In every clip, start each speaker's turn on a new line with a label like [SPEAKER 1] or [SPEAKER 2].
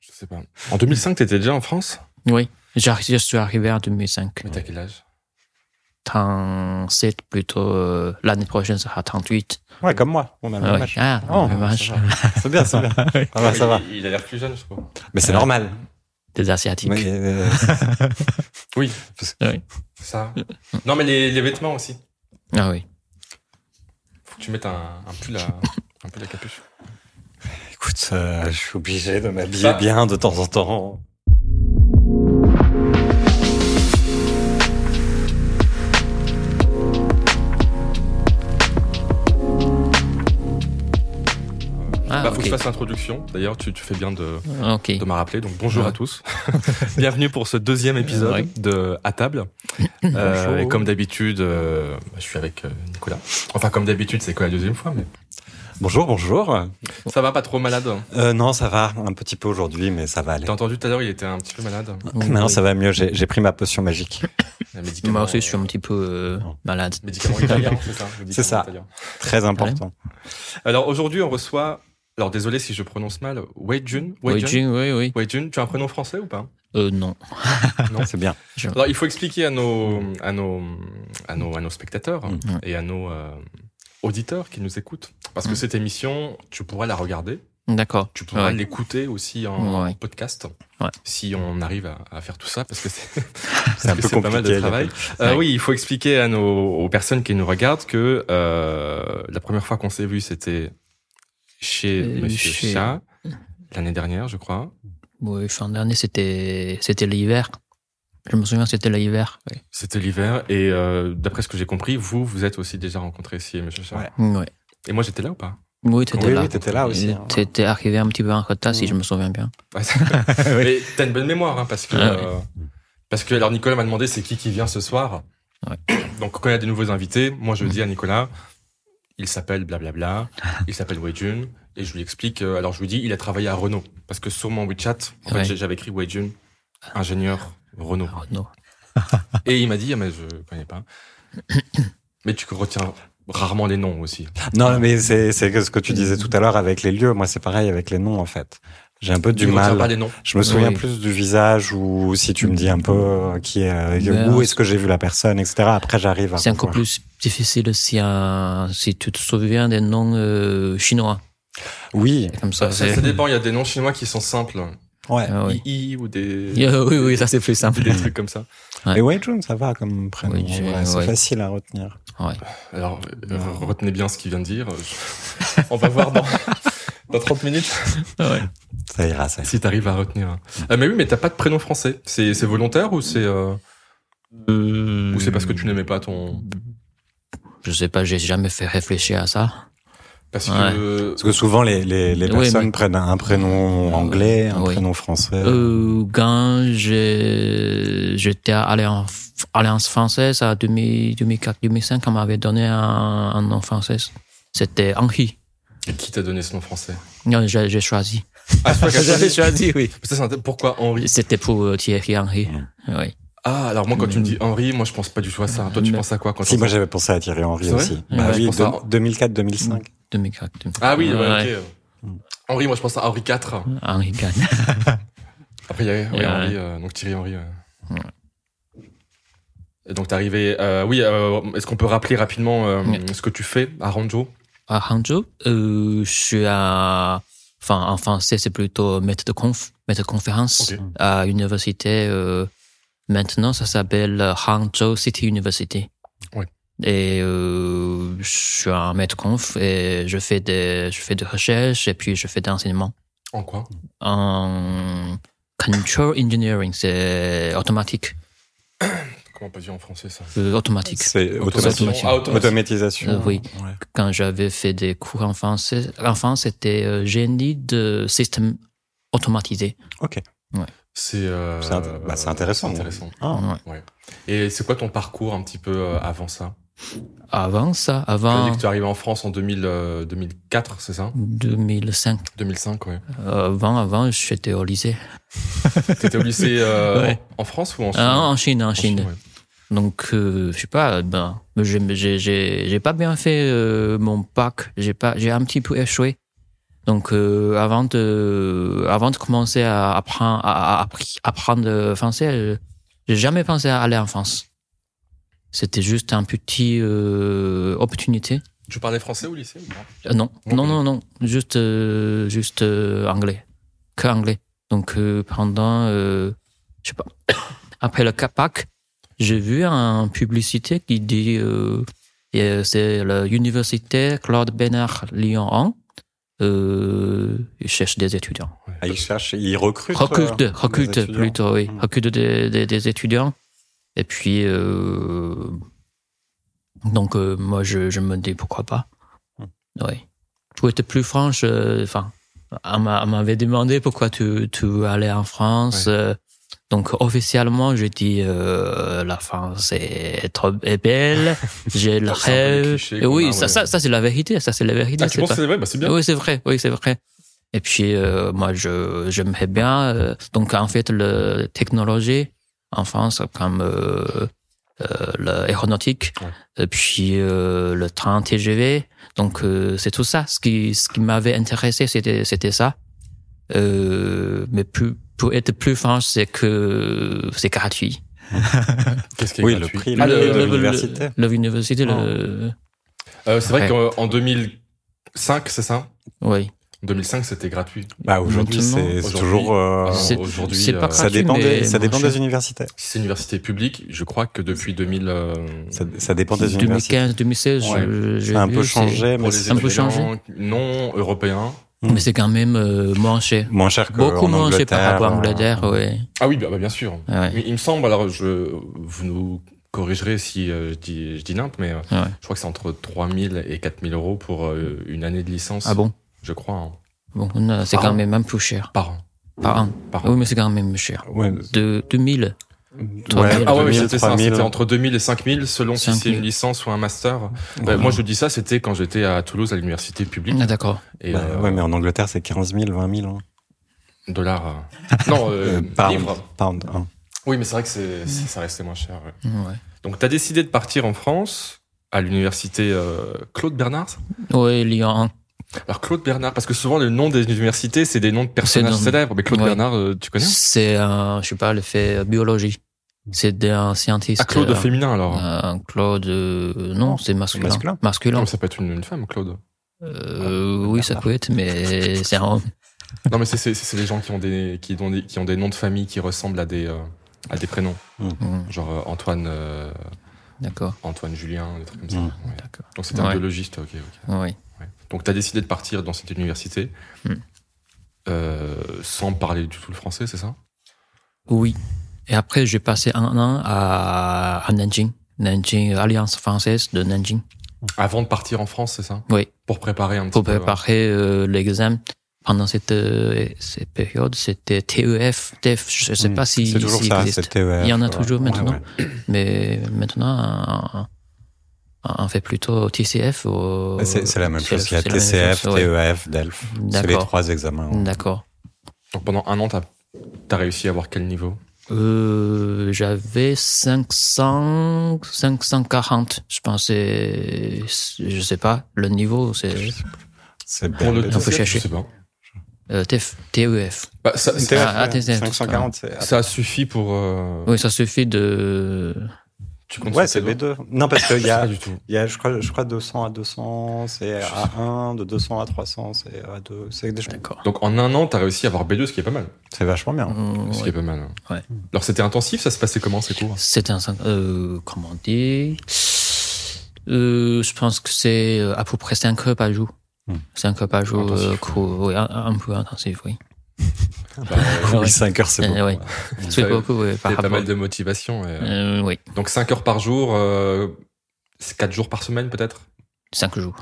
[SPEAKER 1] sais pas. En 2005, t'étais déjà en France
[SPEAKER 2] Oui, j'arri- je suis arrivé en 2005.
[SPEAKER 1] Mais t'as quel âge
[SPEAKER 2] 37 plutôt, euh, l'année prochaine sera 38.
[SPEAKER 3] Ouais, comme moi, on a le
[SPEAKER 2] Ah,
[SPEAKER 3] même
[SPEAKER 2] oui.
[SPEAKER 3] âge.
[SPEAKER 2] ah
[SPEAKER 3] Oh,
[SPEAKER 2] dommage.
[SPEAKER 1] ça va.
[SPEAKER 3] C'est bien, c'est bien.
[SPEAKER 1] Ah
[SPEAKER 3] Ça
[SPEAKER 1] bah,
[SPEAKER 3] va, ça va.
[SPEAKER 1] Il, il a l'air plus jeune, je trouve.
[SPEAKER 3] Mais c'est normal.
[SPEAKER 2] Des Asiatiques.
[SPEAKER 3] Mais, euh,
[SPEAKER 1] Oui.
[SPEAKER 3] Parce-
[SPEAKER 2] Oui.
[SPEAKER 1] Ça. Non, mais les, les vêtements aussi.
[SPEAKER 2] Ah oui.
[SPEAKER 1] Faut que tu mettes un, un pull à, un pull à capuche.
[SPEAKER 3] écoute, euh, je suis obligé de m'habiller
[SPEAKER 1] Ça-
[SPEAKER 3] bien de temps en temps.
[SPEAKER 2] Ah,
[SPEAKER 1] bah, faut
[SPEAKER 2] ok.
[SPEAKER 1] que je fasse l'introduction. D'ailleurs, tu, tu fais bien de,
[SPEAKER 2] Ok.
[SPEAKER 1] de m'a rappeler. Donc, bonjour
[SPEAKER 2] Ouais.
[SPEAKER 1] à tous. Bienvenue pour ce deuxième épisode
[SPEAKER 2] Ouais.
[SPEAKER 1] de À table. Euh,
[SPEAKER 2] Bonjour.
[SPEAKER 1] et comme d'habitude, euh, bah, je suis avec euh, Nicolas. Enfin, comme d'habitude, c'est quoi la deuxième fois, mais
[SPEAKER 3] Bonjour, bonjour.
[SPEAKER 1] ça va pas trop malade. hein.
[SPEAKER 3] Euh, non, ça va un petit peu aujourd'hui, mais ça va aller.
[SPEAKER 1] T'as entendu tout à l'heure, il était un petit peu malade.
[SPEAKER 3] Maintenant,
[SPEAKER 2] Oui.
[SPEAKER 3] ça va mieux. J'ai j'ai pris ma potion magique.
[SPEAKER 2] Bah,
[SPEAKER 1] Un médicament-
[SPEAKER 2] Moi aussi, je suis un petit peu euh,
[SPEAKER 3] Non.
[SPEAKER 2] malade.
[SPEAKER 1] Médicament italien, c'est ça médicament
[SPEAKER 3] C'est ça.
[SPEAKER 1] italien.
[SPEAKER 3] Très important.
[SPEAKER 1] Alors aujourd'hui, on reçoit. Alors désolé si je prononce mal. Wei Jun.
[SPEAKER 2] Oui, Jun, oui, oui.
[SPEAKER 1] Wei Jun. Tu as un prénom français ou pas
[SPEAKER 2] Euh, non.
[SPEAKER 1] Non.
[SPEAKER 3] C'est bien.
[SPEAKER 1] Alors il faut expliquer à nos, à nos, à nos, à nos spectateurs
[SPEAKER 3] Mm.
[SPEAKER 1] et à nos euh, auditeurs qui nous écoutent. Parce que
[SPEAKER 2] Mm.
[SPEAKER 1] cette émission, tu pourras la regarder.
[SPEAKER 2] D'accord.
[SPEAKER 1] Tu pourras
[SPEAKER 2] Ouais.
[SPEAKER 1] l'écouter aussi en
[SPEAKER 2] Ouais.
[SPEAKER 1] podcast.
[SPEAKER 2] Ouais.
[SPEAKER 1] Si on arrive à, à faire tout ça, parce que c'est
[SPEAKER 3] C'est un
[SPEAKER 1] que
[SPEAKER 3] peu
[SPEAKER 1] c'est pas mal de
[SPEAKER 3] compliqué.
[SPEAKER 1] travail. Euh, oui, il faut expliquer à nos, aux personnes qui nous regardent que euh, la première fois qu'on s'est vu, c'était chez
[SPEAKER 2] Euh,
[SPEAKER 1] Monsieur
[SPEAKER 2] chez-
[SPEAKER 1] Chat, l'année dernière, je crois.
[SPEAKER 2] Oui, fin dernier, c'était c'était l'hiver. Je me souviens, c'était l'hiver. Oui.
[SPEAKER 1] C'était l'hiver. Et euh, d'après ce que j'ai compris, vous, vous êtes aussi déjà rencontrés chez Monsieur Chat.
[SPEAKER 3] Ouais.
[SPEAKER 2] Mm, ouais.
[SPEAKER 1] Et moi, j'étais là ou pas
[SPEAKER 2] Oui, t'étais
[SPEAKER 3] Oui,
[SPEAKER 2] là.
[SPEAKER 3] oui, t'étais là aussi. hein.
[SPEAKER 2] T'étais arrivé un petit peu en retard, si
[SPEAKER 3] Mm.
[SPEAKER 2] je me souviens bien.
[SPEAKER 1] Ouais, c'est- Mais t'as une bonne mémoire, hein, parce que...
[SPEAKER 2] Ah ouais.
[SPEAKER 1] euh, parce que alors Nicolas m'a demandé c'est qui qui vient ce soir.
[SPEAKER 2] Ouais. Mm.
[SPEAKER 1] Donc quand il y a des nouveaux invités, moi je dis à Nicolas, il s'appelle blablabla, il s'appelle Weijun, et je lui explique, euh, alors je lui dis il a travaillé à Renault, parce que sur mon WeChat, en fait,
[SPEAKER 2] Ouais.
[SPEAKER 1] j'ai- j'avais écris Weijun, ingénieur Renault.
[SPEAKER 2] Ah, non.
[SPEAKER 1] Et il m'a dit, ah, mais je connais pas. mais tu retiens rarement les noms aussi.
[SPEAKER 3] Non, mais c'est c'est que ce que tu disais tout à l'heure avec les lieux. Moi, c'est pareil avec les noms, en fait. J'ai un peu du
[SPEAKER 1] tu retiens pas
[SPEAKER 3] mal.
[SPEAKER 1] les noms.
[SPEAKER 3] Je me souviens
[SPEAKER 2] Oui.
[SPEAKER 3] plus du visage ou si tu me dis un peu euh, qui est, euh,
[SPEAKER 2] Ben,
[SPEAKER 3] où est-ce que j'ai vu la personne, etc. Après, j'arrive à.
[SPEAKER 2] C'est encore
[SPEAKER 3] revoir.
[SPEAKER 2] plus difficile si, euh, si tu te souviens des noms euh, chinois.
[SPEAKER 3] Oui.
[SPEAKER 2] Comme ça,
[SPEAKER 1] Ça, Ah, ça-
[SPEAKER 2] c'est-
[SPEAKER 1] ça dépend, il y a des noms chinois qui sont simples.
[SPEAKER 3] Ouais.
[SPEAKER 2] Ah, oui.
[SPEAKER 1] I, ou des...
[SPEAKER 2] Euh, oui, oui, ça c'est plus simple.
[SPEAKER 1] des trucs comme ça.
[SPEAKER 3] Et Wei Jun, ça va comme prénom.
[SPEAKER 2] Wei Jun,
[SPEAKER 3] Ouais, c'est
[SPEAKER 2] ouais.
[SPEAKER 3] facile à retenir.
[SPEAKER 1] Alors, euh,
[SPEAKER 3] Non.
[SPEAKER 1] re- retenez bien ce qu'il vient de dire. Je- On va voir dans, dans 30 minutes
[SPEAKER 3] Ça ira, ça. ira.
[SPEAKER 1] si t'arrives à retenir. Ah, mais oui, mais t'as pas de prénom français. C'est c'est volontaire ou c'est euh, ou c'est parce que tu
[SPEAKER 2] Hmm.
[SPEAKER 1] n'aimais pas ton
[SPEAKER 2] Je sais pas, j'ai jamais fait réfléchir à ça.
[SPEAKER 1] parce
[SPEAKER 2] Ouais.
[SPEAKER 1] que euh,
[SPEAKER 3] Parce que souvent, les, les, les
[SPEAKER 2] Oui,
[SPEAKER 3] personnes
[SPEAKER 2] mais- Euh,
[SPEAKER 3] prennent un prénom anglais, un
[SPEAKER 2] Oui.
[SPEAKER 3] prénom français.
[SPEAKER 2] Euh, quand j'ai- j'étais à l'Alliance Alliance française à 2004-2005, on m'avait donné un, un nom français. C'était Henri.
[SPEAKER 1] Et qui t'a donné ce nom français
[SPEAKER 2] Non, j'ai j'ai choisi.
[SPEAKER 1] Ah, c'est toi qui as choisi.
[SPEAKER 2] choisi, oui.
[SPEAKER 1] Ça, c'est un- Pourquoi Henri
[SPEAKER 2] C'était pour euh, Thierry Henry. Oui.
[SPEAKER 1] Ah, alors moi quand tu me
[SPEAKER 2] Mais-
[SPEAKER 1] dis Henri, moi je pense pas du tout à ça. Toi tu
[SPEAKER 2] Mais-
[SPEAKER 1] penses à quoi quand
[SPEAKER 3] Si,
[SPEAKER 1] tu
[SPEAKER 3] moi, j'avais pensé à Thierry Henry
[SPEAKER 1] C'est vrai
[SPEAKER 3] aussi.
[SPEAKER 1] Ouais,
[SPEAKER 3] Bah
[SPEAKER 1] je
[SPEAKER 3] oui,
[SPEAKER 1] pense à-
[SPEAKER 3] 2004-2005.
[SPEAKER 2] 2004.
[SPEAKER 1] Ah oui, ouais,
[SPEAKER 2] Ouais.
[SPEAKER 1] ok. Henri, moi je pense à Henri IV.
[SPEAKER 2] Henri Gagne.
[SPEAKER 1] Après, il y avait ouais,
[SPEAKER 2] Ouais.
[SPEAKER 1] Henri, euh, donc Thierry Henry. ouais.
[SPEAKER 2] Ouais.
[SPEAKER 1] Et donc, t'es arrivé. euh, oui, euh, est-ce qu'on peut rappeler rapidement euh,
[SPEAKER 2] Ouais.
[SPEAKER 1] ce que tu fais à Ranjo
[SPEAKER 2] à Hangzhou. Euh, je suis à, enfin, en français, c'est plutôt maître de conf, maître de conférence
[SPEAKER 1] Ok.
[SPEAKER 2] à l'université. euh, maintenant, ça s'appelle euh, Hangzhou City University.
[SPEAKER 1] Ouais.
[SPEAKER 2] Et euh, je suis un maître conf et je fais des, je fais des recherches et puis je fais des enseignements
[SPEAKER 1] En quoi
[SPEAKER 2] en control engineering, c'est automatique,
[SPEAKER 1] Comment on peut dire en français ça
[SPEAKER 2] Euh, automatique.
[SPEAKER 3] C'est
[SPEAKER 2] Automatisation.
[SPEAKER 3] automatisation.
[SPEAKER 1] Ah, automatisation.
[SPEAKER 3] Automatisation.
[SPEAKER 2] Euh, oui.
[SPEAKER 3] Ouais.
[SPEAKER 2] quand j'avais fait des cours en français, en France, c'était euh, génie de système automatisé.
[SPEAKER 1] C'est euh,
[SPEAKER 3] C'est int- bah, c'est intéressant,
[SPEAKER 1] c'est
[SPEAKER 3] ouais.
[SPEAKER 1] intéressant.
[SPEAKER 3] Ah.
[SPEAKER 2] Ouais.
[SPEAKER 1] Et c'est quoi ton parcours un petit peu euh, avant ça
[SPEAKER 2] Avant ça,
[SPEAKER 1] Tu as
[SPEAKER 2] avant
[SPEAKER 1] dit que tu es arrivé en France en 2000, euh, 2004, c'est ça
[SPEAKER 2] 2005,
[SPEAKER 1] 2005, ouais.
[SPEAKER 2] euh, avant, avant, j'étais au lycée.
[SPEAKER 1] T'étais au lycée euh,
[SPEAKER 2] Ouais.
[SPEAKER 1] en, en France ou en Chine
[SPEAKER 2] Ah, en Chine, en,
[SPEAKER 1] En
[SPEAKER 2] Chine.
[SPEAKER 1] ouais.
[SPEAKER 2] Donc, euh, je sais pas, ben, j'ai- j'ai j'ai- j'ai pas bien fait euh, mon bac. J'ai pas, j'ai un petit peu échoué. Donc euh, avant de avant de commencer à apprendre à, à- à apprendre le français, euh, j'ai jamais pensé à aller en France. C'était juste un petit euh, opportunité.
[SPEAKER 1] Tu parlais français au lycée ou pas
[SPEAKER 2] Euh, non,
[SPEAKER 1] Ok.
[SPEAKER 2] non, non, non, juste euh, juste euh, anglais, que anglais. Donc euh, pendant euh, je sais pas après le CAPAC, j'ai vu un publicité qui dit euh, et c'est l'université Claude Bénard Lyon 1 euh, il cherche des étudiants.
[SPEAKER 3] Ah, ils cherchent, ils recrutent.
[SPEAKER 2] Recrute,
[SPEAKER 3] euh, des
[SPEAKER 2] recrute
[SPEAKER 3] étudiants.
[SPEAKER 2] plutôt, oui.
[SPEAKER 3] Mm.
[SPEAKER 2] Recrute des, des, des étudiants. Et puis, euh, donc, euh, moi, je, je me dis pourquoi pas.
[SPEAKER 1] Mm.
[SPEAKER 2] Oui. Pour être plus franche, euh, enfin, on m'a- on m'avait demandé pourquoi tu, tu veux aller en France. euh, Donc, officiellement, j'ai dit euh, la France est, trop, est belle. J'ai le
[SPEAKER 1] Ah, c'est un peu les
[SPEAKER 2] rêve.
[SPEAKER 1] clichés
[SPEAKER 2] Et
[SPEAKER 1] qu'on
[SPEAKER 2] oui,
[SPEAKER 1] a,
[SPEAKER 2] ça,
[SPEAKER 1] ouais.
[SPEAKER 2] ça, ça, c'est la vérité. Ça, c'est la vérité.
[SPEAKER 1] Ah,
[SPEAKER 2] c'est
[SPEAKER 1] tu penses
[SPEAKER 2] pas-
[SPEAKER 1] que c'est vrai Bah, C'est bien.
[SPEAKER 2] oui, c'est vrai, oui, c'est vrai. Et puis, euh, moi, je, j'aimerais bien. euh, donc, en fait, la technologie en France, comme euh, euh, l'aéronautique, et puis euh, le train TGV. Donc, euh, c'est tout ça. Ce qui, ce qui m'avait intéressé, c'était, c'était ça. Euh, mais plus, pour être plus franche, c'est que c'est gratuit.
[SPEAKER 1] Qu'est-ce qui est
[SPEAKER 3] Oui, le
[SPEAKER 1] gratuit
[SPEAKER 3] prix,
[SPEAKER 2] Ah,
[SPEAKER 3] le
[SPEAKER 2] le-
[SPEAKER 3] prix de
[SPEAKER 2] le-
[SPEAKER 3] l'université.
[SPEAKER 2] L'université,
[SPEAKER 3] Oh.
[SPEAKER 2] le,
[SPEAKER 1] Euh, C'est vrai
[SPEAKER 2] Ouais.
[SPEAKER 1] qu'en en 2005, c'est ça
[SPEAKER 2] oui.
[SPEAKER 1] En 2005, c'était gratuit.
[SPEAKER 3] Bah, aujourd'hui,
[SPEAKER 2] Maintenant,
[SPEAKER 3] c'est c'est
[SPEAKER 1] aujourd'hui,
[SPEAKER 3] toujours. euh,
[SPEAKER 1] Alors,
[SPEAKER 2] c'est-
[SPEAKER 1] Aujourd'hui,
[SPEAKER 2] c'est pas
[SPEAKER 1] euh,
[SPEAKER 3] ça
[SPEAKER 2] gratuit,
[SPEAKER 3] dépend, des,
[SPEAKER 2] mais
[SPEAKER 3] ça dépend
[SPEAKER 2] moins
[SPEAKER 3] des universités.
[SPEAKER 1] si c'est une université publique, je crois que depuis 2000, euh,
[SPEAKER 3] Ça, ça dépend des universités.
[SPEAKER 2] 2015, 2016,
[SPEAKER 1] Ouais.
[SPEAKER 2] je- j'ai
[SPEAKER 3] Ça a un
[SPEAKER 2] vu,
[SPEAKER 3] peu
[SPEAKER 2] c'est-
[SPEAKER 3] changé, mais
[SPEAKER 1] pour
[SPEAKER 3] c'est
[SPEAKER 1] les
[SPEAKER 2] un peu
[SPEAKER 1] étudiants
[SPEAKER 2] changé.
[SPEAKER 1] non européens.
[SPEAKER 2] Mais c'est quand même euh, moins cher.
[SPEAKER 3] moins cher que
[SPEAKER 2] Beaucoup
[SPEAKER 3] en
[SPEAKER 2] moins cher par rapport à
[SPEAKER 3] Angleterre.
[SPEAKER 2] l'Angleterre, oui.
[SPEAKER 1] Ah oui, bah, bah, bien sûr.
[SPEAKER 2] Ouais.
[SPEAKER 1] Mais il me semble, alors je, vous nous corrigerez si euh, je dis, je dis n'importe, mais euh,
[SPEAKER 2] Ouais.
[SPEAKER 1] je crois que c'est entre 3000 et 4000 euros pour euh, une année de licence,
[SPEAKER 2] Ah bon
[SPEAKER 1] je crois, hein,
[SPEAKER 2] Bon, non, c'est
[SPEAKER 1] Par
[SPEAKER 2] quand
[SPEAKER 1] an
[SPEAKER 2] même un peu cher.
[SPEAKER 1] par an.
[SPEAKER 2] Par an.
[SPEAKER 1] Par an.
[SPEAKER 2] Oui, mais c'est quand même cher.
[SPEAKER 3] euh, Ouais,
[SPEAKER 2] De 2000.
[SPEAKER 3] ouais,
[SPEAKER 1] Ah ouais, mais
[SPEAKER 3] 2000,
[SPEAKER 1] c'était ça,
[SPEAKER 3] 3000.
[SPEAKER 1] c'était entre 2000 et 5000 selon si c'est
[SPEAKER 2] 5000.
[SPEAKER 1] une licence ou un master. Bah, moi je dis ça, c'était quand j'étais à Toulouse à l'université publique
[SPEAKER 2] Ah, d'accord.
[SPEAKER 1] et
[SPEAKER 3] Bah,
[SPEAKER 1] euh,
[SPEAKER 3] ouais, mais en Angleterre, c'est 15 000, 20 000. hein.
[SPEAKER 1] dollars. euh, non, euh,
[SPEAKER 3] Euh, pound.
[SPEAKER 1] livres.
[SPEAKER 3] Pound, hein.
[SPEAKER 1] Oui, mais c'est vrai que c'est, c'est- ça restait moins cher. ouais.
[SPEAKER 2] Ouais.
[SPEAKER 1] Donc, tu as décidé de partir en France à l'université euh, Claude Bernard.
[SPEAKER 2] Oui, Lyon 1.
[SPEAKER 1] Alors, Claude Bernard, parce que souvent, le nom des universités, c'est des noms de personnages
[SPEAKER 2] C'est dans-
[SPEAKER 1] célèbres. Mais Claude
[SPEAKER 2] Ouais.
[SPEAKER 1] Bernard, euh, tu connais
[SPEAKER 2] C'est un, je sais pas, le fait euh, biologie. C'est un scientiste.
[SPEAKER 1] Ah, Claude
[SPEAKER 2] euh,
[SPEAKER 1] féminin, alors.
[SPEAKER 2] euh, Claude, euh, non, c'est masculin.
[SPEAKER 3] Masculin.
[SPEAKER 1] Non,
[SPEAKER 2] Masculin.
[SPEAKER 1] mais ça peut être une, une femme, Claude.
[SPEAKER 2] Euh, oui, ça peut être, mais c'est un homme.
[SPEAKER 1] non, mais c'est, c'est, c'est les gens qui ont, des, qui, ont des, qui ont des noms de famille qui ressemblent à des, euh, à des prénoms.
[SPEAKER 2] Mm,
[SPEAKER 1] Genre euh, Antoine, euh,
[SPEAKER 2] D'accord,
[SPEAKER 1] Antoine Julien, des trucs comme ça.
[SPEAKER 3] Mm.
[SPEAKER 1] Ouais.
[SPEAKER 2] d'accord.
[SPEAKER 1] Donc, c'était un
[SPEAKER 2] Ouais.
[SPEAKER 1] biologiste, ok, ok.
[SPEAKER 2] Oui.
[SPEAKER 1] Ouais. Donc, tu as décidé de partir dans cette université
[SPEAKER 2] Hmm.
[SPEAKER 1] euh, sans parler du tout le français, c'est ça
[SPEAKER 2] Oui. Et après, j'ai passé un an à, à Nanjing. Nanjing, euh, Alliance française de Nanjing,
[SPEAKER 1] Avant de partir en France, c'est ça
[SPEAKER 2] Oui.
[SPEAKER 1] Pour préparer un petit
[SPEAKER 2] pour
[SPEAKER 1] peu. ouais.
[SPEAKER 2] préparer euh, l'examen. Pendant cette, euh, cette période, c'était E TEF, TEF, je ne sais
[SPEAKER 3] Mm.
[SPEAKER 2] pas si
[SPEAKER 3] C'est toujours
[SPEAKER 2] s'il
[SPEAKER 3] ça,
[SPEAKER 2] existe.
[SPEAKER 3] c'est
[SPEAKER 1] E
[SPEAKER 3] TER.
[SPEAKER 2] Il y en a
[SPEAKER 3] ouais.
[SPEAKER 2] toujours
[SPEAKER 3] Ouais,
[SPEAKER 2] maintenant.
[SPEAKER 3] ouais.
[SPEAKER 2] Mais maintenant, on, on fait plutôt TCF. Ou,
[SPEAKER 3] Mais C'est c'est la même
[SPEAKER 2] c'est
[SPEAKER 3] chose. Il y a
[SPEAKER 2] E c'est la même
[SPEAKER 3] TCF,
[SPEAKER 2] chose, ouais.
[SPEAKER 3] TEF, DELF. E C'est les
[SPEAKER 2] D'accord. Mm.
[SPEAKER 3] trois examens. hein. ouais.
[SPEAKER 2] D'accord.
[SPEAKER 1] Donc pendant un an, t'as as réussi à avoir quel niveau
[SPEAKER 2] Euh, j'avais 500, 540, je pensais, je sais pas, le niveau, c'est
[SPEAKER 3] C'est
[SPEAKER 1] Pour le
[SPEAKER 3] bien.
[SPEAKER 2] On peut
[SPEAKER 1] TCF,
[SPEAKER 2] chercher.
[SPEAKER 1] je sais pas.
[SPEAKER 2] euh, TF, TEF.
[SPEAKER 1] Bah, ça,
[SPEAKER 3] TEF,
[SPEAKER 1] ça,
[SPEAKER 2] Ah, ah,
[SPEAKER 3] ouais,
[SPEAKER 2] TCF,
[SPEAKER 3] 540, c'est
[SPEAKER 1] ça suffit pour. euh,
[SPEAKER 2] Oui, ça suffit de.
[SPEAKER 1] Tu comptes
[SPEAKER 3] Ouais,
[SPEAKER 1] sur
[SPEAKER 3] c'est
[SPEAKER 1] tes
[SPEAKER 3] les
[SPEAKER 1] doigts
[SPEAKER 3] deux. Non, parce qu'il
[SPEAKER 1] Je
[SPEAKER 3] y
[SPEAKER 1] sais pas
[SPEAKER 3] a,
[SPEAKER 1] du tout.
[SPEAKER 3] il y a je, crois, je crois 200 à 200, c'est A1, de 200 à 300, c'est A2. C'est des choses-
[SPEAKER 2] D'accord.
[SPEAKER 1] Donc en un an, t'as réussi à avoir B2, ce qui est pas mal.
[SPEAKER 3] C'est vachement bien.
[SPEAKER 2] Hum,
[SPEAKER 1] Ce qui est
[SPEAKER 2] ouais.
[SPEAKER 1] pas mal. hein.
[SPEAKER 2] Ouais.
[SPEAKER 1] Alors c'était intensif, ça se passait comment ces cours
[SPEAKER 2] C'est un. Euh, comment dire euh, Je pense que c'est euh, à peu près 5 heures par jour.
[SPEAKER 3] Hum.
[SPEAKER 2] 5 heures par jour,
[SPEAKER 1] Hmm. Intensif.
[SPEAKER 2] euh, cours, oui, un, un peu intensif, oui.
[SPEAKER 1] Bah, euh,
[SPEAKER 2] Ouais.
[SPEAKER 3] 5 heures, c'est
[SPEAKER 2] Euh, ouais. C'est
[SPEAKER 1] T'as-
[SPEAKER 2] beaucoup, oui, par
[SPEAKER 1] t'avais pas
[SPEAKER 2] rapport.
[SPEAKER 1] mal de motivation. et, euh,
[SPEAKER 2] Euh, oui,
[SPEAKER 1] Donc 5 heures par jour, 4 jours par semaine peut-être
[SPEAKER 2] 5 jours.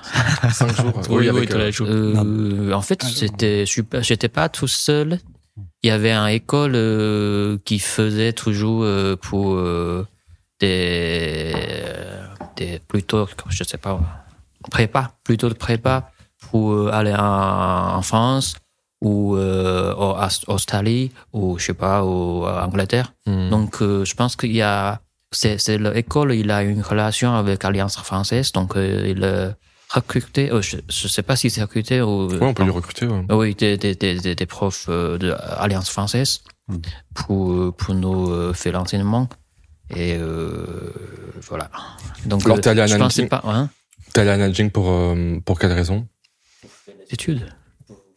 [SPEAKER 1] 5 jours euh, avec, euh,
[SPEAKER 2] Euh, en fait,
[SPEAKER 3] Ah,
[SPEAKER 2] c'était super. J'étais pas tout seul. Il y avait un école euh, qui faisait toujours euh, pour euh, des, des plutôt, je sais pas, prépa, plutôt de prépa pour euh, aller en, en France ou euh, en Aus- Australie ou je sais pas, ou en Angleterre.
[SPEAKER 1] hmm.
[SPEAKER 2] Donc, euh, je pense qu'il y a. C'est, c'est l'école, il a une relation avec Alliance française, donc euh, il, euh, recruter, euh, je, je sais pas si c'est recruter ou.
[SPEAKER 1] Ouais, on peut
[SPEAKER 2] non.
[SPEAKER 1] lui recruter. ouais.
[SPEAKER 2] Oui, des, des, des, des, des profs euh, de l'Alliance française
[SPEAKER 3] Mm.
[SPEAKER 2] pour, euh, pour nous euh, faire l'enseignement. Et euh, voilà. Donc,
[SPEAKER 1] Alors, t'es allé à
[SPEAKER 2] je
[SPEAKER 1] Nanjing.
[SPEAKER 2] pensais pas, hein,
[SPEAKER 1] T'es allé à Nanjing pour, euh, pour quelle raison
[SPEAKER 2] études.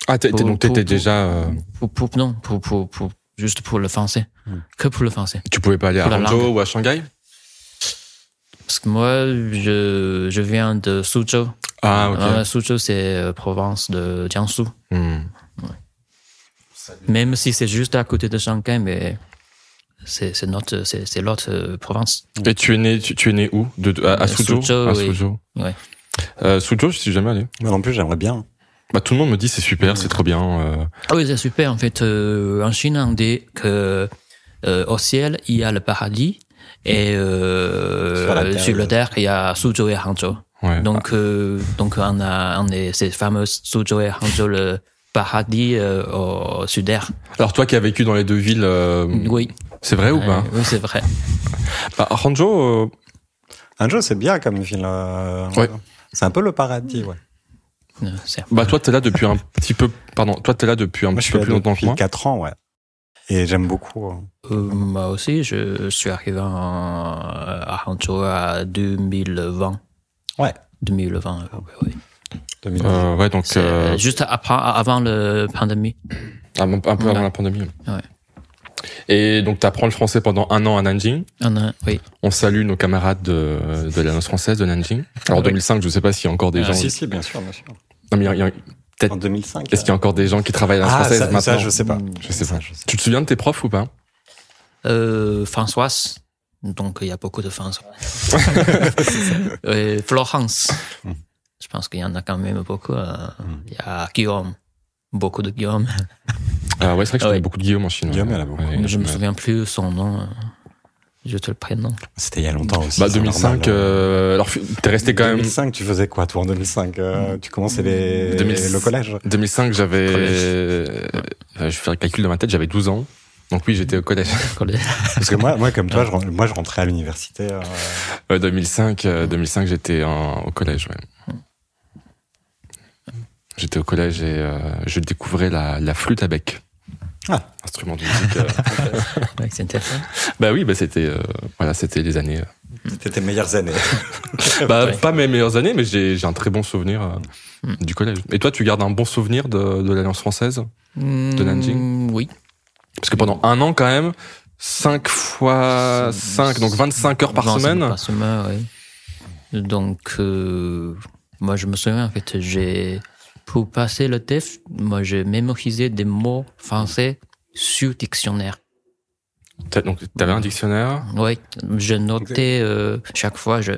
[SPEAKER 1] Ah, t'es- t'es-
[SPEAKER 2] Pour-
[SPEAKER 1] donc
[SPEAKER 2] pour-
[SPEAKER 1] t'étais
[SPEAKER 2] pour-
[SPEAKER 1] déjà. euh,
[SPEAKER 2] Pour, pour, non, pour, pour, pour, juste pour le français.
[SPEAKER 3] Mm.
[SPEAKER 2] Que pour le français.
[SPEAKER 1] tu pouvais pas aller à
[SPEAKER 2] pour la
[SPEAKER 1] Hangzhou ou à Shanghai
[SPEAKER 2] Parce que moi, je, je viens de Suzhou.
[SPEAKER 1] Ah, ok.
[SPEAKER 2] Euh, Suzhou, c'est euh, province de Jiangsu.
[SPEAKER 1] Hmm.
[SPEAKER 2] Même si c'est juste à côté de Shanghai, mais c'est c'est notre, c'est c'est l'autre euh, province.
[SPEAKER 1] Et tu es né, tu, tu es né où de, de- à, à
[SPEAKER 2] Euh,
[SPEAKER 1] Suzhou
[SPEAKER 2] Suzhou,
[SPEAKER 1] À
[SPEAKER 2] oui.
[SPEAKER 1] Ah, Suzhou.
[SPEAKER 2] Ouais.
[SPEAKER 1] Euh, Suzhou, je suis jamais allé.
[SPEAKER 3] Moi non plus, j'aimerais bien.
[SPEAKER 1] Bah, tout le monde me dit c'est super, c'est trop bien. euh.
[SPEAKER 2] Ah oui, c'est super. En fait, euh, en Chine, on dit que euh, au ciel, il y a le paradis et euh,
[SPEAKER 3] Sur la terre,
[SPEAKER 2] sur
[SPEAKER 3] euh,
[SPEAKER 2] la terre, il y a Suzhou et Hangzhou.
[SPEAKER 1] ouais.
[SPEAKER 2] Donc, euh, donc on a, on est ces fameux Suzhou et Hangzhou, le paradis euh, au sud-air.
[SPEAKER 1] Alors toi qui as vécu dans les deux villes, euh,
[SPEAKER 2] Oui.
[SPEAKER 1] c'est vrai ou pas
[SPEAKER 2] Euh, Oui, c'est vrai.
[SPEAKER 1] Bah, à Hangzhou, euh,
[SPEAKER 3] Un jour, c'est bien comme film. euh,
[SPEAKER 1] Ouais.
[SPEAKER 3] C'est un peu le paradis, ouais.
[SPEAKER 2] Euh, c'est-
[SPEAKER 1] bah toi t'es là depuis un petit peu, pardon, toi t'es là depuis un
[SPEAKER 3] Moi, je
[SPEAKER 1] petit
[SPEAKER 3] suis
[SPEAKER 1] peu
[SPEAKER 3] là
[SPEAKER 1] plus longtemps que
[SPEAKER 3] depuis
[SPEAKER 1] moi.
[SPEAKER 3] 4 ans, ouais. Et j'aime beaucoup. hein.
[SPEAKER 2] Euh, moi aussi, je suis arrivé en- euh, à Hangzhou à 2020.
[SPEAKER 3] Ouais.
[SPEAKER 2] 2020, euh, oui, oui.
[SPEAKER 1] Euh, ouais, donc
[SPEAKER 2] C'est,
[SPEAKER 1] euh,
[SPEAKER 2] euh, juste après, avant la pandémie.
[SPEAKER 1] un, Ah, un peu avant
[SPEAKER 2] voilà.
[SPEAKER 1] la pandémie. ouais.
[SPEAKER 2] Ouais.
[SPEAKER 1] Et donc t'apprends le français pendant un an à Nanjing.
[SPEAKER 2] On a- oui.
[SPEAKER 1] On salue nos camarades de, de l'Alliance française de Nanjing. Alors
[SPEAKER 2] Ah Oui.
[SPEAKER 1] 2005, je sais pas s'il y a encore des
[SPEAKER 2] Ah,
[SPEAKER 1] gens.
[SPEAKER 3] Si, si, bien sûr, bien sûr.
[SPEAKER 1] Non, mais il y a- il y a-
[SPEAKER 3] En 2005.
[SPEAKER 1] est-ce qu'il y a encore des gens qui travaillent à
[SPEAKER 3] euh,
[SPEAKER 1] l'Alliance
[SPEAKER 3] ah,
[SPEAKER 1] française
[SPEAKER 3] ça,
[SPEAKER 1] maintenant
[SPEAKER 3] ça, je sais pas.
[SPEAKER 1] Je sais
[SPEAKER 3] Ça,
[SPEAKER 1] pas.
[SPEAKER 3] je sais
[SPEAKER 1] Tu te souviens de tes profs ou pas
[SPEAKER 2] Euh, Françoise. Donc, il y a beaucoup de François. Euh, Florence.
[SPEAKER 3] Mm.
[SPEAKER 2] Je pense qu'il y en a quand même beaucoup. euh, Il y a Guillaume. Beaucoup de Guillaume.
[SPEAKER 1] Ah ouais, c'est vrai que je
[SPEAKER 2] Ah
[SPEAKER 1] connais
[SPEAKER 2] ouais.
[SPEAKER 1] beaucoup de Guillaume en Chine.
[SPEAKER 3] Guillaume,
[SPEAKER 1] ouais. Bah,
[SPEAKER 3] elle a beaucoup.
[SPEAKER 1] Ouais,
[SPEAKER 2] je me
[SPEAKER 1] ouais.
[SPEAKER 2] souviens plus son nom. euh, Juste le prénom.
[SPEAKER 3] pas. C'était il y a longtemps aussi.
[SPEAKER 1] Bah
[SPEAKER 3] c'est
[SPEAKER 1] 2005,
[SPEAKER 3] normal.
[SPEAKER 1] euh, alors f- t'es resté quand même... Mmh.
[SPEAKER 3] 2005, tu faisais quoi, toi, en 2005 euh, Tu commençais les...
[SPEAKER 1] 2006.
[SPEAKER 3] le collège
[SPEAKER 1] 2005, j'avais...
[SPEAKER 2] Collège.
[SPEAKER 1] euh, Je vais faire le calcul dans ma tête, j'avais 12 ans. Donc oui, j'étais au collège.
[SPEAKER 3] Parce que moi, moi comme toi, je, ren- moi, je rentrais à l'université. euh,
[SPEAKER 1] Ouais, 2005, euh, 2005 j'étais en- au collège, ouais. J'étais au collège et euh, je découvrais la, la flûte à bec.
[SPEAKER 3] Ah.
[SPEAKER 1] Instrument de musique. euh.
[SPEAKER 2] Oui, c'est intéressant.
[SPEAKER 1] bah oui, bah c'était euh, voilà, c'était les années. euh.
[SPEAKER 3] C'était tes meilleures années.
[SPEAKER 1] Bah
[SPEAKER 2] Ouais.
[SPEAKER 1] pas mes meilleures années, mais j'ai j'ai un très bon souvenir euh,
[SPEAKER 2] Mm.
[SPEAKER 1] du collège. Et toi, tu gardes un bon souvenir de, de l'Alliance française
[SPEAKER 2] De
[SPEAKER 1] Nanjing
[SPEAKER 2] Mm, Oui.
[SPEAKER 1] Parce que pendant un an, quand même, 5 fois 5, donc 25 heures par
[SPEAKER 2] 25
[SPEAKER 1] semaine.
[SPEAKER 2] Par semaine, oui. Donc, euh, moi, je me souviens, en fait, j'ai, pour passer le TEF, moi, j'ai mémorisé des mots français sur dictionnaire.
[SPEAKER 1] T'as- Donc, t'avais un dictionnaire.
[SPEAKER 2] Oui, je notais euh, chaque fois, je,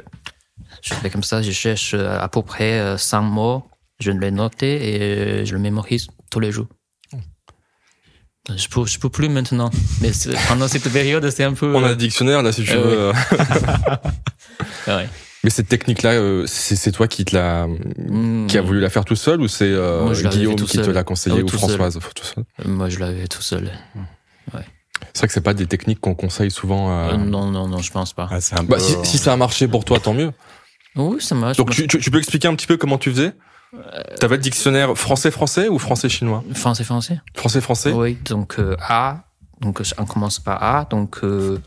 [SPEAKER 2] je fais comme ça, je cherche euh, à peu près euh, 100 mots, je les notais et euh, je le mémorise tous les jours. Je peux, je peux plus maintenant, mais c'est- pendant cette période, c'est un peu.
[SPEAKER 1] On a le dictionnaire, là, si tu
[SPEAKER 2] Euh,
[SPEAKER 1] veux. euh.
[SPEAKER 2] Ouais.
[SPEAKER 1] Mais cette technique-là, euh, c'est c'est toi qui te l'a,
[SPEAKER 2] Mm.
[SPEAKER 1] qui a voulu la faire tout seul ou c'est euh,
[SPEAKER 2] Moi, je l'avais
[SPEAKER 1] Guillaume
[SPEAKER 2] fait tout
[SPEAKER 1] qui te
[SPEAKER 2] seul.
[SPEAKER 1] l'a conseillé
[SPEAKER 2] Ah oui,
[SPEAKER 1] ou
[SPEAKER 2] tout seul.
[SPEAKER 1] Françoise Faut tout seul.
[SPEAKER 2] Moi, je l'avais tout seul.
[SPEAKER 1] C'est vrai que c'est pas des techniques qu'on conseille souvent. à-
[SPEAKER 2] Euh, non, non, non, je pense pas.
[SPEAKER 3] Ah, c'est un
[SPEAKER 1] Bah,
[SPEAKER 3] peu-
[SPEAKER 1] si, si ça a marché pour toi, tant mieux.
[SPEAKER 2] Oui, ça marche.
[SPEAKER 1] Donc tu, tu- tu peux expliquer un petit peu comment tu faisais T'avais le dictionnaire français-français ou français-chinois
[SPEAKER 2] Français, français.
[SPEAKER 1] Français-français
[SPEAKER 2] Oui, donc euh, A. Donc euh, on commence par A. Donc euh,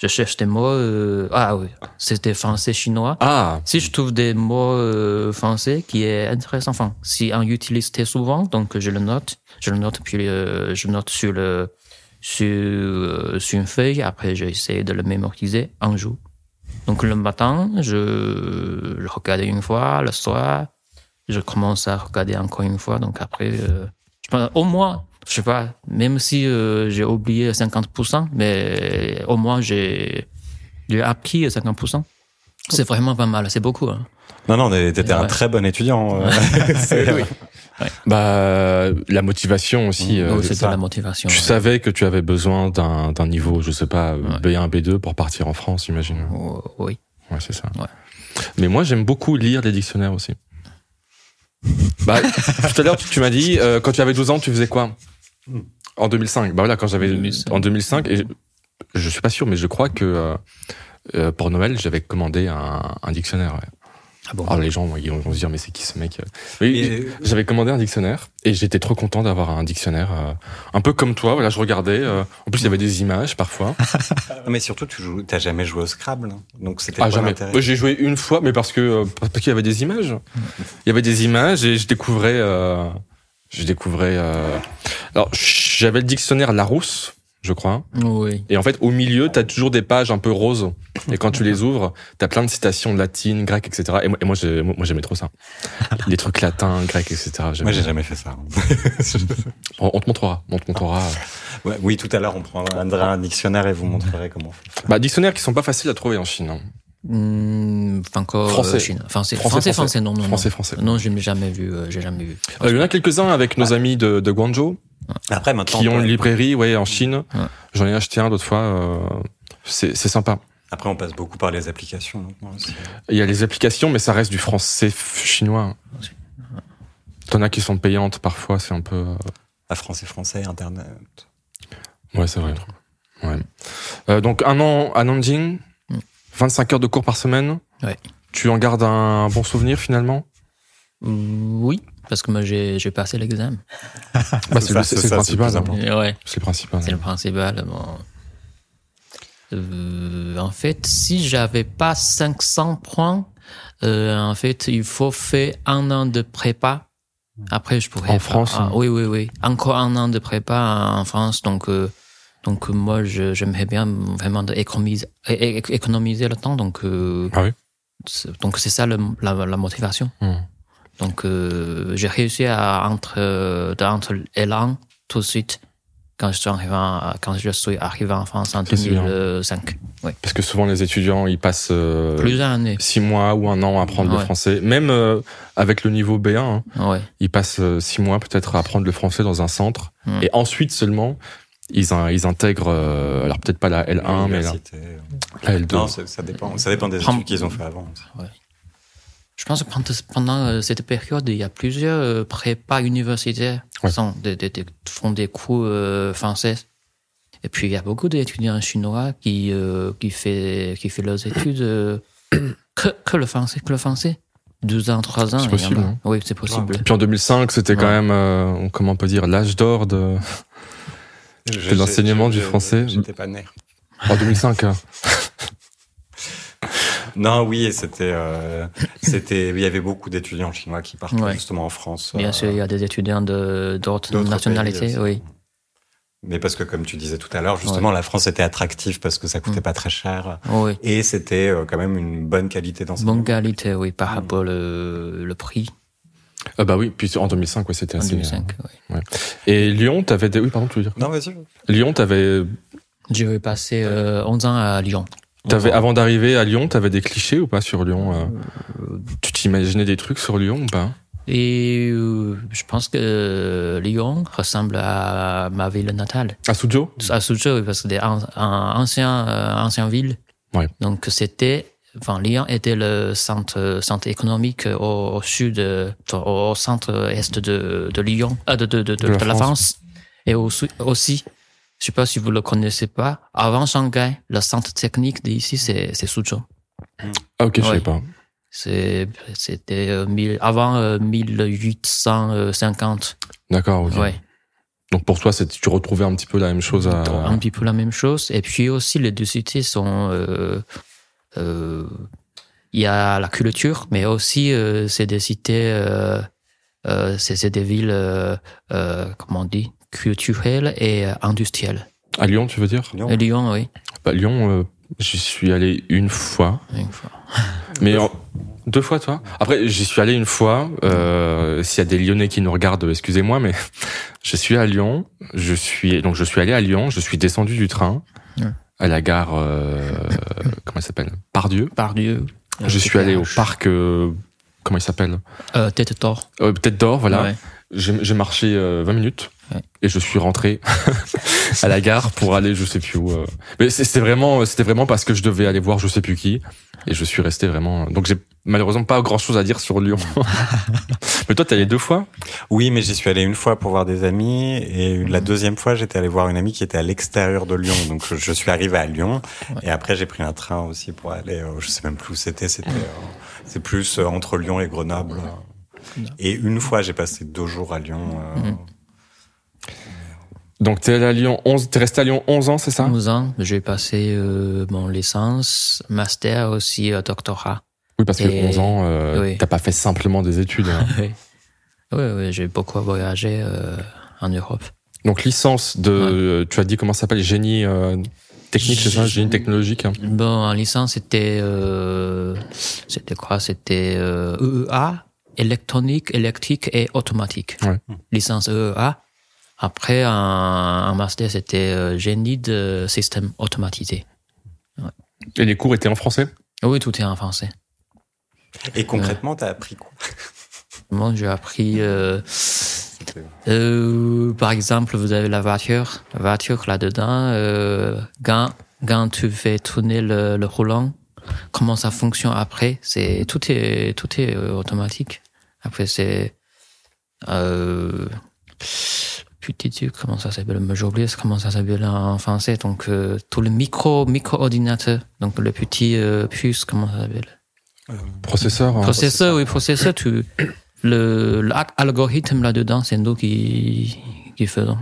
[SPEAKER 2] je cherche des mots. euh, ah oui, c'était français, chinois.
[SPEAKER 1] Ah
[SPEAKER 2] Si je trouve des mots euh, français qui est intéressant, enfin, si on utilise très souvent, donc je le note, je le note, puis euh, je note sur le sur, euh, sur une feuille. Après, j'essaie de le mémoriser un jour. Donc le matin, je le regarde une fois, le soir, je commence à regarder encore une fois. Donc après, euh, je pense, au moins, je sais pas, même si euh, j'ai oublié 50%, mais au moins j'ai j'ai appris 50%. C'est vraiment pas mal, c'est beaucoup. hein.
[SPEAKER 3] Non, non, mais t'étais un
[SPEAKER 2] Ouais.
[SPEAKER 3] très bon étudiant. euh, c'est-
[SPEAKER 1] Bah, la motivation aussi.
[SPEAKER 3] Mmh.
[SPEAKER 1] euh,
[SPEAKER 2] Donc
[SPEAKER 3] c'est
[SPEAKER 2] Mm. c'est
[SPEAKER 3] ça.
[SPEAKER 2] de la motivation.
[SPEAKER 1] tu
[SPEAKER 2] ouais.
[SPEAKER 1] savais que tu avais besoin d'un d'un niveau, je sais pas, B1, B2 pour partir en France, j'imagine.
[SPEAKER 2] Oh, Oui.
[SPEAKER 1] Ouais, c'est ça.
[SPEAKER 2] Ouais.
[SPEAKER 1] Mais moi, j'aime beaucoup lire les dictionnaires aussi. Bah, tout à l'heure, tu, tu m'as dit, euh, quand tu avais 12 ans, tu faisais quoi En 2005. Bah voilà, quand j'avais.
[SPEAKER 2] 2005.
[SPEAKER 1] En 2005, et je, je suis pas sûr, mais je crois que euh, euh, pour Noël, j'avais commandé un, un dictionnaire. ouais.
[SPEAKER 2] Ah bon
[SPEAKER 1] Alors les gens ils vont se dire mais c'est qui ce mec Oui, J'avais commandé un dictionnaire et j'étais trop content d'avoir un dictionnaire euh, un peu comme toi. Voilà, je regardais. euh, en plus, il y avait des images parfois.
[SPEAKER 3] Non, Ah, mais surtout, tu joues, t'as jamais joué au Scrabble, hein. donc c'était
[SPEAKER 1] Ah
[SPEAKER 3] quoi
[SPEAKER 1] jamais.
[SPEAKER 3] l'intérêt
[SPEAKER 1] Moi, J'ai joué une fois, mais parce que euh, parce qu'il y avait des images. Il y avait des images et je découvrais. euh, je découvrais. euh, Alors j'avais le dictionnaire Larousse, je crois.
[SPEAKER 2] Oui.
[SPEAKER 1] Et en fait, au milieu, t'as toujours des pages un peu roses. Et quand tu les ouvres, t'as plein de citations latines, grecques, etc. Et moi, et moi, j'ai- moi, j'aimais trop ça. Les trucs latins, grecs, etc. j'aimais.
[SPEAKER 3] Moi, j'ai jamais fait ça. hein.
[SPEAKER 1] On, on te montrera. On te montrera.
[SPEAKER 3] Ouais, oui, tout à l'heure, on prendra un dictionnaire et vous montrerez comment. on fait.
[SPEAKER 1] Bah, dictionnaires qui sont pas faciles à trouver en Chine. hein.
[SPEAKER 2] Hum, franco,
[SPEAKER 1] Français.
[SPEAKER 2] euh, Chine. Français,
[SPEAKER 1] Français, français.
[SPEAKER 2] français, français, non, non.
[SPEAKER 1] Français, français.
[SPEAKER 2] Non, non je n'ai jamais vu, euh, j'ai jamais vu.
[SPEAKER 1] Euh, il y en a quelques-uns avec nos amis de, de Guangzhou
[SPEAKER 3] Après, maintenant,
[SPEAKER 1] qui
[SPEAKER 3] on
[SPEAKER 1] ont
[SPEAKER 3] peut-
[SPEAKER 1] une librairie, ouais, en Chine.
[SPEAKER 2] Ouais.
[SPEAKER 1] J'en ai acheté un d'autres fois. euh, c'est c'est sympa.
[SPEAKER 3] après, on passe beaucoup par les applications. maintenant aussi.
[SPEAKER 1] Il y a les applications, mais ça reste du français f- chinois. T'en as qui sont payantes parfois, c'est un peu. euh,
[SPEAKER 3] À français, français, internet.
[SPEAKER 1] Ouais, c'est vrai. Ouais. Euh, donc un an à Nanjing,
[SPEAKER 2] Mm.
[SPEAKER 1] 25 heures de cours par semaine.
[SPEAKER 2] Ouais.
[SPEAKER 1] Tu en gardes un bon souvenir finalement
[SPEAKER 2] Hum, Oui, parce que moi, j'ai j'ai passé l'examen.
[SPEAKER 1] Bah, C'est
[SPEAKER 3] ça,
[SPEAKER 1] le,
[SPEAKER 3] c'est
[SPEAKER 1] c'est le
[SPEAKER 3] ça, c'est le
[SPEAKER 1] principal.
[SPEAKER 3] plus
[SPEAKER 1] hein.
[SPEAKER 3] important.
[SPEAKER 2] Et Ouais.
[SPEAKER 1] C'est le principal.
[SPEAKER 2] C'est le principal. bon. Euh, en fait, si j'avais pas 500 points, euh, en fait, il faut faire un an de prépa. Après, je pourrais.
[SPEAKER 1] En France,
[SPEAKER 2] Ah,
[SPEAKER 1] hein.
[SPEAKER 2] Oui, oui, oui. Encore un an de prépa en France. Donc, euh, donc euh, moi, je- j'aimerais bien vraiment de économiser, é- é- économiser le temps. Donc, euh,
[SPEAKER 1] Ah oui.
[SPEAKER 2] c'est- donc c'est ça le- la, la motivation.
[SPEAKER 1] Hmm.
[SPEAKER 2] Donc, euh, j'ai réussi à entre, euh, entre l'élan tout de suite quand je suis arrivé en, quand je suis arrivé en France en
[SPEAKER 1] Ça, c'est bien.
[SPEAKER 2] 2005. Oui.
[SPEAKER 1] Parce que souvent les étudiants, ils passent euh,
[SPEAKER 2] Plus d'un année.
[SPEAKER 1] six mois ou un an à apprendre
[SPEAKER 2] Ouais.
[SPEAKER 1] le français. Même euh, avec le niveau B1, hein,
[SPEAKER 2] Ouais.
[SPEAKER 1] ils passent euh, six mois peut-être à apprendre le français dans un centre.
[SPEAKER 2] Mm.
[SPEAKER 1] Et ensuite seulement, ils, in- ils intègrent, euh, alors peut-être pas la L1, mais la,
[SPEAKER 3] L'université, euh,
[SPEAKER 1] la L2.
[SPEAKER 3] Non, ça, ça dépend. Ça dépend des
[SPEAKER 2] Prends-
[SPEAKER 3] études qu'ils ont fait avant.
[SPEAKER 2] Je pense que pendant, pendant, euh, cette période, il y a plusieurs euh, prépas universitaires
[SPEAKER 1] Ouais.
[SPEAKER 2] qui sont des- des- des- font des cours euh, français. Et puis, il y a beaucoup d'étudiants chinois qui, euh, qui, fait, qui fait leurs études euh, que, que le français, que le français. Deux ans, trois ans.
[SPEAKER 1] C'est
[SPEAKER 2] il y en a.
[SPEAKER 1] possible, hein.
[SPEAKER 2] Oui, c'est possible.
[SPEAKER 1] Puis en 2005, c'était quand
[SPEAKER 2] Ouais.
[SPEAKER 1] même, euh, comment on peut dire, l'âge d'or de.
[SPEAKER 3] C'est
[SPEAKER 1] l'enseignement du français.
[SPEAKER 3] J'étais pas né.
[SPEAKER 1] En 2005. hein.
[SPEAKER 3] Non, oui, et c'était, euh, c'était, il y avait beaucoup d'étudiants chinois qui partaient
[SPEAKER 2] Ouais.
[SPEAKER 3] justement en France.
[SPEAKER 2] Bien
[SPEAKER 3] euh,
[SPEAKER 2] sûr, il y a des étudiants de- d'autres
[SPEAKER 3] d'autres
[SPEAKER 2] nationalités,
[SPEAKER 3] pays
[SPEAKER 2] oui.
[SPEAKER 3] aussi. Mais parce que, comme tu disais tout à l'heure, justement, la France était attractive parce que ça coûtait
[SPEAKER 2] Mm.
[SPEAKER 3] pas très cher
[SPEAKER 2] Oh, Oui,
[SPEAKER 3] et c'était euh, quand même une bonne qualité d'enseignement.
[SPEAKER 2] bonne qualité, oui, par rapport au le, le prix
[SPEAKER 1] Ah bah oui, puis en 2005, ouais, c'était
[SPEAKER 2] en
[SPEAKER 1] assez.
[SPEAKER 2] 2005. Oui.
[SPEAKER 1] Et Lyon, t'avais des. Oui, pardon, tu veux dire.
[SPEAKER 3] Non, vas-y.
[SPEAKER 1] Lyon, t'avais.
[SPEAKER 2] J'ai passé euh, 11 ans à Lyon.
[SPEAKER 1] T'avais, avant d'arriver à Lyon, t'avais des clichés ou pas sur Lyon euh, Tu t'imaginais des trucs sur Lyon ou pas
[SPEAKER 2] Et euh, je pense que euh, Lyon ressemble à ma ville natale,
[SPEAKER 1] À Suzhou
[SPEAKER 2] à Suzhou, oui, parce que c'est un, un ancien, euh, ancien ville.
[SPEAKER 1] Ouais.
[SPEAKER 2] Donc c'était, enfin Lyon était le centre, centre économique au, au sud, euh, au, au centre euh, est de, de Lyon, ah, de, de, de, de-
[SPEAKER 1] De la
[SPEAKER 2] de la
[SPEAKER 1] France.
[SPEAKER 2] France, et au sud aussi. Je sais pas si vous le connaissez pas. Avant Shanghai, le centre technique d'ici c'est c'est Suzhou.
[SPEAKER 1] Ah ok, je
[SPEAKER 2] Ouais.
[SPEAKER 1] sais pas.
[SPEAKER 2] C'est- C'était euh, mille- avant euh, 1850.
[SPEAKER 1] D'accord, ok.
[SPEAKER 2] Ouais.
[SPEAKER 1] Donc pour toi, c'est, tu retrouvais un petit peu la même chose à...
[SPEAKER 2] Un petit peu la même chose. Et puis aussi, les deux cités sont. euh, euh, Il y a la culture, mais aussi, euh, c'est des cités. euh, euh, c'est c'est des villes, euh, euh, comment on dit, culturelles et euh, industrielles.
[SPEAKER 1] à Lyon, tu veux dire
[SPEAKER 3] Non.
[SPEAKER 2] Et Lyon, oui.
[SPEAKER 1] Bah Lyon, euh, j'y suis allé une fois.
[SPEAKER 2] Une fois.
[SPEAKER 1] Mais en- deux fois, toi Après, j'y suis allé une fois. Euh, S'il y a des Lyonnais qui nous regardent, excusez-moi, mais je suis à Lyon. Je suis donc je suis allé à Lyon. Je suis descendu du train
[SPEAKER 2] Ouais.
[SPEAKER 1] à la gare. euh, comment elle s'appelle Pardieu.
[SPEAKER 2] Par Dieu.
[SPEAKER 1] Je suis allé au parc. euh, comment il s'appelle
[SPEAKER 2] Euh, Tête d'or.
[SPEAKER 1] Euh, Tête d'Or, voilà.
[SPEAKER 2] Ouais.
[SPEAKER 1] J'ai j'ai marché euh, 20 minutes
[SPEAKER 2] Ouais.
[SPEAKER 1] et je suis rentré à euh, la gare pour aller je sais plus où. euh. Mais c'est- c'était vraiment, c'était vraiment parce que je devais aller voir je sais plus qui Et je suis resté vraiment. euh, Donc j'ai malheureusement pas grand chose à dire sur Lyon. mais toi, t'es allé deux fois
[SPEAKER 3] Oui, mais j'y suis allé une fois pour voir des amis et
[SPEAKER 2] Mm.
[SPEAKER 3] la deuxième fois, j'étais allé voir une amie qui était à l'extérieur de Lyon. Donc je suis arrivé à Lyon et après j'ai pris un train aussi pour aller. euh, je sais même plus où c'était. C'était euh, c'est plus euh, entre Lyon et Grenoble. Et une fois, j'ai passé deux jours à Lyon. euh,
[SPEAKER 2] Mhm.
[SPEAKER 1] Donc t'es allé à Lyon 11, t'es resté à Lyon 11 ans, c'est ça
[SPEAKER 2] 11 ans, j'ai passé euh, mon licence, master aussi, euh, doctorat.
[SPEAKER 1] Oui, parce que
[SPEAKER 2] Et-
[SPEAKER 1] 11 ans, euh,
[SPEAKER 2] oui.
[SPEAKER 1] t'as pas fait simplement des études. hein.
[SPEAKER 2] oui, oui, oui, j'ai beaucoup voyagé euh, en Europe.
[SPEAKER 1] Donc licence de, euh, tu as dit comment ça s'appelle, génie euh, technique, c'est ça, génie
[SPEAKER 2] Génie-
[SPEAKER 1] technologique. hein.
[SPEAKER 2] Bon, en licence, c'était euh, c'était quoi C'était euh, EEA, électronique, électrique et automatique.
[SPEAKER 1] Ouais.
[SPEAKER 2] Licence EEA. Après, en, en master, c'était euh, génie de système automatisé.
[SPEAKER 1] Et les cours étaient en français.
[SPEAKER 2] Oui, tout est en français.
[SPEAKER 3] Et concrètement, t'as appris quoi
[SPEAKER 2] Moi, j'ai appris, euh, euh, par exemple, vous avez la voiture, la voiture là-dedans, euh, quand, quand tu fais tourner le, le roulant, comment ça fonctionne après, c'est, tout est, tout est euh, automatique. Après, c'est, euh, putain, tu- comment ça s'appelle, mais j'ai oublié comment ça s'appelle en français, donc, euh, tout le micro, micro-ordinateur, donc le petit, euh, puce, comment ça s'appelle?
[SPEAKER 1] Processeur. hein.
[SPEAKER 2] processeur, oui, processeur, tu, le, l'algorithme là-dedans, c'est nous qui, qui faisons.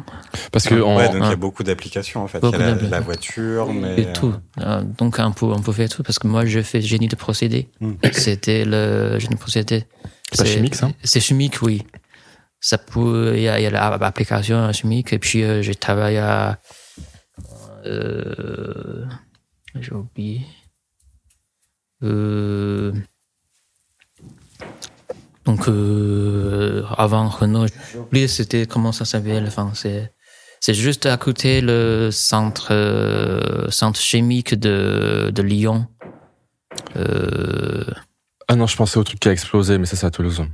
[SPEAKER 1] Parce que en-
[SPEAKER 3] Ouais, donc il y a
[SPEAKER 2] hein.
[SPEAKER 3] beaucoup d'applications en fait. Il y
[SPEAKER 2] Beaucoup
[SPEAKER 3] a la,
[SPEAKER 2] d'applications.
[SPEAKER 3] la voiture, Oh, mais
[SPEAKER 2] Et tout. Euh, donc, on peut, on peut faire tout, parce que moi, je fais génie de procédé.
[SPEAKER 3] Hmm.
[SPEAKER 2] C'était le génie de procédé.
[SPEAKER 1] C'est pas chimique, ça
[SPEAKER 2] C'est chimique, oui. Ça peut, il y a, il y a l'application chimique, et puis euh, j'ai travaillé à, euh, j'ai oublié, Euh, donc, euh, avant Renault, j'ai oublié c'était comment ça s'appelait, enfin, c'est, c'est juste à côté le centre, euh, centre chimique de, de Lyon. Euh,
[SPEAKER 1] ah non, je pensais au truc qui a explosé, mais ça c'est à Toulouse.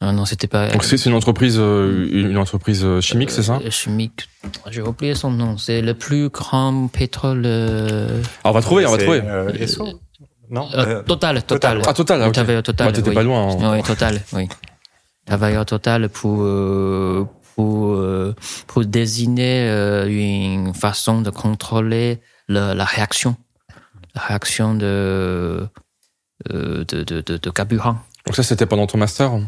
[SPEAKER 2] ah non, c'était pas.
[SPEAKER 1] Donc c'est c'est une entreprise, euh, une une entreprise euh, chimique, c'est ça
[SPEAKER 2] Euh, Chimique. J'ai oublié son nom. C'est le plus grand pétrole. euh,
[SPEAKER 1] Ah, On va trouver, on va
[SPEAKER 3] c'est,
[SPEAKER 1] trouver.
[SPEAKER 3] euh, Esso Non.
[SPEAKER 2] euh,
[SPEAKER 3] euh,
[SPEAKER 2] total,
[SPEAKER 3] Total.
[SPEAKER 2] total.
[SPEAKER 1] Ah total. ah, ok.
[SPEAKER 2] Travailleur total.
[SPEAKER 1] Bah, t'étais
[SPEAKER 2] oui.
[SPEAKER 1] pas loin. hein.
[SPEAKER 2] Oui, total, oui. Travailleur total pour, euh, pour, euh, pour désigner euh, une façon de contrôler le- la réaction. La réaction de, euh, de, de, de, de carburant.
[SPEAKER 1] Donc ça c'était pendant ton master. hein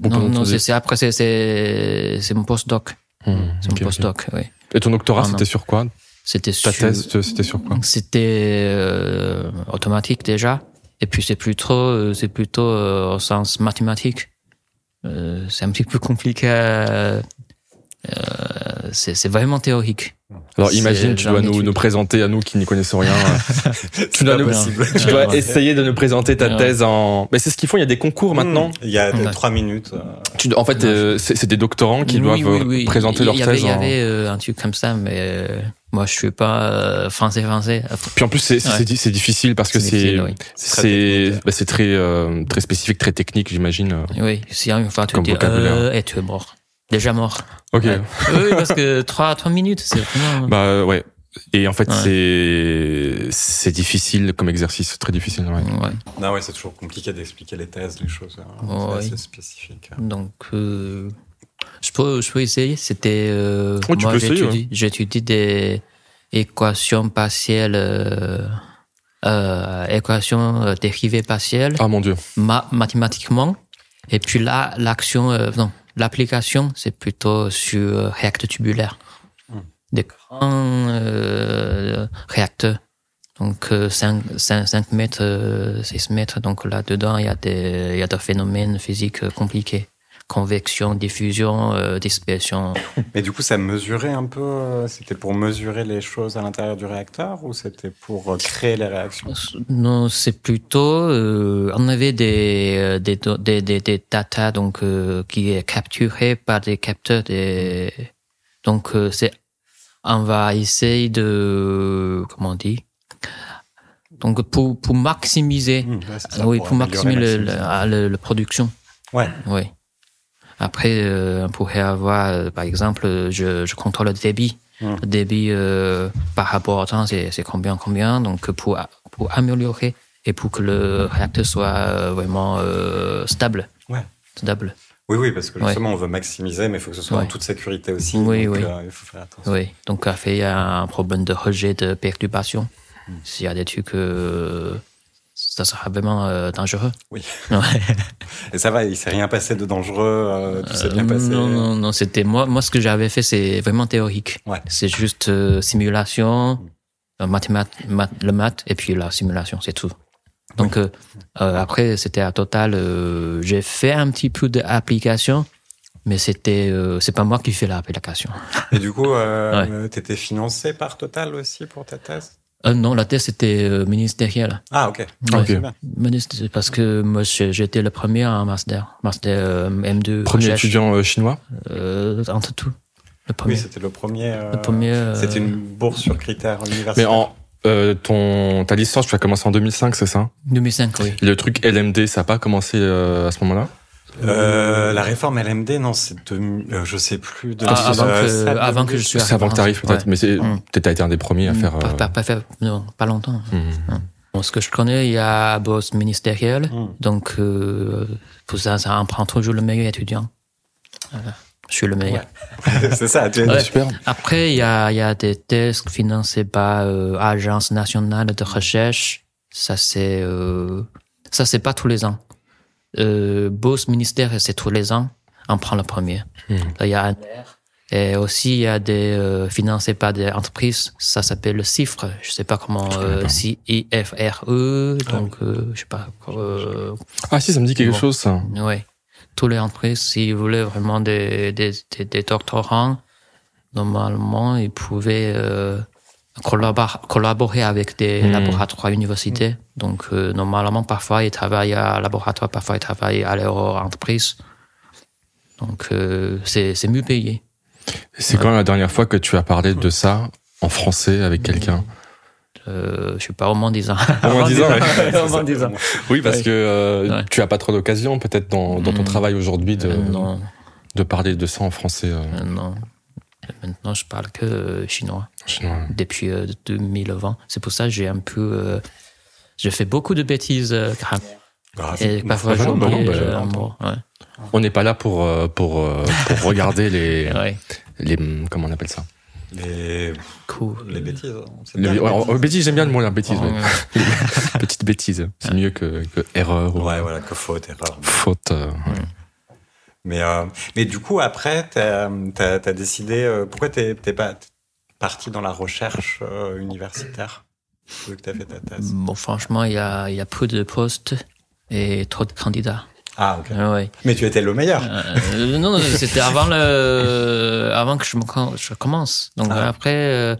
[SPEAKER 1] pendant
[SPEAKER 2] non,
[SPEAKER 1] ton
[SPEAKER 2] non,
[SPEAKER 1] dé-
[SPEAKER 2] c'est c'est après, c'est- c'est c'est mon postdoc.
[SPEAKER 1] Hmm,
[SPEAKER 2] Mmh, C'est
[SPEAKER 1] ok, ok.
[SPEAKER 2] mon postdoc, oui.
[SPEAKER 1] Et ton doctorat
[SPEAKER 2] Ah, non.
[SPEAKER 1] c'était sur quoi
[SPEAKER 2] C'était
[SPEAKER 1] Ta
[SPEAKER 2] sur-
[SPEAKER 1] thèse te- c'était sur quoi
[SPEAKER 2] C'était euh, automatique déjà. Et puis c'est plutôt, euh, c'est plutôt euh, au sens mathématique. Euh, c'est un petit peu compliqué. euh, euh, c'est c'est vraiment théorique.
[SPEAKER 1] Alors
[SPEAKER 2] C'est
[SPEAKER 1] imagine, tu dois
[SPEAKER 2] genre
[SPEAKER 1] nous, nous
[SPEAKER 2] d'études.
[SPEAKER 1] présenter à nous qui n'y connaissons rien. tu dois,
[SPEAKER 3] pas
[SPEAKER 1] nous-
[SPEAKER 3] possible.
[SPEAKER 1] tu dois
[SPEAKER 2] Ouais.
[SPEAKER 1] essayer de nous présenter ta
[SPEAKER 2] Ouais. Mmh.
[SPEAKER 1] thèse en. Mais c'est ce qu'ils font. Il y a des concours maintenant.
[SPEAKER 3] Hmm, Il y a
[SPEAKER 2] Ouais.
[SPEAKER 3] trois minutes. euh,
[SPEAKER 1] Tu dois- en fait,
[SPEAKER 2] Ouais.
[SPEAKER 1] euh, c'est c'est des doctorants qui
[SPEAKER 2] Oui,
[SPEAKER 1] doivent
[SPEAKER 2] oui,
[SPEAKER 1] euh,
[SPEAKER 2] oui.
[SPEAKER 1] présenter
[SPEAKER 2] Il y
[SPEAKER 1] leur
[SPEAKER 2] avait-
[SPEAKER 1] thèse.
[SPEAKER 2] Il y
[SPEAKER 1] en-
[SPEAKER 2] avait euh, un truc comme ça, mais euh, moi je suis pas euh, français français.
[SPEAKER 1] Puis en plus, c'est c'est
[SPEAKER 2] Ouais.
[SPEAKER 1] di- c'est difficile parce que c'est
[SPEAKER 2] difficile, oui.
[SPEAKER 3] C'est très
[SPEAKER 1] c'est bah, c'est très euh, très spécifique, très technique, j'imagine.
[SPEAKER 2] Oui, si une fois tu
[SPEAKER 1] Comme
[SPEAKER 2] dis
[SPEAKER 1] vocabulaire.
[SPEAKER 2] euh, et tu es mort. Déjà mort.
[SPEAKER 1] Ok.
[SPEAKER 2] Ouais. oui, parce que 3 trois minutes, c'est vraiment.
[SPEAKER 1] Bah euh, ouais. Et en fait,
[SPEAKER 2] Ouais.
[SPEAKER 1] c'est c'est difficile comme exercice, très difficile. Bah, ouais.
[SPEAKER 2] Ouais.
[SPEAKER 3] Non, ouais, c'est toujours compliqué d'expliquer les thèses, les choses. hein.
[SPEAKER 2] Ouais.
[SPEAKER 3] C'est assez spécifique. hein.
[SPEAKER 2] Donc, euh, je, peux, je peux essayer. C'était. euh,
[SPEAKER 1] Oui, Oh, tu
[SPEAKER 2] moi,
[SPEAKER 1] peux essayer,
[SPEAKER 2] j'étudie, j'étudie des équations partielles, euh, euh, équations euh, dérivées partielles,
[SPEAKER 1] Ah mon dieu.
[SPEAKER 2] ma- mathématiquement. Et puis là, l'action, euh, non, l'application, c'est plutôt sur euh, réacteurs tubulaires.
[SPEAKER 3] Hmm.
[SPEAKER 2] Des grands euh, réacteurs. Donc, euh, 5, mètres, euh, 6 mètres. Donc, là-dedans, il y, a des- il y a des phénomènes physiques euh, compliqués. Convection, diffusion, euh, dispersion.
[SPEAKER 3] Mais du coup, ça mesurait un peu. euh, C'était pour mesurer les choses à l'intérieur du réacteur ou c'était pour euh, créer les réactions
[SPEAKER 2] Non, c'est plutôt, euh, on avait des, euh, des, do- des, des, des data, donc, euh, qui est capturé par des capteurs des, donc, euh, c'est, on va essayer de, comment on dit? Donc, pour, pour maximiser,
[SPEAKER 3] Hmm, ouais, c'est ça,
[SPEAKER 2] Ah oui,
[SPEAKER 3] pour
[SPEAKER 2] pour,
[SPEAKER 3] améliorer,
[SPEAKER 2] maximiser le,
[SPEAKER 3] maximiser.
[SPEAKER 2] la, le- la production.
[SPEAKER 3] Ouais.
[SPEAKER 2] Oui. Après, euh, on pourrait avoir, euh, par exemple, euh, je, je contrôle le débit.
[SPEAKER 3] Mm.
[SPEAKER 2] Le débit euh, par rapport au temps, c'est c'est combien, combien. Donc, pour, a- pour améliorer et pour que le réacteur soit vraiment euh, stable.
[SPEAKER 3] Ouais.
[SPEAKER 2] Stable.
[SPEAKER 3] Oui, oui, parce que justement, on veut maximiser, mais il faut que ce soit en
[SPEAKER 2] Ouais.
[SPEAKER 3] toute sécurité aussi.
[SPEAKER 2] Oui,
[SPEAKER 3] donc,
[SPEAKER 2] oui.
[SPEAKER 3] euh, il faut faire attention.
[SPEAKER 2] Oui. Donc, après, il y a un problème de rejet de perturbation.
[SPEAKER 3] Hum.
[SPEAKER 2] S'il y a des trucs, euh, ça sera vraiment euh, dangereux.
[SPEAKER 3] Oui.
[SPEAKER 2] Ouais.
[SPEAKER 3] Et ça va, il s'est rien passé de dangereux, euh, tout s'est bien
[SPEAKER 2] Euh,
[SPEAKER 3] passé.
[SPEAKER 2] Non, non, non, c'était moi. Moi, ce que j'avais fait, c'est vraiment théorique.
[SPEAKER 3] Ouais.
[SPEAKER 2] C'est juste euh, simulation, euh, mathémat- mat- le math, et puis la simulation, c'est tout. Donc, euh, euh, après, c'était à total. euh, J'ai fait un petit peu d'application, mais c'était, euh, c'est pas moi qui fais l'application.
[SPEAKER 3] Et du coup, euh, t'étais financé par Total aussi pour ta thèse
[SPEAKER 2] Euh, non, la thèse, c'était euh, ministérielle.
[SPEAKER 3] Ah, ok.
[SPEAKER 1] Ok.
[SPEAKER 3] C'est bien.
[SPEAKER 2] Ministre- Parce que moi, j'ai- j'étais le premier en master, master euh, M2.
[SPEAKER 1] Premier
[SPEAKER 2] recherche,
[SPEAKER 1] étudiant euh, chinois.
[SPEAKER 2] euh, entre tout. Le premier.
[SPEAKER 3] Oui, c'était le premier. euh,
[SPEAKER 2] le premier. euh,
[SPEAKER 3] C'était une bourse sur critères universitaires.
[SPEAKER 1] Mais en euh, ton ta licence, tu as commencé en 2005, c'est ça
[SPEAKER 2] 2005, oui.
[SPEAKER 1] Le truc LMD, ça a pas commencé euh, à ce moment-là
[SPEAKER 3] Euh, la réforme LMD, non, c'est de, euh, je sais plus. De,
[SPEAKER 2] Ah, avant que-
[SPEAKER 3] 2007,
[SPEAKER 2] avant que je
[SPEAKER 3] 2008.
[SPEAKER 2] suis Tu as
[SPEAKER 1] C'est avant que t'arrives
[SPEAKER 2] commencé,
[SPEAKER 1] peut-être, mais c'est-
[SPEAKER 2] Mm.
[SPEAKER 1] peut-être t'as été un des premiers à faire.
[SPEAKER 2] pas,
[SPEAKER 1] euh,
[SPEAKER 2] pas- pas fait- non, pas longtemps.
[SPEAKER 1] mm.
[SPEAKER 2] Bon, ce que je connais, il y a boss ministériel.
[SPEAKER 3] Hmm.
[SPEAKER 2] Donc, euh, pour ça, ça en prend toujours le meilleur étudiant. Voilà. Je suis le meilleur.
[SPEAKER 3] c'est ça. Tu
[SPEAKER 2] Ouais.
[SPEAKER 1] Super.
[SPEAKER 2] Après, il y a, il y a des tests financés par euh, Agence nationale de recherche. Ça, c'est euh, ça c'est pas tous les ans. Euh, boss ministère, c'est tous les ans. On prend le premier.
[SPEAKER 1] Hmm.
[SPEAKER 2] Là, il y a un et aussi, il y a des euh, financés par des entreprises. Ça s'appelle le CIFRE. Je sais pas comment.
[SPEAKER 1] Je connais
[SPEAKER 2] Euh,
[SPEAKER 1] pas.
[SPEAKER 2] C-I-F-R-E. Donc, euh, je sais pas. euh,
[SPEAKER 1] Ah si, ça me dit quelque
[SPEAKER 2] Bon.
[SPEAKER 1] chose. Ça.
[SPEAKER 2] oui. Tous les entreprises, s'ils voulaient vraiment des, des, des, des doctorants, normalement, ils pouvaient euh, collabor- collaborer avec des
[SPEAKER 1] Mm.
[SPEAKER 2] laboratoires universitaires.
[SPEAKER 1] Hmm.
[SPEAKER 2] Donc, euh, normalement, parfois, ils travaillent à laboratoire, parfois, ils travaillent à leur entreprise. Donc, euh, c'est c'est mieux payé.
[SPEAKER 1] C'est quand même la dernière fois que tu as parlé de ça en français avec
[SPEAKER 2] Mm.
[SPEAKER 1] quelqu'un
[SPEAKER 2] Euh, je sais pas, au moins 10 ans.
[SPEAKER 1] Au moins 10 ans. ouais.
[SPEAKER 2] Au moins 10 ans.
[SPEAKER 1] Oui, parce
[SPEAKER 2] Ouais.
[SPEAKER 1] que euh,
[SPEAKER 2] Ouais.
[SPEAKER 1] tu as pas trop d'occasion peut-être dans, dans ton
[SPEAKER 2] Mm.
[SPEAKER 1] travail aujourd'hui de,
[SPEAKER 2] Euh, non,
[SPEAKER 1] de parler de ça en français euh,
[SPEAKER 2] euh, non. Maintenant, je parle que euh, chinois.
[SPEAKER 1] chinois.
[SPEAKER 2] depuis euh, 2020. C'est pour ça que j'ai un peu. euh, j'ai fait beaucoup de bêtises. euh, car-
[SPEAKER 3] bah,
[SPEAKER 2] et parfois,
[SPEAKER 1] pas
[SPEAKER 2] j'ai
[SPEAKER 1] mal,
[SPEAKER 2] oublié
[SPEAKER 1] non, bah,
[SPEAKER 2] euh, un
[SPEAKER 3] j'entends.
[SPEAKER 2] mot. Ouais,
[SPEAKER 1] On n'est pas là pour euh, pour euh, pour regarder les
[SPEAKER 2] ouais.
[SPEAKER 1] les comment on appelle ça
[SPEAKER 3] les,
[SPEAKER 2] Cool. Euh,
[SPEAKER 3] les bêtises. hein, c'est
[SPEAKER 1] les,
[SPEAKER 3] bien, les
[SPEAKER 1] ouais,
[SPEAKER 3] bêtises.
[SPEAKER 1] oh, bêtises, j'aime bien le mot là bêtise ouais.
[SPEAKER 2] Oh, Ouais.
[SPEAKER 1] petite bêtise c'est mieux que, que erreur ou
[SPEAKER 3] Ouais, voilà, que faute, erreur.
[SPEAKER 1] faute euh, ouais.
[SPEAKER 3] Mais, euh, mais du coup, après, t'as as, décidé. euh, pourquoi t'es t'es pas parti dans la recherche euh, universitaire vu que t'as fait ta thèse
[SPEAKER 2] Bon, franchement, il y a, il y a peu de postes et trop de candidats.
[SPEAKER 3] Ah, ok.
[SPEAKER 2] Ouais, ouais.
[SPEAKER 3] Mais tu étais le meilleur.
[SPEAKER 2] Euh, non, non, c'était avant le, avant que je me, com- je commence. Donc
[SPEAKER 3] Ah.
[SPEAKER 2] après, euh,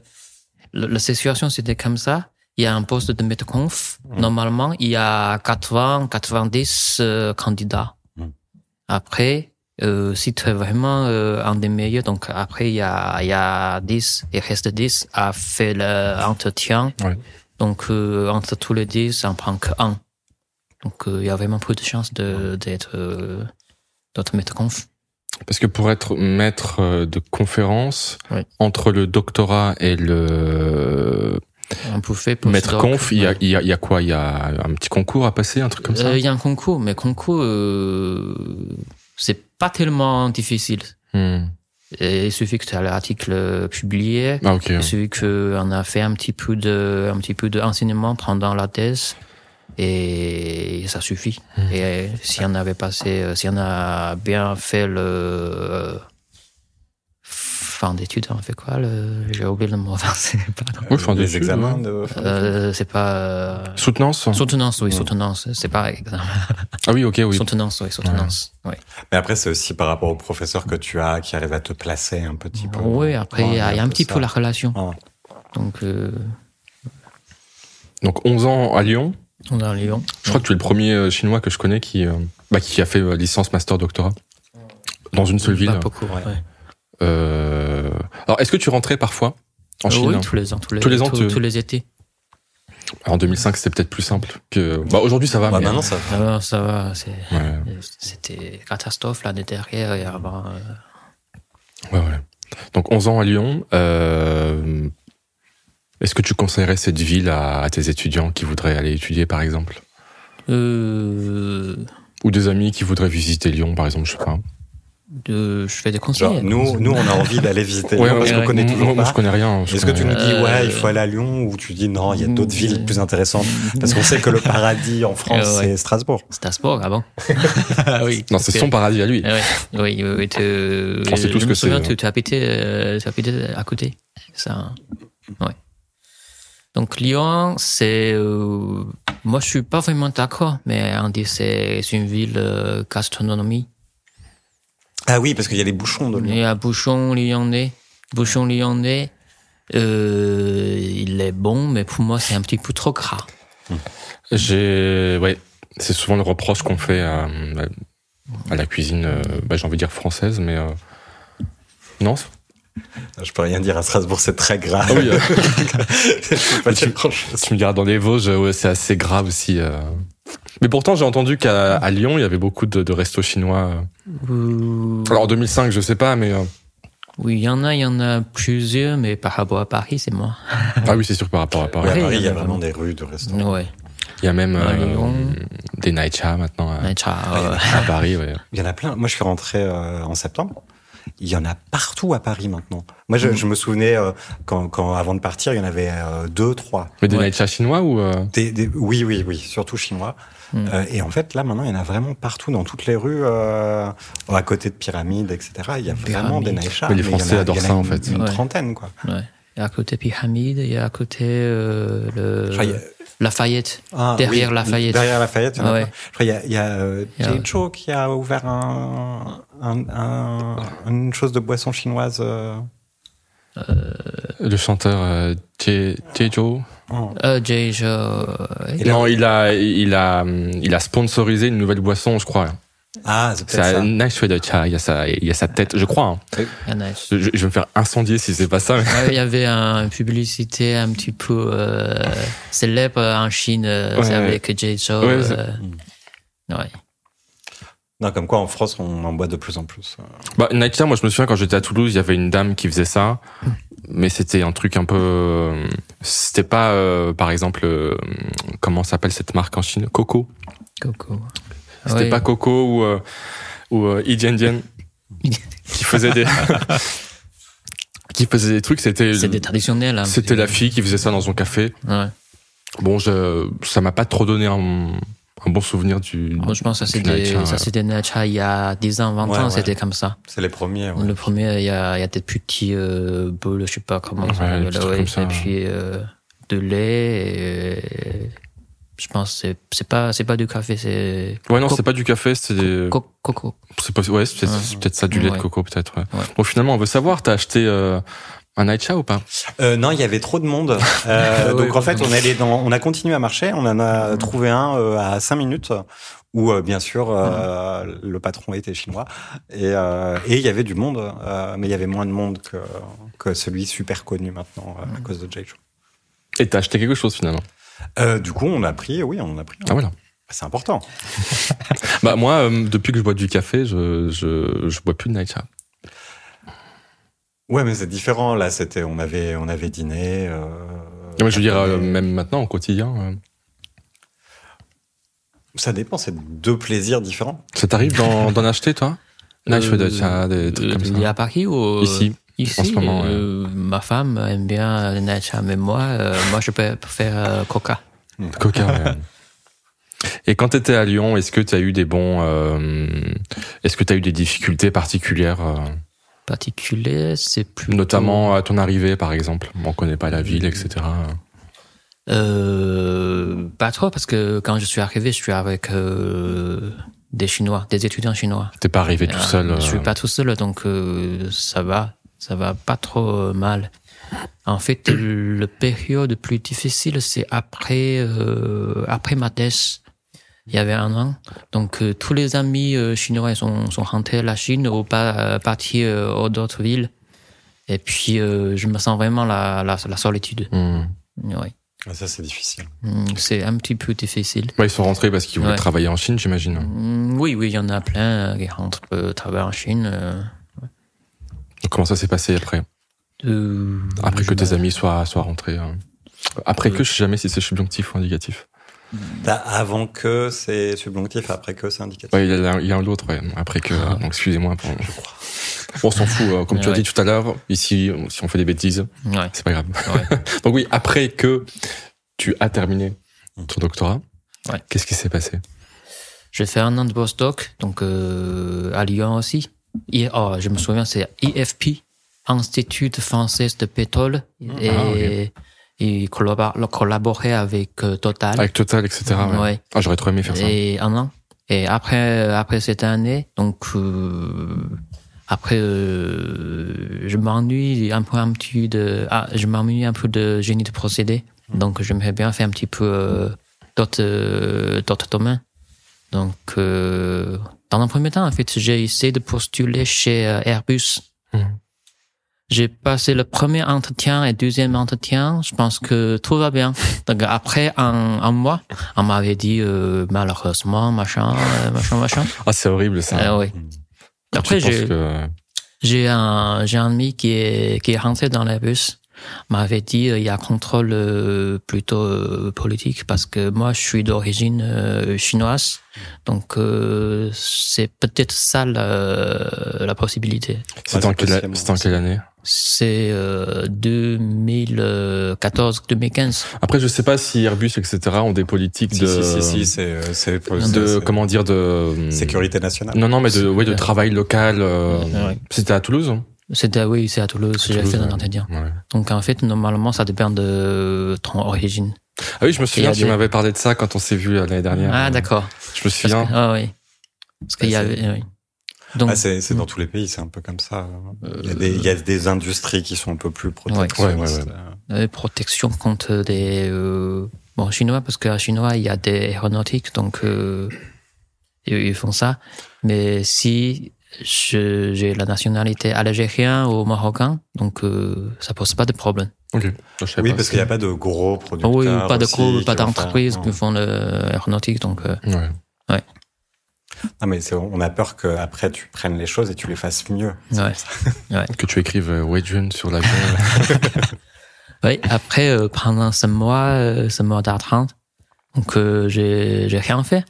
[SPEAKER 2] le- la situation c'était comme ça. Il y a un poste de maître conf. Normalement, il y a 80, 90 euh, candidats.
[SPEAKER 3] Mm.
[SPEAKER 2] Après, euh, si tu es vraiment euh, un des meilleurs, donc après il y a, il y a 10, il reste 10 à faire l'entretien.
[SPEAKER 1] Ouais.
[SPEAKER 2] Donc euh, entre tous les 10, on prend que un. Donc euh, il y a vraiment peu de chances de- d'être euh, d'être maître conf.
[SPEAKER 1] parce que pour être maître euh, de conférence
[SPEAKER 2] Ouais.
[SPEAKER 1] entre le doctorat et le
[SPEAKER 2] On peut faire pour
[SPEAKER 1] maître
[SPEAKER 2] stock.
[SPEAKER 1] conf il y a
[SPEAKER 2] Ouais.
[SPEAKER 1] il y a, il y a quoi il y a un petit concours à passer un truc comme ça
[SPEAKER 2] Euh, il y a un concours, mais concours, euh, c'est pas tellement difficile.
[SPEAKER 1] Hmm.
[SPEAKER 2] Et il suffit que tu as l'article euh, publié,
[SPEAKER 1] ah ok
[SPEAKER 2] il suffit qu'on a fait un petit peu de, un petit peu d'enseignement pendant la thèse, et ça suffit.
[SPEAKER 1] Hmm.
[SPEAKER 2] Et euh, si on avait passé, euh, si on a bien fait le euh, fin d'études, on fait quoi le- J'ai oublié le mot français. Pardon.
[SPEAKER 1] Oui, fin
[SPEAKER 3] les
[SPEAKER 1] d'études,
[SPEAKER 3] examens
[SPEAKER 1] ouais.
[SPEAKER 3] de.
[SPEAKER 2] Euh, c'est pas. euh,
[SPEAKER 1] soutenance
[SPEAKER 2] Soutenance, oui,
[SPEAKER 3] Ouais.
[SPEAKER 2] soutenance. hein, C'est pas exemple.
[SPEAKER 1] ah oui ok oui
[SPEAKER 2] Soutenance, oui, soutenance. Oui,
[SPEAKER 3] Mais après, c'est aussi par rapport au professeur que tu as qui arrive à te placer un petit peu. Ah.
[SPEAKER 2] oui après, il y a, il y a un petit peu la relation.
[SPEAKER 3] Ouais.
[SPEAKER 2] Donc, euh,
[SPEAKER 1] donc 11 ans à Lyon
[SPEAKER 2] on est à Lyon.
[SPEAKER 1] Je crois que tu es le premier euh, chinois que je connais qui, euh, bah, qui a fait euh, licence, master, doctorat dans une seule ville.
[SPEAKER 2] Bah, Pas beaucoup,
[SPEAKER 3] Ouais.
[SPEAKER 2] ouais.
[SPEAKER 1] Euh, Alors, est-ce que tu rentrais parfois en
[SPEAKER 2] Euh,
[SPEAKER 1] Chine hein.
[SPEAKER 2] Oui, tous les ans. Tous les,
[SPEAKER 1] Tous les ans, tu-
[SPEAKER 2] tous les étés.
[SPEAKER 1] En 2005, c'était peut-être plus simple que. Bah, aujourd'hui, ça va.
[SPEAKER 3] Bah,
[SPEAKER 1] mais-
[SPEAKER 3] maintenant, ça.
[SPEAKER 2] Ah, non, ça va, c'est-
[SPEAKER 1] Ouais,
[SPEAKER 2] c'était catastrophe l'année dernière et avant. euh,
[SPEAKER 1] ouais, ouais. Donc, 11 ans à Lyon. euh, Est-ce que tu conseillerais cette ville à, à tes étudiants qui voudraient aller étudier, par exemple
[SPEAKER 2] Euh,
[SPEAKER 1] Ou des amis qui voudraient visiter Lyon, par exemple, je sais pas.
[SPEAKER 2] de- je fais des conseils.
[SPEAKER 3] Genre, nous, nous, on a envie d'aller visiter
[SPEAKER 1] Ouais,
[SPEAKER 3] Lyon parce
[SPEAKER 1] ouais,
[SPEAKER 3] qu'on connaît
[SPEAKER 1] moi,
[SPEAKER 3] toujours
[SPEAKER 1] moi, je
[SPEAKER 3] pas.
[SPEAKER 1] connais rien. je
[SPEAKER 3] Est-ce que tu nous
[SPEAKER 1] connais-
[SPEAKER 3] dis,
[SPEAKER 2] Euh,
[SPEAKER 3] ouais, il faut aller à Lyon ou tu dis, non, il y a d'autres
[SPEAKER 2] euh,
[SPEAKER 3] villes plus intéressantes Parce qu'on sait que le paradis en France,
[SPEAKER 2] Euh, ouais.
[SPEAKER 3] c'est Strasbourg.
[SPEAKER 2] Strasbourg, avant. Ah oui. Ah
[SPEAKER 1] Non, c'est son paradis à lui.
[SPEAKER 2] Oui, oui, oui. Tu,
[SPEAKER 1] On sait tout ce
[SPEAKER 2] je
[SPEAKER 1] que
[SPEAKER 2] me souviens,
[SPEAKER 1] c'est. hein.
[SPEAKER 2] Tu, tu habitais, euh, tu habitais à côté. Ça, hein. ouais. Donc Lyon, c'est, euh, moi je suis pas vraiment d'accord, mais on dit c'est c'est une ville euh, gastronomie.
[SPEAKER 3] Ah oui, parce qu'il y a les bouchons de
[SPEAKER 2] Il
[SPEAKER 3] Lyon.
[SPEAKER 2] y a Bouchon Lyonnais, Bouchon Lyonnais. euh, il est bon, mais pour moi c'est un petit peu trop gras.
[SPEAKER 1] J'ai, ouais, c'est souvent le reproche qu'on fait à, à la cuisine. euh, bah, j'ai envie de dire française, mais euh, non. c'est-
[SPEAKER 3] Je peux rien dire à Strasbourg, c'est très grave.
[SPEAKER 1] Ah oui, euh,
[SPEAKER 3] Je peux pas dire grand-chose.
[SPEAKER 1] tu me diras dans les Vosges, ouais, c'est assez grave aussi. euh. Mais pourtant, j'ai entendu qu'à à Lyon, il y avait beaucoup de, de restos chinois. euh.
[SPEAKER 2] Ouh.
[SPEAKER 1] Alors en 2005, je sais pas, mais euh,
[SPEAKER 2] Euh, Oui, il y en a, il y en a plusieurs, mais par rapport à Paris, c'est moi.
[SPEAKER 1] ah oui, c'est sûr que par rapport à Paris.
[SPEAKER 3] Ouais, à Paris,
[SPEAKER 2] il
[SPEAKER 3] il
[SPEAKER 2] y
[SPEAKER 3] y
[SPEAKER 2] a
[SPEAKER 3] a vraiment des rues de restaurants.
[SPEAKER 2] Ouais.
[SPEAKER 1] Il y a même
[SPEAKER 2] À
[SPEAKER 1] euh,
[SPEAKER 2] Lyon.
[SPEAKER 1] des naïcha maintenant à,
[SPEAKER 2] Ouais, ciao.
[SPEAKER 3] Ouais.
[SPEAKER 1] à Paris. ouais.
[SPEAKER 3] Il y en a plein. Moi, je suis rentré euh, en septembre. Il y en a partout à Paris maintenant. Moi,
[SPEAKER 1] Mm.
[SPEAKER 3] je, je me souvenais euh, quand, quand, avant de partir, il y en avait euh, deux, trois.
[SPEAKER 1] Mais des
[SPEAKER 2] Ouais.
[SPEAKER 1] naïcha chinois ou euh,
[SPEAKER 3] Des- des- oui, oui, oui, surtout chinois.
[SPEAKER 2] Mm.
[SPEAKER 3] Euh, et en fait, là, maintenant, il y en a vraiment partout, dans toutes les rues, euh, à côté de pyramides, etc. Il y a vraiment
[SPEAKER 2] Pyramides.
[SPEAKER 3] des naïchas.
[SPEAKER 1] Mais les
[SPEAKER 3] il y en a-
[SPEAKER 1] Français
[SPEAKER 3] il y en a
[SPEAKER 1] adorent ça, en
[SPEAKER 3] une-
[SPEAKER 1] fait.
[SPEAKER 3] Une
[SPEAKER 2] Ouais.
[SPEAKER 3] trentaine, quoi.
[SPEAKER 2] Ouais. Il y a à côté Pyramide, il y a à côté euh, le,
[SPEAKER 3] Je crois qu'il y a-
[SPEAKER 2] Lafayette.
[SPEAKER 3] Ah,
[SPEAKER 2] Derrière Lafayette. Ah
[SPEAKER 3] Derrière Lafayette, il y en a
[SPEAKER 2] Ouais.
[SPEAKER 3] plein. Je crois qu'il y a, il y a, euh,
[SPEAKER 2] Il y a-
[SPEAKER 3] Jaicho qui a ouvert un, un- un- une chose de boisson chinoise. euh,
[SPEAKER 1] le chanteur euh, Jie- Jejo
[SPEAKER 3] en-
[SPEAKER 2] Euh, Jay, je- euh,
[SPEAKER 1] Non, il a, il a, il a sponsorisé une nouvelle boisson, je crois.
[SPEAKER 3] Ah, c'est
[SPEAKER 1] C'est
[SPEAKER 3] peut-être ça.
[SPEAKER 1] un Nice Sweater Chai, il y a sa, il y a sa tête, je crois. hein.
[SPEAKER 2] il y en a. Ouais,
[SPEAKER 1] Je, je vais me faire incendier si c'est pas ça. mais-
[SPEAKER 2] Il y avait un- une publicité un petit peu euh, célèbre en Chine, euh,
[SPEAKER 1] Ouais,
[SPEAKER 2] c'est
[SPEAKER 1] ouais.
[SPEAKER 2] avec Jay Zhou,
[SPEAKER 1] Ouais, c'est-
[SPEAKER 2] euh, ouais.
[SPEAKER 3] Non, comme quoi, en France, on en boit de plus en plus.
[SPEAKER 1] Bah, Nice Chai, moi je me souviens quand j'étais à Toulouse, il y avait une dame qui faisait ça, mais c'était un truc un peu, euh, c'était pas, euh, par exemple, euh, comment s'appelle cette marque en Chine, Coco.
[SPEAKER 2] Coco.
[SPEAKER 1] C'était
[SPEAKER 2] Ouais.
[SPEAKER 1] pas Coco ou euh, ou euh, Idi Indian qui faisait des qui faisait des trucs. C'était
[SPEAKER 2] C'était traditionnel. hein.
[SPEAKER 1] c'était la fille qui faisait ça dans son café.
[SPEAKER 2] Ouais.
[SPEAKER 1] Bon, je, ça m'a pas trop donné un, un bon souvenir du.
[SPEAKER 2] Ah, Moi, je pense que ça, c'est
[SPEAKER 1] Du
[SPEAKER 2] des,
[SPEAKER 1] Nightshade,
[SPEAKER 2] ça,
[SPEAKER 1] ouais.
[SPEAKER 2] c'était Nightshade il y a 10 ans, 20
[SPEAKER 3] Ouais,
[SPEAKER 2] ans,
[SPEAKER 3] ouais.
[SPEAKER 2] c'était comme ça.
[SPEAKER 3] C'est les premiers. ouais.
[SPEAKER 2] Le premier, il y a, il y a des petits euh, boules, je sais pas comment.
[SPEAKER 1] Ouais,
[SPEAKER 2] s'appelle,
[SPEAKER 1] des petits trucs comme ça,
[SPEAKER 2] Et
[SPEAKER 1] ouais.
[SPEAKER 2] puis euh, de lait. Et, je pense que c'est c'est pas c'est pas du café, c'est
[SPEAKER 1] Ouais, non,
[SPEAKER 2] Co-
[SPEAKER 1] c'est pas du café, c'est des.
[SPEAKER 2] co- coco.
[SPEAKER 1] C'est pas- ouais, c'est peut-être c'est peut-être ça, du lait de
[SPEAKER 2] Ouais.
[SPEAKER 1] coco, peut-être. Ouais.
[SPEAKER 2] Ouais.
[SPEAKER 1] Bon, finalement, on veut savoir, t'as acheté euh, un Aïcha ou pas
[SPEAKER 3] Euh, non, il y avait trop de monde. Euh,
[SPEAKER 2] Ah Ouais, Mm.
[SPEAKER 3] donc en
[SPEAKER 2] ouais.
[SPEAKER 3] fait, on allait dans, on a continué à marcher. On en a trouvé un euh, à 5 minutes où euh, bien sûr euh,
[SPEAKER 2] Mm.
[SPEAKER 3] le patron était chinois et euh, et il y avait du monde, euh, mais il y avait moins de monde que que celui super connu maintenant
[SPEAKER 2] Mm.
[SPEAKER 3] euh, à cause de Jay Chou.
[SPEAKER 1] Et t'as acheté quelque chose, finalement.
[SPEAKER 3] Euh, du coup, on a pris, oui, on en a pris.
[SPEAKER 1] Ah, voilà.
[SPEAKER 3] C'est important.
[SPEAKER 1] bah, moi, euh, depuis que je bois du café, je, je, je bois plus de Aïcha.
[SPEAKER 3] Ouais, mais c'est différent. Là, c'était, on avait, on avait dîné. euh,
[SPEAKER 1] je veux dire, euh,
[SPEAKER 3] mais-
[SPEAKER 1] même maintenant, au quotidien, euh,
[SPEAKER 3] Ça dépend. C'est deux plaisirs différents.
[SPEAKER 1] ça t'arrive d'en d'en acheter, toi Nice Food Aïcha, des trucs comme
[SPEAKER 2] Euh, Il y a
[SPEAKER 1] ça.
[SPEAKER 2] à Paris ou euh,
[SPEAKER 1] Ici.
[SPEAKER 2] Ici,
[SPEAKER 1] en ce moment,
[SPEAKER 2] euh, ma femme aime bien le Nightshade, mais moi, euh, moi, je peux faire euh, coca.
[SPEAKER 1] Coca. ouais. Et quand t'étais à Lyon, est-ce que t'as eu des bons, euh, est-ce que t'as eu des difficultés particulières, euh,
[SPEAKER 2] Particulier, c'est plus
[SPEAKER 1] notamment à ton arrivée par exemple On connaît pas la ville, etc.
[SPEAKER 2] Euh, pas trop, parce que quand je suis arrivé, je suis avec euh, des Chinois, des étudiants chinois.
[SPEAKER 1] T'es pas arrivé tout
[SPEAKER 2] Euh,
[SPEAKER 1] seul. euh,
[SPEAKER 2] Je suis pas tout seul, donc euh, ça va, ça va pas trop euh, mal. En fait, le période plus difficile, c'est après euh, après ma thèse. Il y avait un an, donc euh, tous les amis euh, chinois ils sont sont rentrés à la Chine ou pas euh, partis euh, aux d'autres villes. Et puis euh, je me sens vraiment la la, la solitude.
[SPEAKER 1] hmm.
[SPEAKER 2] Ouais.
[SPEAKER 3] Ah, Ça, c'est difficile.
[SPEAKER 2] Mm, C'est un petit peu difficile.
[SPEAKER 1] Ouais, ils sont rentrés parce qu'ils voulaient
[SPEAKER 2] Ouais.
[SPEAKER 1] travailler en Chine, j'imagine.
[SPEAKER 2] Mm, Oui, oui, il y en a plein euh, qui rentrent euh, travailler en Chine. euh,
[SPEAKER 1] Comment ça s'est passé après
[SPEAKER 2] euh,
[SPEAKER 1] Après
[SPEAKER 2] je
[SPEAKER 1] que
[SPEAKER 2] me-
[SPEAKER 1] tes amis soient soient rentrés. euh. Après que, je sais jamais si c'est subjonctif ou indicatif.
[SPEAKER 3] Bah, avant que, c'est subjonctif. Après que, c'est indicatif.
[SPEAKER 1] Ouais, il y a, il y a un autre, ouais. Après que,
[SPEAKER 2] Ah.
[SPEAKER 1] donc excusez-moi. Pour... On s'en fout, euh, comme tu as
[SPEAKER 2] Ouais.
[SPEAKER 1] dit tout à l'heure. Ici, on- si on fait des bêtises,
[SPEAKER 2] Ouais.
[SPEAKER 1] c'est pas grave.
[SPEAKER 2] Ouais.
[SPEAKER 1] Donc oui, après que tu as terminé
[SPEAKER 3] Mm.
[SPEAKER 1] ton doctorat,
[SPEAKER 2] Ouais.
[SPEAKER 1] qu'est-ce qui s'est passé
[SPEAKER 2] J'ai fait un an de postdoc, donc euh, à Lyon aussi. I- oh, je me souviens, c'est IFP, Institut français de pétrole, et
[SPEAKER 1] Ah, ok.
[SPEAKER 2] il collabore- collaborait avec euh,
[SPEAKER 3] Ah.
[SPEAKER 2] Total.
[SPEAKER 1] Avec Total, etc. Ah, ouais.
[SPEAKER 2] Ouais.
[SPEAKER 1] Ah, j'aurais trop aimé faire ça.
[SPEAKER 2] et un an. Et après, euh, après cette année, donc euh, après, euh, je m'ennuie un peu un petit de, ah, je m'ennuie un peu de génie de procédé. Donc j'aimerais bien faire un petit peu euh, d'autres euh, d'autres domaines. Donc euh, dans un premier temps, en fait, j'ai essayé de postuler chez euh, Airbus.
[SPEAKER 1] Mhm.
[SPEAKER 2] J'ai passé le premier entretien et deuxième entretien. Je pense que tout va bien. Donc après un, un mois, on m'avait dit euh, malheureusement machin euh, machin machin.
[SPEAKER 1] Ah, c'est horrible ça.
[SPEAKER 2] Euh, oui.
[SPEAKER 1] Quand Mm. tu
[SPEAKER 2] Après
[SPEAKER 1] penses
[SPEAKER 2] j'ai
[SPEAKER 1] que-
[SPEAKER 2] j'ai un j'ai un ami qui est qui est rentré dans le bus m'avait dit euh, il y a un contrôle euh, plutôt euh, politique parce que moi je suis d'origine euh, chinoise donc euh, c'est peut-être ça la, la possibilité
[SPEAKER 1] C'était
[SPEAKER 3] c'est
[SPEAKER 1] en, quelle-
[SPEAKER 3] possible,
[SPEAKER 1] c'était en quelle année
[SPEAKER 2] c'est euh, 2014 2015
[SPEAKER 1] Après, je sais pas si Airbus, etc. ont des politiques
[SPEAKER 3] Si,
[SPEAKER 1] de,
[SPEAKER 3] si, si, si, c'est, euh, c'est,
[SPEAKER 1] de
[SPEAKER 3] c'est-
[SPEAKER 1] comment dire de
[SPEAKER 3] sécurité nationale.
[SPEAKER 1] Non, non, mais de, ouais, de travail local. euh,
[SPEAKER 2] Ouais.
[SPEAKER 1] C'était à Toulouse. hein
[SPEAKER 2] c'était oui c'est à Toulouse j'ai
[SPEAKER 1] Toulouse,
[SPEAKER 2] fait un
[SPEAKER 1] ouais.
[SPEAKER 2] entretien
[SPEAKER 1] Ouais.
[SPEAKER 2] donc en fait normalement ça dépend de ton origine
[SPEAKER 1] Ah oui, je me souviens,
[SPEAKER 2] il y a
[SPEAKER 1] tu
[SPEAKER 2] des-
[SPEAKER 1] m'avais parlé de ça quand on s'est vu euh, l'année dernière.
[SPEAKER 2] ah
[SPEAKER 1] Euh, Je
[SPEAKER 2] d'accord
[SPEAKER 1] me
[SPEAKER 2] Parce que-
[SPEAKER 1] souviens.
[SPEAKER 2] Ah oui. Parce qu'il y
[SPEAKER 3] Ça,
[SPEAKER 2] avait. oui. Donc,
[SPEAKER 3] Ah, c'est,
[SPEAKER 1] Mm.
[SPEAKER 3] c'est dans tous les pays, c'est un peu comme ça. Il y, a
[SPEAKER 2] Euh,
[SPEAKER 3] des, il y a des industries qui sont un peu plus protectionnistes.
[SPEAKER 1] Ouais, ouais,
[SPEAKER 2] euh, protection contre des. euh, bon, chinois, parce qu'à chinois, il y a des aéronautiques, donc euh, ils, ils font ça. Mais si je- j'ai la nationalité algérienne ou marocain, donc euh, ça pose pas de problème.
[SPEAKER 1] Je savais
[SPEAKER 3] Oui,
[SPEAKER 1] pas.
[SPEAKER 3] parce qu'il n'y a pas de
[SPEAKER 1] Ah
[SPEAKER 3] gros producteurs.
[SPEAKER 2] oui, pas de
[SPEAKER 3] aussi
[SPEAKER 2] cours,
[SPEAKER 3] qui
[SPEAKER 2] pas
[SPEAKER 3] vont faire-
[SPEAKER 2] d'entreprise
[SPEAKER 3] Non.
[SPEAKER 2] qui font l'aéronautique, donc. euh,
[SPEAKER 1] Ouais.
[SPEAKER 3] Non, mais c'est- on a peur qu'après tu prennes les choses et tu les fasses mieux.
[SPEAKER 2] ouais.
[SPEAKER 1] Que tu écrives euh, Wei Jun sur l'avion.
[SPEAKER 2] Oui, après, euh, pendant ce mois, euh, ce mois d'A30, donc euh, j'ai j'ai rien fait.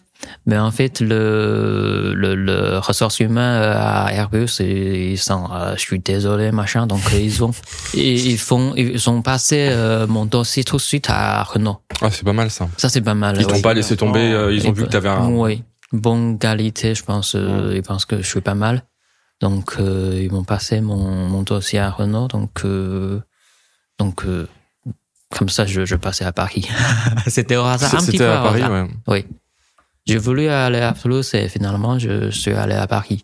[SPEAKER 2] Mais en fait, le, le, le ressource humain euh, à Airbus, ils ils sont, euh, je suis désolé, machin, donc euh, ils ont, ils, ils font, ils ont passé euh, mon dossier tout de suite à Renault.
[SPEAKER 1] ah, c'est pas mal ça.
[SPEAKER 2] Ça, c'est pas mal.
[SPEAKER 1] Ils t'ont
[SPEAKER 2] oui.
[SPEAKER 1] pas laissé tomber. euh, ils ont
[SPEAKER 2] Et
[SPEAKER 1] vu
[SPEAKER 2] pe-
[SPEAKER 1] que t'avais un.
[SPEAKER 2] Oui, bonne qualité, je pense. euh, Ils pensent que je suis pas mal. Donc, euh, ils m'ont passé mon, mon dossier à Renault. Donc, euh, donc euh, comme ça, je, je passais à Paris. C'était au hasard,
[SPEAKER 1] C'est-
[SPEAKER 2] un petit
[SPEAKER 1] C'était
[SPEAKER 2] peu
[SPEAKER 1] à
[SPEAKER 2] au
[SPEAKER 1] Paris.
[SPEAKER 2] hasard.
[SPEAKER 1] Ouais.
[SPEAKER 2] J'ai voulu aller à Toulouse et finalement, je suis allé à Paris.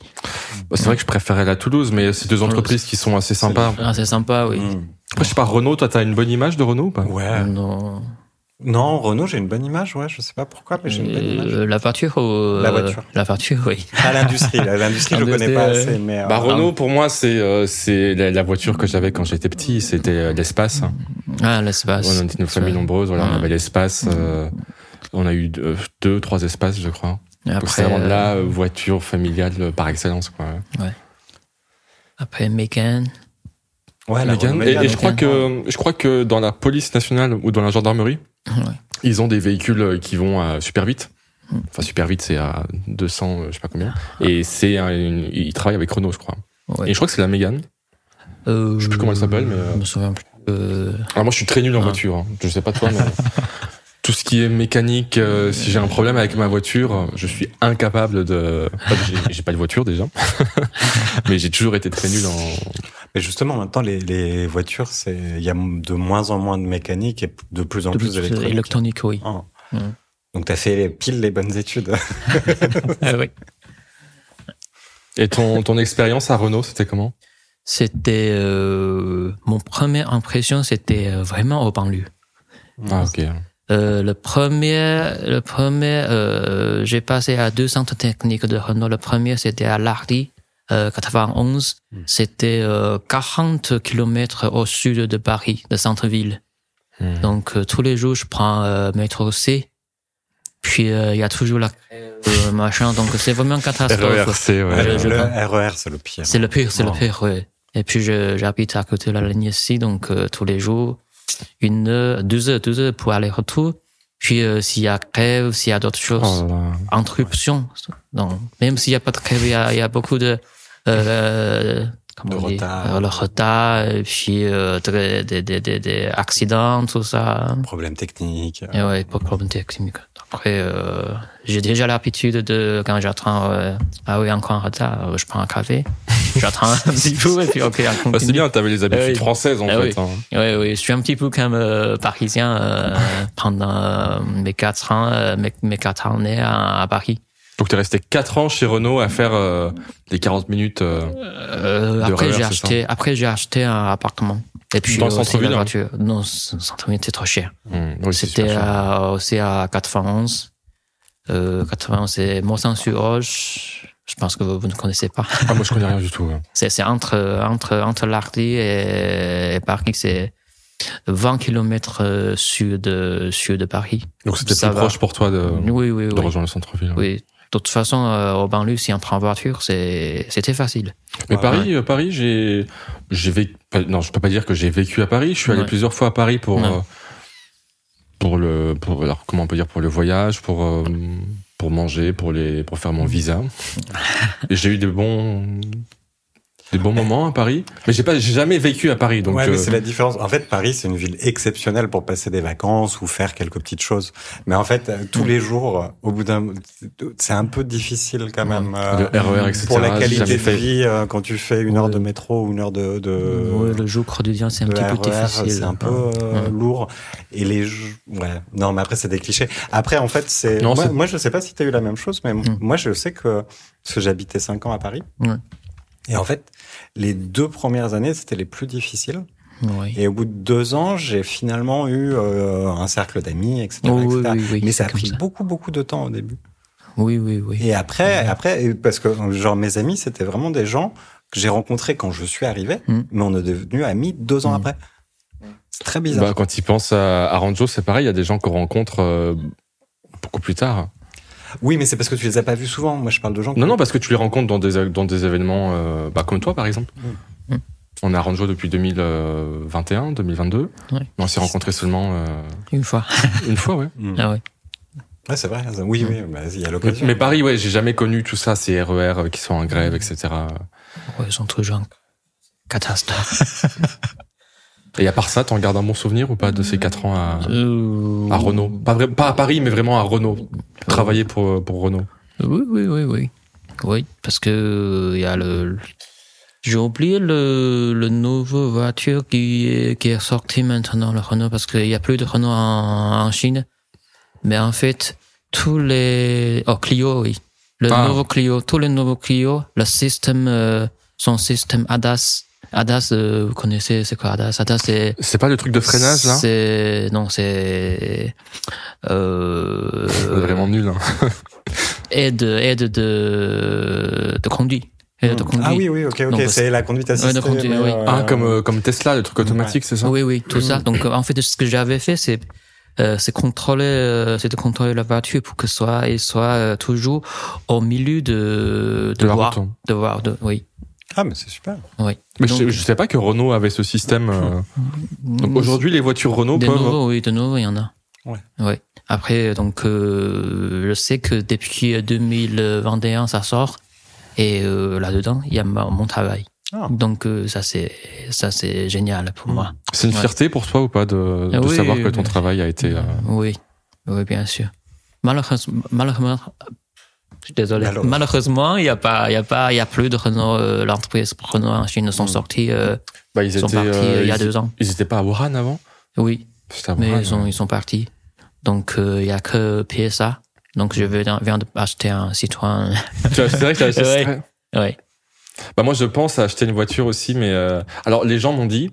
[SPEAKER 1] Bah, C'est vrai que je préférais la Toulouse, mais c'est deux
[SPEAKER 2] Toulouse.
[SPEAKER 1] entreprises qui sont assez sympas.
[SPEAKER 2] Ah, c'est sympa, oui.
[SPEAKER 3] Mm.
[SPEAKER 1] Après, je sais pas, Renault, toi, t'as une bonne image de Renault ou pas
[SPEAKER 3] Ouais.
[SPEAKER 1] Ah.
[SPEAKER 2] Non. euh,
[SPEAKER 3] Non, Renault, j'ai une bonne image, ouais, je sais pas pourquoi, mais j'ai une bonne image.
[SPEAKER 2] Euh, la voiture ou,
[SPEAKER 3] La
[SPEAKER 2] euh,
[SPEAKER 3] voiture.
[SPEAKER 2] La voiture, oui.
[SPEAKER 3] Pas l'industrie, là, l'industrie, je
[SPEAKER 2] Ah, mais
[SPEAKER 3] connais
[SPEAKER 2] c'est,
[SPEAKER 3] pas
[SPEAKER 2] euh,
[SPEAKER 3] assez, mais. euh,
[SPEAKER 1] Euh, Bah, Renault, pour moi, c'est euh, c'est la, la voiture que j'avais quand j'étais petit. C'était euh, l'espace.
[SPEAKER 2] Ah, l'espace.
[SPEAKER 1] On était une famille nombreuse, voilà, on
[SPEAKER 2] Ouais.
[SPEAKER 1] avait l'espace. euh, on a eu deux, deux, trois espaces, je crois. Donc c'est
[SPEAKER 2] Après,
[SPEAKER 1] vraiment de
[SPEAKER 2] euh,
[SPEAKER 1] la euh, voiture familiale euh, par excellence, quoi.
[SPEAKER 2] après Mégane.
[SPEAKER 3] Ouais, Ah, la
[SPEAKER 1] Mégane.
[SPEAKER 3] Renault
[SPEAKER 1] Et, et
[SPEAKER 3] Mégane,
[SPEAKER 1] je
[SPEAKER 2] ok.
[SPEAKER 1] crois que je crois que dans la police nationale ou dans la gendarmerie,
[SPEAKER 2] Ouais.
[SPEAKER 1] ils ont des véhicules euh, qui vont euh, super vite. Enfin, super vite, c'est à 200, euh, je sais pas combien. Et c'est un- une- ils travaillent avec Renault, je crois.
[SPEAKER 2] Ouais.
[SPEAKER 1] Et je crois que c'est la Mégane.
[SPEAKER 2] Euh,
[SPEAKER 1] je sais plus comment elle s'appelle, mais, euh,
[SPEAKER 2] Je me souviens plus. Euh,
[SPEAKER 1] Alors moi, je suis très nul en
[SPEAKER 2] Ah.
[SPEAKER 1] voiture. hein. Je sais pas toi, mais tout ce qui est mécanique, euh, si j'ai un problème avec ma voiture, je suis incapable de. Enfin, j'ai- J'ai pas de voiture déjà, mais j'ai toujours été très nul en.
[SPEAKER 3] Mais justement, maintenant, les, les voitures, c'est- il y a de moins en moins de mécanique et de plus en plus d'électronique.
[SPEAKER 2] électronique, oui.
[SPEAKER 3] Ah.
[SPEAKER 2] Mm.
[SPEAKER 1] Hmm.
[SPEAKER 3] Donc, t'as fait pile les bonnes études. Ah
[SPEAKER 1] Et ton ton expérience à Renault, c'était comment
[SPEAKER 2] C'était euh, mon première impression, c'était euh, vraiment au banlieue.
[SPEAKER 1] Ah ok.
[SPEAKER 2] Euh, le premier, le premier, euh, j'ai passé à deux centres techniques de Renault. Le premier, c'était à Lardy, euh, 91.
[SPEAKER 3] Hmm.
[SPEAKER 2] C'était euh, 40 kilomètres au sud de Paris, de centre-ville.
[SPEAKER 1] Hmm.
[SPEAKER 2] Donc euh, tous les jours, je prends euh, métro C. Puis euh, il y a toujours la euh, machin. Donc c'est vraiment une catastrophe.
[SPEAKER 1] RERC, ouais.
[SPEAKER 2] Ah, je-
[SPEAKER 3] le
[SPEAKER 2] je-
[SPEAKER 3] RER, c'est le pire.
[SPEAKER 2] C'est le pire, c'est
[SPEAKER 3] Oh.
[SPEAKER 2] le pire, ouais. Et puis je- j'habite à côté de la ligne ici, donc euh, tous les jours, une heure, deux heures, deux heures pour aller-retour. Puis euh, s'il y a grève, s'il y a d'autres choses,
[SPEAKER 1] Oh là là.
[SPEAKER 2] interruption. Donc même s'il n'y a pas de grève, il y a, il y a beaucoup de euh, comment
[SPEAKER 3] De
[SPEAKER 2] on dit,
[SPEAKER 3] retard.
[SPEAKER 2] euh, le retard, et puis euh, des des des des des accidents, tout ça. hein.
[SPEAKER 3] Problème technique.
[SPEAKER 2] Et ouais, pas de problème technique. Après, euh, j'ai déjà l'habitude de, quand j'attends, euh, ah oui, encore en retard, euh, je prends un café, j'attends un petit peu, et puis ok, on
[SPEAKER 1] Bah,
[SPEAKER 2] continue.
[SPEAKER 1] c'est bien, t'avais les habitudes
[SPEAKER 2] oui.
[SPEAKER 1] françaises en
[SPEAKER 2] Eh
[SPEAKER 1] fait. hein.
[SPEAKER 2] Ouais, oui, je suis un petit peu comme euh, parisien euh, pendant euh, mes quatre ans, euh, mes, mes quatre années à, à Paris.
[SPEAKER 1] Donc t'es resté 4 ans chez Renault à faire euh, des 40 minutes. euh,
[SPEAKER 2] Euh,
[SPEAKER 1] De
[SPEAKER 2] après,
[SPEAKER 1] revers,
[SPEAKER 2] j'ai
[SPEAKER 1] c'est ça.
[SPEAKER 2] acheté, après, j'ai acheté un appartement. Et puis,
[SPEAKER 1] Dans le
[SPEAKER 2] aussi
[SPEAKER 1] centre-ville,
[SPEAKER 2] la
[SPEAKER 1] hein.
[SPEAKER 2] voiture. Non, le centre-ville, c'était trop cher.
[SPEAKER 1] hmm, oui, c'est
[SPEAKER 2] C'était
[SPEAKER 1] super.
[SPEAKER 2] à- aussi à 91. Euh, 91, c'est Montsant-sur-Orge. Je pense que vous vous ne connaissez pas.
[SPEAKER 1] Ah, moi je connais rien du tout. hein.
[SPEAKER 2] C'est c'est entre, entre, entre l'Ardi et, et Paris. C'est 20 km sud, de- sud de Paris.
[SPEAKER 1] Donc c'était plus
[SPEAKER 2] Ça va.
[SPEAKER 1] proche pour toi de,
[SPEAKER 2] oui, oui,
[SPEAKER 1] de
[SPEAKER 2] oui.
[SPEAKER 1] rejoindre le centre-ville.
[SPEAKER 2] oui. De toute façon, euh, au banlieue, si on prend voiture, c'est- c'était facile.
[SPEAKER 1] Mais
[SPEAKER 3] Ouais.
[SPEAKER 1] Paris, euh, Paris, j'ai, j'ai vécu. Non, je peux pas dire que j'ai vécu à Paris. Je suis allé
[SPEAKER 2] Ouais.
[SPEAKER 1] plusieurs fois à Paris pour
[SPEAKER 2] Ouais.
[SPEAKER 1] euh, pour le pour alors comment on peut dire pour le voyage, pour euh, pour manger, pour les pour faire mon visa. Et j'ai eu des bons des bons moments à Paris, mais j'ai pas j'ai jamais vécu à Paris donc.
[SPEAKER 3] ouais,
[SPEAKER 1] euh,
[SPEAKER 3] mais c'est la différence. En fait, Paris, c'est une ville exceptionnelle pour passer des vacances ou faire quelques petites choses. Mais en fait, euh, tous les jours, au bout d'un, c'est un peu difficile quand même. euh,
[SPEAKER 1] Le E RER, etc.,
[SPEAKER 3] Pour la
[SPEAKER 1] j'ai
[SPEAKER 3] qualité
[SPEAKER 1] jamais
[SPEAKER 3] de
[SPEAKER 1] fait.
[SPEAKER 3] vie, euh, quand tu fais une heure
[SPEAKER 2] Ouais.
[SPEAKER 3] de métro ou une heure de, de,
[SPEAKER 2] Ouais, le jour quotidien, c'est un
[SPEAKER 3] de
[SPEAKER 2] petit peu
[SPEAKER 3] RER,
[SPEAKER 2] difficile.
[SPEAKER 3] Euh,
[SPEAKER 2] hein.
[SPEAKER 3] c'est un peu
[SPEAKER 2] Ouais.
[SPEAKER 3] euh,
[SPEAKER 2] Ouais.
[SPEAKER 3] lourd. Et les, jeux- ouais. Non, mais après, c'est des clichés. Après, en fait, c'est,
[SPEAKER 1] Non,
[SPEAKER 3] moi,
[SPEAKER 1] c'est-
[SPEAKER 3] moi, je sais pas si t'as eu la même chose, mais
[SPEAKER 2] Mm.
[SPEAKER 3] moi, je sais que, parce que j'habitais cinq ans à Paris.
[SPEAKER 2] Ouais.
[SPEAKER 3] Et en fait, les deux premières années, c'était les plus difficiles.
[SPEAKER 2] Oui.
[SPEAKER 3] Et au bout de deux ans, j'ai finalement eu euh, un cercle d'amis, etc.
[SPEAKER 2] Oh, oui,
[SPEAKER 3] etc.
[SPEAKER 2] oui, oui,
[SPEAKER 3] Mais ça a
[SPEAKER 2] c'est comme
[SPEAKER 3] pris
[SPEAKER 2] ça.
[SPEAKER 3] beaucoup, beaucoup de temps au début.
[SPEAKER 2] Oui, oui, oui.
[SPEAKER 3] Et après, après, et parce que genre mes amis, c'était vraiment des gens que j'ai rencontrés quand je suis arrivé,
[SPEAKER 2] Mm.
[SPEAKER 3] mais on est devenus amis deux ans
[SPEAKER 2] Mm.
[SPEAKER 3] après. C'est très bizarre.
[SPEAKER 1] Bah, quand ils pensent à, à Ranjo, c'est pareil. Il y a des gens qu'on rencontre euh, beaucoup plus tard.
[SPEAKER 3] Oui, mais c'est parce que tu les as pas vus souvent. Moi, je parle de gens.
[SPEAKER 1] Bah. Non,
[SPEAKER 3] que-
[SPEAKER 1] non, parce que tu les rencontres dans des, dans des événements euh, bah, comme toi, par exemple.
[SPEAKER 2] Mm.
[SPEAKER 1] On a Ranjo depuis 2021, 2022.
[SPEAKER 2] Ouais.
[SPEAKER 1] Mais on s'est rencontrés seulement euh,
[SPEAKER 2] Une fois.
[SPEAKER 1] une fois, ouais.
[SPEAKER 3] Mm.
[SPEAKER 2] Ah ouais.
[SPEAKER 3] Ouais, c'est vrai. ça- Oui,
[SPEAKER 2] Mm.
[SPEAKER 3] oui, bah, il y a
[SPEAKER 1] Mais,
[SPEAKER 3] l'occasion.
[SPEAKER 1] mais Paris, ouais, j'ai jamais connu tout ça, ces RER euh, qui sont en grève, etc.
[SPEAKER 2] Ouais, ils sont toujours en catastrophe.
[SPEAKER 1] Et à part ça, t'en gardes un bon souvenir ou pas de ces 4 ans à,
[SPEAKER 2] Euh,
[SPEAKER 1] à Renault pas, vrai- pas à Paris, mais vraiment à Renault. Travailler pour, euh, pour Renault.
[SPEAKER 2] Oui, oui, oui, oui. Oui, parce que euh, il y a le. le- J'ai oublié le, le nouveau voiture qui est, qui est sorti maintenant, le Renault, parce qu'il n'y a plus de Renault en, en Chine. Mais en fait, tous les. Oh, Clio, oui. Le
[SPEAKER 1] Ah.
[SPEAKER 2] nouveau Clio, tous les nouveaux Clio, le système, euh, son système ADAS. ADAS, euh, vous connaissez, c'est quoi ADAS ADAS, c'est.
[SPEAKER 1] C'est pas le truc de freinage, là
[SPEAKER 2] C'est. Non, c'est. Euh,
[SPEAKER 1] Vraiment nul. hein.
[SPEAKER 2] aide, aide de, de conduite. Aide de conduite.
[SPEAKER 3] Ah oui, oui, ok,
[SPEAKER 2] Non,
[SPEAKER 3] ok.
[SPEAKER 2] parce-
[SPEAKER 3] C'est la conduite assistée.
[SPEAKER 2] conduite,
[SPEAKER 3] mais,
[SPEAKER 2] oui.
[SPEAKER 1] Ah, comme, euh, comme Tesla, le truc automatique, c'est ça
[SPEAKER 2] oui, oui, tout ça. Donc, euh, en fait, ce que j'avais fait, c'est, euh, c'est contrôler, euh, c'est de contrôler la voiture pour que soit, elle soit euh, toujours au milieu de,
[SPEAKER 1] De la
[SPEAKER 2] voir,
[SPEAKER 1] route.
[SPEAKER 2] de voir, de, oui,
[SPEAKER 3] Ah, mais c'est super.
[SPEAKER 2] oui.
[SPEAKER 1] Mais
[SPEAKER 2] Donc,
[SPEAKER 1] je, je sais pas que Renault avait ce système. euh, Donc aujourd'hui, les voitures Renault
[SPEAKER 2] De
[SPEAKER 1] peuvent.
[SPEAKER 2] nouveau, oui, de nouveau, il y en a.
[SPEAKER 3] Ouais.
[SPEAKER 2] Après, donc, euh, je sais que depuis 2021, ça sort. Et euh, là-dedans, il y a ma- mon travail.
[SPEAKER 3] Ah.
[SPEAKER 2] Donc, euh, ça, c'est, ça, c'est génial
[SPEAKER 1] Mm.
[SPEAKER 2] pour moi.
[SPEAKER 1] C'est une
[SPEAKER 2] Ouais.
[SPEAKER 1] fierté pour toi ou pas de, de
[SPEAKER 2] Ah oui,
[SPEAKER 1] savoir que
[SPEAKER 2] oui,
[SPEAKER 1] ton
[SPEAKER 2] oui.
[SPEAKER 1] travail a été. euh,
[SPEAKER 2] Oui. Oui, bien sûr. Malheureusement, malheureusement, je suis désolé.
[SPEAKER 3] Malheureusement.
[SPEAKER 2] Malheureusement, il n'y a pas, il y a pas, il y a plus de Renault, euh, l'entreprise Renault en Chine sont sortis, euh,
[SPEAKER 1] Bah, Mm. ils
[SPEAKER 2] sont
[SPEAKER 1] étaient.
[SPEAKER 2] partis
[SPEAKER 1] euh,
[SPEAKER 2] euh, il y a
[SPEAKER 1] ils-
[SPEAKER 2] deux ans.
[SPEAKER 1] Ils étaient pas à Wuhan avant
[SPEAKER 2] Oui.
[SPEAKER 1] C'était à
[SPEAKER 2] Mais
[SPEAKER 1] Wuhan,
[SPEAKER 2] ils, sont,
[SPEAKER 1] ouais.
[SPEAKER 2] ils sont partis. Donc, euh, il y n'y a que PSA. Donc, je viens viens d'acheter un Citroën.
[SPEAKER 1] hein. Tu vois, C'est vrai que t'as acheté
[SPEAKER 2] Ouais.
[SPEAKER 1] ça.
[SPEAKER 2] ouais.
[SPEAKER 1] Bah, moi, je pense à acheter une voiture aussi, mais. euh, Alors, les gens m'ont dit.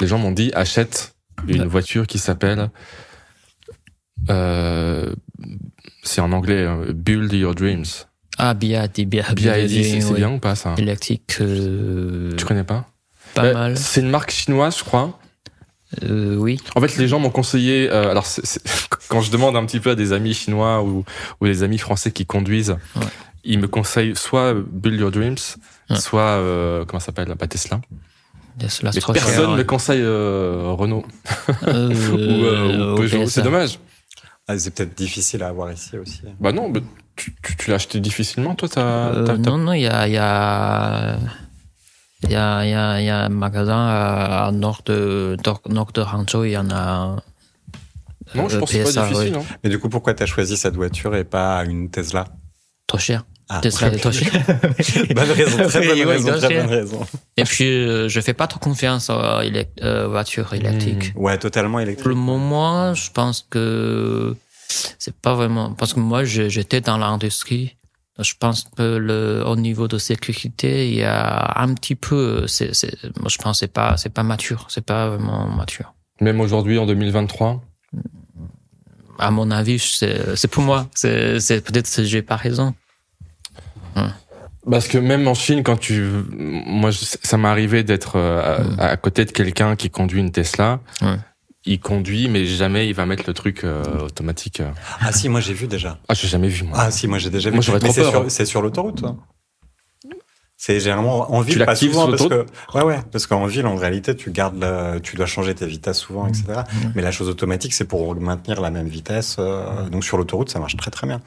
[SPEAKER 1] Les gens m'ont dit, achète une
[SPEAKER 2] Ouais.
[SPEAKER 1] voiture qui s'appelle. euh, C'est en anglais, hein, Build Your Dreams.
[SPEAKER 2] Ah, BID, BID.
[SPEAKER 1] BID, c'est c'est
[SPEAKER 2] oui.
[SPEAKER 1] bien ou pas ça hein?
[SPEAKER 2] Électrique, euh,
[SPEAKER 1] Tu connais pas
[SPEAKER 2] pas
[SPEAKER 1] Bah,
[SPEAKER 2] mal.
[SPEAKER 1] C'est une marque chinoise, je crois.
[SPEAKER 2] Euh, oui.
[SPEAKER 1] En fait, les gens m'ont conseillé. euh, alors, c'est- c'est- quand je demande un petit peu à des amis chinois ou, ou des amis français qui conduisent,
[SPEAKER 2] Ouais.
[SPEAKER 1] ils me conseillent soit Build Your Dreams,
[SPEAKER 2] Ouais.
[SPEAKER 1] soit euh, comment ça s'appelle, pas Tesla.
[SPEAKER 2] Yes, la
[SPEAKER 1] Mais
[SPEAKER 2] Stroche,
[SPEAKER 1] personne
[SPEAKER 2] alors,
[SPEAKER 1] ne conseille euh, Renault
[SPEAKER 2] euh,
[SPEAKER 1] ou, euh, ou
[SPEAKER 2] ok,
[SPEAKER 1] Peugeot.
[SPEAKER 2] ça.
[SPEAKER 1] C'est dommage.
[SPEAKER 3] Ah, c'est peut-être difficile à avoir ici aussi.
[SPEAKER 1] Bah non, bah, tu, tu- tu l'as acheté difficilement, toi. hein. T'as,
[SPEAKER 2] Euh,
[SPEAKER 1] t'as- t'as-
[SPEAKER 2] non, non, il y a, il y a, il y a, il y a, il y a un magasin à, à nord de, nord, nord de Hangzhou, il y en a.
[SPEAKER 1] non, je
[SPEAKER 2] euh,
[SPEAKER 1] pense que c'est
[SPEAKER 2] PSA,
[SPEAKER 1] pas difficile. hein.
[SPEAKER 3] Mais du coup, pourquoi t'as choisi cette voiture et pas une Tesla
[SPEAKER 2] Trop cher.
[SPEAKER 3] ah.
[SPEAKER 2] Peut-être ça, trop cher.
[SPEAKER 3] Bonne raison, très bonne
[SPEAKER 2] Oui, oui,
[SPEAKER 3] raison,
[SPEAKER 2] bien
[SPEAKER 3] très
[SPEAKER 2] sûr.
[SPEAKER 3] bonne raison.
[SPEAKER 2] Et puis, euh, je fais pas trop confiance aux élect- euh, voitures
[SPEAKER 1] Hmm.
[SPEAKER 2] électriques.
[SPEAKER 3] Ouais, totalement
[SPEAKER 2] Pour le
[SPEAKER 3] électrique.
[SPEAKER 2] moment, je pense que c'est pas vraiment. Parce que moi, je- j'étais dans l'industrie. Je pense que le, au niveau de sécurité, il y a un petit peu. C'est, c'est, moi, je pense que c'est pas, c'est pas mature. C'est pas vraiment mature.
[SPEAKER 1] Même aujourd'hui, en 2023.
[SPEAKER 2] À mon avis, c'est, c'est pour moi. C'est, c'est peut-être que j'ai pas raison.
[SPEAKER 1] Parce que même en Chine, quand tu, moi, je- ça m'est arrivé d'être euh, à, à côté de quelqu'un qui conduit une Tesla.
[SPEAKER 2] Ouais.
[SPEAKER 1] Il conduit, mais jamais il va mettre le truc euh, automatique.
[SPEAKER 3] Ah si, moi j'ai vu déjà.
[SPEAKER 1] Ah, j'ai jamais vu moi.
[SPEAKER 3] Ah si, moi j'ai déjà vu.
[SPEAKER 1] Moi, j'aurais
[SPEAKER 3] Mais
[SPEAKER 1] trop
[SPEAKER 3] c'est
[SPEAKER 1] peur.
[SPEAKER 3] sur- C'est sur, l'autoroute. hein. C'est généralement en ville, pas
[SPEAKER 1] l'actives
[SPEAKER 3] souvent,
[SPEAKER 1] sur
[SPEAKER 3] parce que ouais, ouais, parce qu'en ville, en réalité, tu gardes, la- tu dois changer tes vitesses souvent, etc. Mais la chose automatique, c'est pour maintenir la même vitesse. euh, donc sur l'autoroute, ça marche très très bien.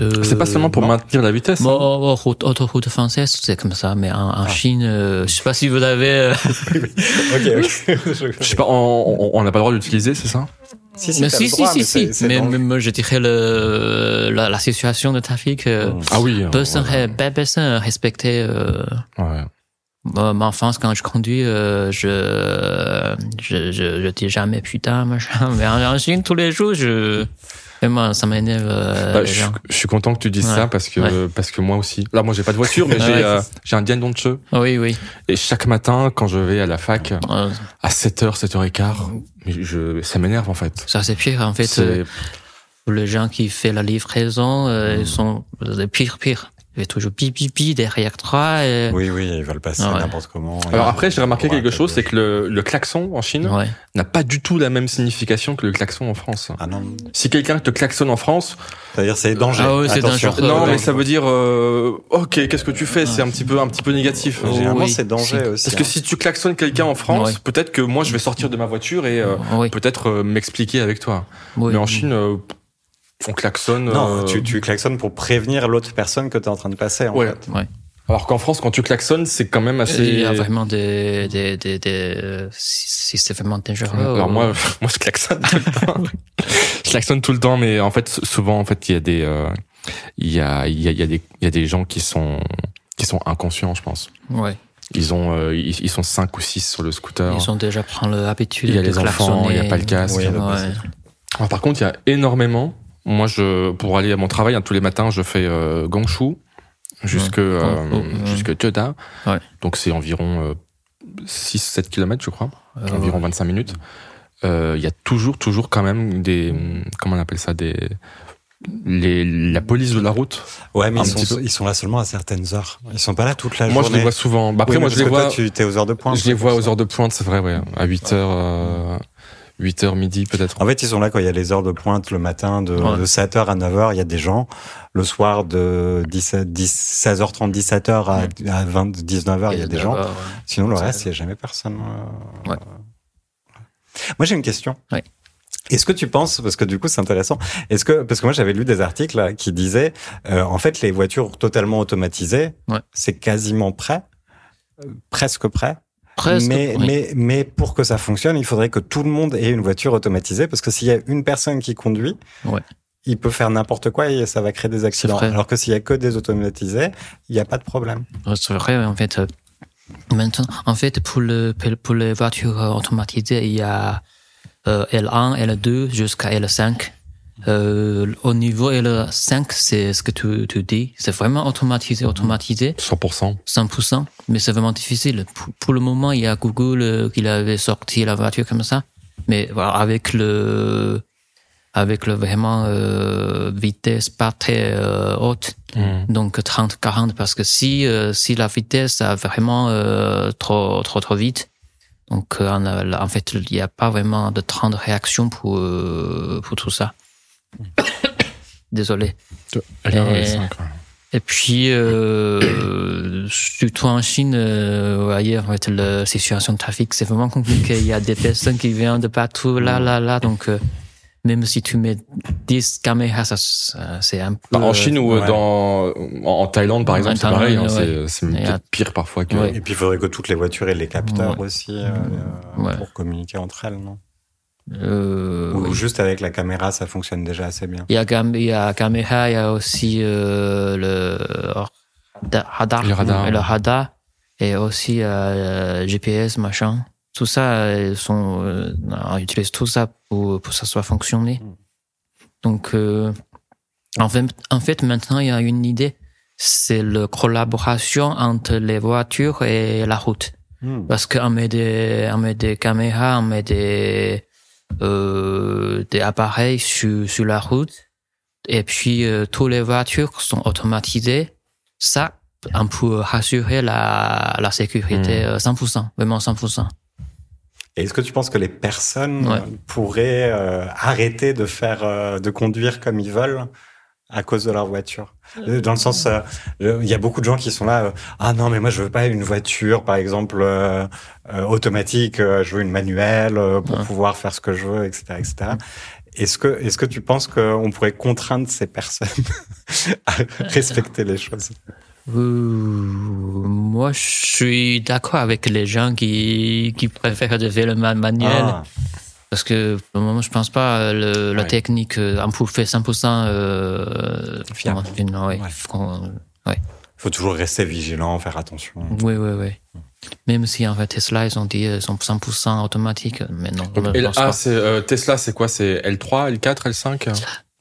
[SPEAKER 2] Euh,
[SPEAKER 1] c'est pas seulement pour
[SPEAKER 3] non.
[SPEAKER 1] maintenir la vitesse.
[SPEAKER 2] Bon,
[SPEAKER 1] hein.
[SPEAKER 2] oh, oh, route- autoroute française, c'est comme ça, mais en, en
[SPEAKER 3] Ah.
[SPEAKER 2] Chine, euh, je sais pas si vous avez. euh,
[SPEAKER 3] Ok. ok.
[SPEAKER 1] Je sais pas, on on- on n'a pas le droit d'utiliser, c'est ça
[SPEAKER 3] si,
[SPEAKER 2] mais
[SPEAKER 3] t'as
[SPEAKER 2] si,
[SPEAKER 3] le
[SPEAKER 2] si,
[SPEAKER 3] droit,
[SPEAKER 2] si,
[SPEAKER 3] mais c'est-
[SPEAKER 2] si.
[SPEAKER 3] c'est
[SPEAKER 2] Mais,
[SPEAKER 3] dangereux.
[SPEAKER 2] mais moi, je dirais le, la, la situation de trafic. euh,
[SPEAKER 3] Mm.
[SPEAKER 1] Ah oui.
[SPEAKER 2] Personne,
[SPEAKER 1] ouais.
[SPEAKER 2] personne respectait euh,
[SPEAKER 1] Ouais.
[SPEAKER 2] mon mon enfance quand je conduis. euh, je, je, je, je dis jamais putain, machin. Mais en, en Chine, tous les jours, je. Et moi, ça m'énerve. euh,
[SPEAKER 1] Bah,
[SPEAKER 2] les
[SPEAKER 1] je, suis-
[SPEAKER 2] gens.
[SPEAKER 1] je suis content que tu dises
[SPEAKER 2] Ouais.
[SPEAKER 1] ça parce que
[SPEAKER 2] Ouais.
[SPEAKER 1] parce que moi aussi. Là, moi, j'ai pas de voiture, mais
[SPEAKER 2] Ah
[SPEAKER 1] j'ai
[SPEAKER 2] ouais.
[SPEAKER 1] euh, j'ai un Diane Doncheux.
[SPEAKER 2] Oui, oui.
[SPEAKER 1] Et chaque matin, quand je vais à la fac
[SPEAKER 2] Euh,
[SPEAKER 1] à 7h, 7h15, mais je, ça m'énerve en fait.
[SPEAKER 2] ça, c'est pire. En fait,
[SPEAKER 1] C'est-
[SPEAKER 2] euh, les gens qui font la livraison,
[SPEAKER 1] Hmm.
[SPEAKER 2] euh, ils sont de pire, pire. Il y a toujours pi, pi, pi derrière toi. Et...
[SPEAKER 3] Oui, oui, ils veulent passer
[SPEAKER 2] Ah ouais.
[SPEAKER 3] n'importe comment.
[SPEAKER 1] Alors après, j'ai remarqué
[SPEAKER 3] Ouais,
[SPEAKER 1] quelque
[SPEAKER 3] t'as
[SPEAKER 1] chose,
[SPEAKER 3] le-
[SPEAKER 1] c'est que le, le klaxon en Chine
[SPEAKER 2] Ouais.
[SPEAKER 1] n'a pas du tout la même signification que le klaxon en France.
[SPEAKER 3] Ah non,
[SPEAKER 1] Si quelqu'un te klaxonne en France,
[SPEAKER 3] c'est-à-dire c'est dangereux.
[SPEAKER 2] Ah ouais, c'est
[SPEAKER 3] Attention.
[SPEAKER 2] dangereux.
[SPEAKER 1] non,
[SPEAKER 2] ouais.
[SPEAKER 1] mais ça veut dire euh, OK, qu'est-ce que tu fais C'est un petit peu un petit peu négatif.
[SPEAKER 2] Oh,
[SPEAKER 3] Généralement,
[SPEAKER 2] oui.
[SPEAKER 3] c'est danger
[SPEAKER 2] Si.
[SPEAKER 3] aussi.
[SPEAKER 1] Parce que
[SPEAKER 3] hein.
[SPEAKER 1] si tu klaxonnes quelqu'un en France,
[SPEAKER 2] Ouais.
[SPEAKER 1] peut-être que moi je vais sortir de ma voiture et euh,
[SPEAKER 2] oui,
[SPEAKER 1] peut-être euh, m'expliquer avec toi.
[SPEAKER 2] oui.
[SPEAKER 1] Mais en Chine, euh, on klaxonne.
[SPEAKER 3] Non,
[SPEAKER 1] euh,
[SPEAKER 3] tu, tu klaxonnes pour prévenir l'autre personne que tu es en train de passer. En
[SPEAKER 1] Ouais.
[SPEAKER 3] fait.
[SPEAKER 1] Alors qu'en France, quand tu klaxonnes, c'est quand même assez.
[SPEAKER 2] Il y a vraiment des, des, des, des euh, si si c'est vraiment dangereux.
[SPEAKER 1] Alors
[SPEAKER 2] ou-
[SPEAKER 1] euh, moi, moi je klaxonne tout le temps. je klaxonne tout le temps, mais en fait, souvent, en fait, il y a des, euh, il y a, il y a, il y a des, il y a des gens qui sont, qui sont inconscients, je pense.
[SPEAKER 2] ouais.
[SPEAKER 1] Ils ont, euh, ils, ils sont cinq ou six sur le scooter.
[SPEAKER 2] Ils ont déjà pris l'habitude
[SPEAKER 1] Il y a
[SPEAKER 2] de
[SPEAKER 1] les enfants, il y a
[SPEAKER 2] klaxonner.
[SPEAKER 1] pas le casque.
[SPEAKER 3] Oui,
[SPEAKER 2] Ouais.
[SPEAKER 1] Alors, par contre, il y a énormément. Moi, je, pour aller à mon travail, hein, tous les matins, je fais euh, Gangshu jusque, euh,
[SPEAKER 2] Gangshu, ouais.
[SPEAKER 1] jusque Tioda.
[SPEAKER 2] Ouais.
[SPEAKER 1] Donc, c'est environ euh, 6-7 km, je crois.
[SPEAKER 2] Euh,
[SPEAKER 1] environ 25 minutes. Euh, Il y a toujours, toujours quand même des. Comment on appelle ça des, les, La police de la route.
[SPEAKER 3] Ouais, mais
[SPEAKER 1] Un
[SPEAKER 3] ils
[SPEAKER 1] petit
[SPEAKER 3] sont,
[SPEAKER 1] peu.
[SPEAKER 3] ils sont là seulement à certaines heures. Ils sont pas là toute la
[SPEAKER 1] moi, je
[SPEAKER 3] journée.
[SPEAKER 1] les vois souvent. Bah, après,
[SPEAKER 3] Oui,
[SPEAKER 1] moi,
[SPEAKER 3] mais
[SPEAKER 1] je les
[SPEAKER 3] parce que
[SPEAKER 1] vois,
[SPEAKER 3] Toi, tu es aux heures de pointe.
[SPEAKER 1] je les
[SPEAKER 3] c'est
[SPEAKER 1] vois
[SPEAKER 3] pour
[SPEAKER 1] aux
[SPEAKER 3] ça.
[SPEAKER 1] heures de pointe, c'est vrai, ouais. À 8h, 8h midi, peut-être.
[SPEAKER 3] En fait, ils sont là quand il y a les heures de pointe le matin de,
[SPEAKER 2] Ouais.
[SPEAKER 3] 7h à 9h, il y a des gens. Le soir de 17, 10, 16h30, 17h à, à 20, 19h, il y a des gens.
[SPEAKER 2] d'abord,
[SPEAKER 3] Sinon, le
[SPEAKER 2] Ça
[SPEAKER 3] reste, il n'y a jamais personne. euh,
[SPEAKER 2] Ouais.
[SPEAKER 3] Moi, j'ai une question.
[SPEAKER 2] Ouais.
[SPEAKER 3] Est-ce que tu penses, parce que du coup c'est intéressant, est-ce que parce que moi j'avais lu des articles là, qui disaient euh, en fait les voitures totalement automatisées,
[SPEAKER 2] Ouais.
[SPEAKER 3] c'est quasiment prêt, euh, presque prêt,
[SPEAKER 2] Presque.
[SPEAKER 3] mais,
[SPEAKER 2] oui.
[SPEAKER 3] mais, mais pour que ça fonctionne, il faudrait que tout le monde ait une voiture automatisée, parce que s'il y a une personne qui conduit,
[SPEAKER 2] Ouais.
[SPEAKER 3] il peut faire n'importe quoi et ça va créer des accidents.
[SPEAKER 2] vrai.
[SPEAKER 3] Alors que s'il y a que des automatisés, il n'y a pas de problème.
[SPEAKER 2] C'est vrai, en fait. euh, Maintenant, en fait, pour, le, pour- pour les voitures euh, automatisées, il y a euh, L1, L2 jusqu'à L5. Euh, au niveau L5, c'est ce que tu, tu dis. C'est vraiment automatisé, automatisé.
[SPEAKER 1] 100%.
[SPEAKER 2] 100%, mais c'est vraiment difficile. Pour, pour le moment, il y a Google euh, qui avait sorti la voiture comme ça, mais voilà, avec le avec le vraiment euh, vitesse pas très euh, haute,
[SPEAKER 1] Mm.
[SPEAKER 2] donc 30 40 parce que si euh, si la vitesse a vraiment euh, trop trop trop vite, donc euh, en, euh, en fait, il n'y a pas vraiment de 30 réactions pour euh, pour tout ça. Désolé.
[SPEAKER 1] Rien,
[SPEAKER 2] Et-
[SPEAKER 1] les cinq, ouais.
[SPEAKER 2] Et puis, euh, surtout en Chine euh, ou ailleurs, en fait, la situation de trafic, c'est vraiment compliqué. Il y a des personnes qui viennent de partout, là, là, là. Donc, euh, même si tu mets 10 caméras, ça, ça, c'est un peu...
[SPEAKER 1] Bah, en Chine ou
[SPEAKER 3] ouais.
[SPEAKER 1] dans, en, en Thaïlande, par
[SPEAKER 2] En
[SPEAKER 1] exemple, c'est
[SPEAKER 2] Thaïlande,
[SPEAKER 1] pareil. hein,
[SPEAKER 2] ouais.
[SPEAKER 1] c'est- C'est
[SPEAKER 2] Et à-
[SPEAKER 1] peut-être pire parfois que.
[SPEAKER 2] Ouais.
[SPEAKER 3] Et puis il faudrait que toutes les voitures aient les capteurs aussi euh, euh,
[SPEAKER 2] Ouais.
[SPEAKER 3] pour communiquer entre elles, non
[SPEAKER 2] Euh,
[SPEAKER 3] Ou
[SPEAKER 2] oui.
[SPEAKER 3] juste avec la caméra, ça fonctionne déjà assez bien.
[SPEAKER 2] il, y a, cam- il y a caméra, il y a aussi euh, le rada- radar.
[SPEAKER 1] Le radar.
[SPEAKER 2] Le radar. Et aussi euh, GPS, machin. Tout ça, euh, ils sont, euh, on utilise tout ça pour, pour que ça soit fonctionné. Donc, euh, en, fait, en fait, maintenant, il y a une idée. C'est la collaboration entre les voitures et la route.
[SPEAKER 3] Hmm.
[SPEAKER 2] Parce qu'on met des, on met des caméras, on met des, euh, des appareils sur, sur la route. Et puis, euh, toutes les voitures sont automatisées. Ça, on peut rassurer la, la
[SPEAKER 3] Hmm.
[SPEAKER 2] sécurité euh, 100%, vraiment 100%.
[SPEAKER 3] Et est-ce que tu penses que les personnes
[SPEAKER 2] Ouais.
[SPEAKER 3] euh, pourraient euh, arrêter de faire, euh, de conduire comme ils veulent à cause de leur voiture Euh, Dans le sens, euh, euh, il y a beaucoup de gens qui sont là. euh, ah non, mais moi je veux pas une voiture, par exemple euh, euh, automatique. euh, je veux une manuelle euh, pour
[SPEAKER 2] Ouais.
[SPEAKER 3] pouvoir faire ce que je veux, etc., etc. Est-ce que, est-ce que tu penses qu'on pourrait contraindre ces personnes à respecter les choses
[SPEAKER 2] Euh, moi, je suis d'accord avec les gens qui, qui préfèrent de faire le ma- manuel.
[SPEAKER 3] Ah,
[SPEAKER 2] Parce que pour le moment, je pense pas euh, le, la
[SPEAKER 1] Ouais.
[SPEAKER 2] technique euh, on peut faire 100% euh,
[SPEAKER 3] Fiable.
[SPEAKER 2] comment- non, ouais.
[SPEAKER 3] Ouais.
[SPEAKER 2] Qu'on-
[SPEAKER 3] faut toujours rester vigilant, faire attention.
[SPEAKER 2] Oui, oui, oui. Même si en fait Tesla ils ont dit euh, ils sont 100% automatique, mais non.
[SPEAKER 1] Donc,
[SPEAKER 2] je
[SPEAKER 1] L-
[SPEAKER 2] pense
[SPEAKER 1] ah,
[SPEAKER 2] pas.
[SPEAKER 1] c'est, euh, Tesla, c'est quoi C'est L3, L4, L5 euh,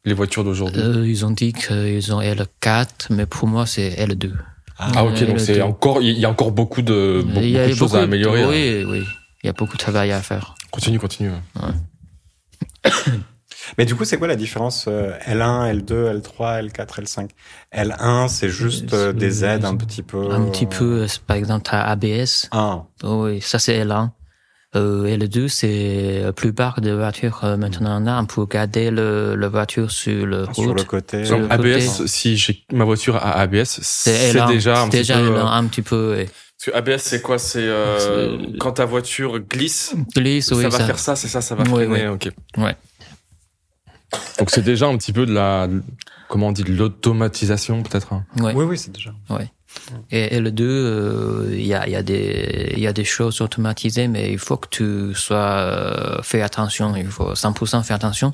[SPEAKER 1] Les voitures d'aujourd'hui.
[SPEAKER 2] Euh, ils ont dit qu'ils ont L4, mais pour moi c'est L2.
[SPEAKER 1] ah, ok,
[SPEAKER 2] euh,
[SPEAKER 1] donc
[SPEAKER 2] le-
[SPEAKER 1] c'est
[SPEAKER 2] le-
[SPEAKER 1] encore, il y a encore beaucoup de, beaucoup,
[SPEAKER 2] Il y a
[SPEAKER 1] beaucoup de choses à
[SPEAKER 2] beaucoup-
[SPEAKER 1] améliorer. hein.
[SPEAKER 2] Oui, oui. Il y a beaucoup de travail à faire.
[SPEAKER 1] Continue, continue.
[SPEAKER 3] Mais du coup, c'est quoi la différence euh, L1, L2, L3, L4, L5 L1, c'est juste euh,
[SPEAKER 2] C'est-
[SPEAKER 3] des aides un petit peu.
[SPEAKER 1] Oh.
[SPEAKER 2] Un petit peu, euh, par exemple, t'as ABS.
[SPEAKER 3] Ah,
[SPEAKER 2] Oh, Oui, ça c'est L1. Euh, et le 2, c'est la plupart des voitures euh, maintenant là, on peut garder le, la voiture sur le
[SPEAKER 1] Ah,
[SPEAKER 3] sur
[SPEAKER 2] route.
[SPEAKER 3] le côté.
[SPEAKER 2] Sur le
[SPEAKER 1] Donc,
[SPEAKER 2] côté.
[SPEAKER 1] ABS, si j'ai ma voiture a ABS, c'est
[SPEAKER 2] L1.
[SPEAKER 1] déjà un
[SPEAKER 2] C'est
[SPEAKER 1] petit
[SPEAKER 2] déjà
[SPEAKER 1] peu.
[SPEAKER 2] L1,
[SPEAKER 1] euh,
[SPEAKER 2] un petit peu. ouais.
[SPEAKER 1] Parce que ABS, c'est quoi C'est euh,
[SPEAKER 2] C'est-
[SPEAKER 1] quand ta voiture glisse,
[SPEAKER 2] Glisse, oui,
[SPEAKER 1] ça va
[SPEAKER 2] ça.
[SPEAKER 1] faire ça, c'est ça, ça va
[SPEAKER 2] Ouais,
[SPEAKER 1] freiner. Ok.
[SPEAKER 2] Ouais.
[SPEAKER 1] Donc c'est déjà un petit peu de la, comment on dit, de l'automatisation peut-être. hein.
[SPEAKER 2] Ouais.
[SPEAKER 3] Oui, oui, c'est déjà.
[SPEAKER 2] Et, et le 2, euh, il y, a, il y, a des- il y a des choses automatisées, mais il faut que tu sois euh, fais attention, il faut 100% faire attention.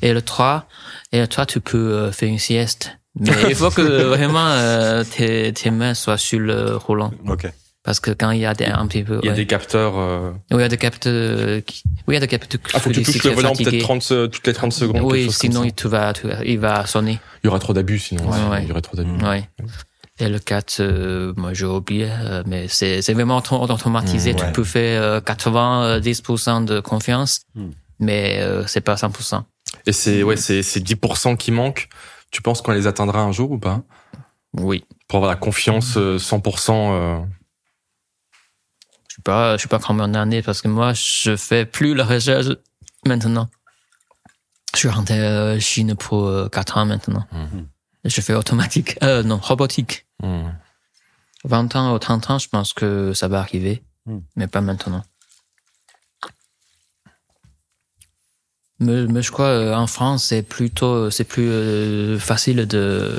[SPEAKER 2] Et le 3, et le 3 tu peux euh, faire une sieste. Mais il faut que vraiment euh, tes, tes mains soient sur le roulant.
[SPEAKER 3] Ok.
[SPEAKER 2] Parce que quand il y a des, un petit peu...
[SPEAKER 1] Il y a
[SPEAKER 2] ouais.
[SPEAKER 1] des capteurs. euh,
[SPEAKER 2] Oui, il y a des capteurs qui... Oui, il y a des capteurs
[SPEAKER 1] Ah, faut que tu touches le volant peut-être 30 se- toutes les 30 secondes. quelque
[SPEAKER 2] Oui,
[SPEAKER 1] chose comme
[SPEAKER 2] sinon
[SPEAKER 1] ça.
[SPEAKER 2] il, te va, tu- il va sonner.
[SPEAKER 1] il y aura trop d'abus, sinon
[SPEAKER 2] Ouais,
[SPEAKER 1] sinon,
[SPEAKER 2] ouais.
[SPEAKER 1] il y aurait trop d'abus.
[SPEAKER 3] Mm.
[SPEAKER 2] Ouais. Et le 4, euh, moi j'ai oublié, euh, mais c'est c'est vraiment auto- automatisé.
[SPEAKER 3] Mm, ouais.
[SPEAKER 2] Tu peux faire euh, 90% de confiance,
[SPEAKER 3] Mm.
[SPEAKER 2] mais euh, c'est pas 100%.
[SPEAKER 1] Et c'est ouais, c'est c'est 10% qui manquent. Tu penses qu'on les atteindra un jour ou pas
[SPEAKER 2] Oui,
[SPEAKER 1] Pour avoir la confiance euh, 100%. euh,
[SPEAKER 2] je sais pas, je sais pas combien d'années parce que moi je fais plus la recherche maintenant. Je suis rentré euh, Chine pour euh, 4 ans maintenant.
[SPEAKER 3] Mm-hmm.
[SPEAKER 1] Mhm.
[SPEAKER 2] Je fais automatique, euh, non, robotique.
[SPEAKER 1] hmm.
[SPEAKER 2] 20 ans ou 30 ans, je pense que ça va arriver,
[SPEAKER 3] Hmm.
[SPEAKER 2] mais pas maintenant. Mais, mais je crois euh, en France, c'est plutôt c'est plus euh, facile de.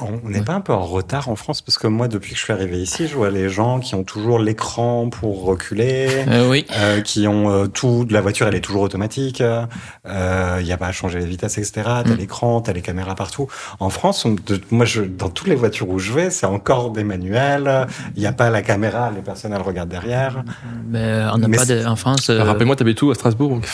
[SPEAKER 3] On on n'est pas un peu en retard en France parce que moi, depuis que je suis arrivé ici, je vois les gens qui ont toujours l'écran pour reculer.
[SPEAKER 2] Euh, oui,
[SPEAKER 3] euh, qui ont euh, tout, la voiture elle est toujours automatique, il euh, n'y a pas à changer les vitesses, etc. T'as
[SPEAKER 2] Mm.
[SPEAKER 3] l'écran, t'as les caméras partout. En France, on, de- moi je, dans toutes les voitures où je vais, c'est encore des manuels, il n'y a pas la caméra, les personnes elles regardent derrière.
[SPEAKER 2] mais on n'a
[SPEAKER 3] Mais
[SPEAKER 2] pas de en France. euh,
[SPEAKER 1] Ah, Rappelle-moi, t'habites où à Strasbourg donc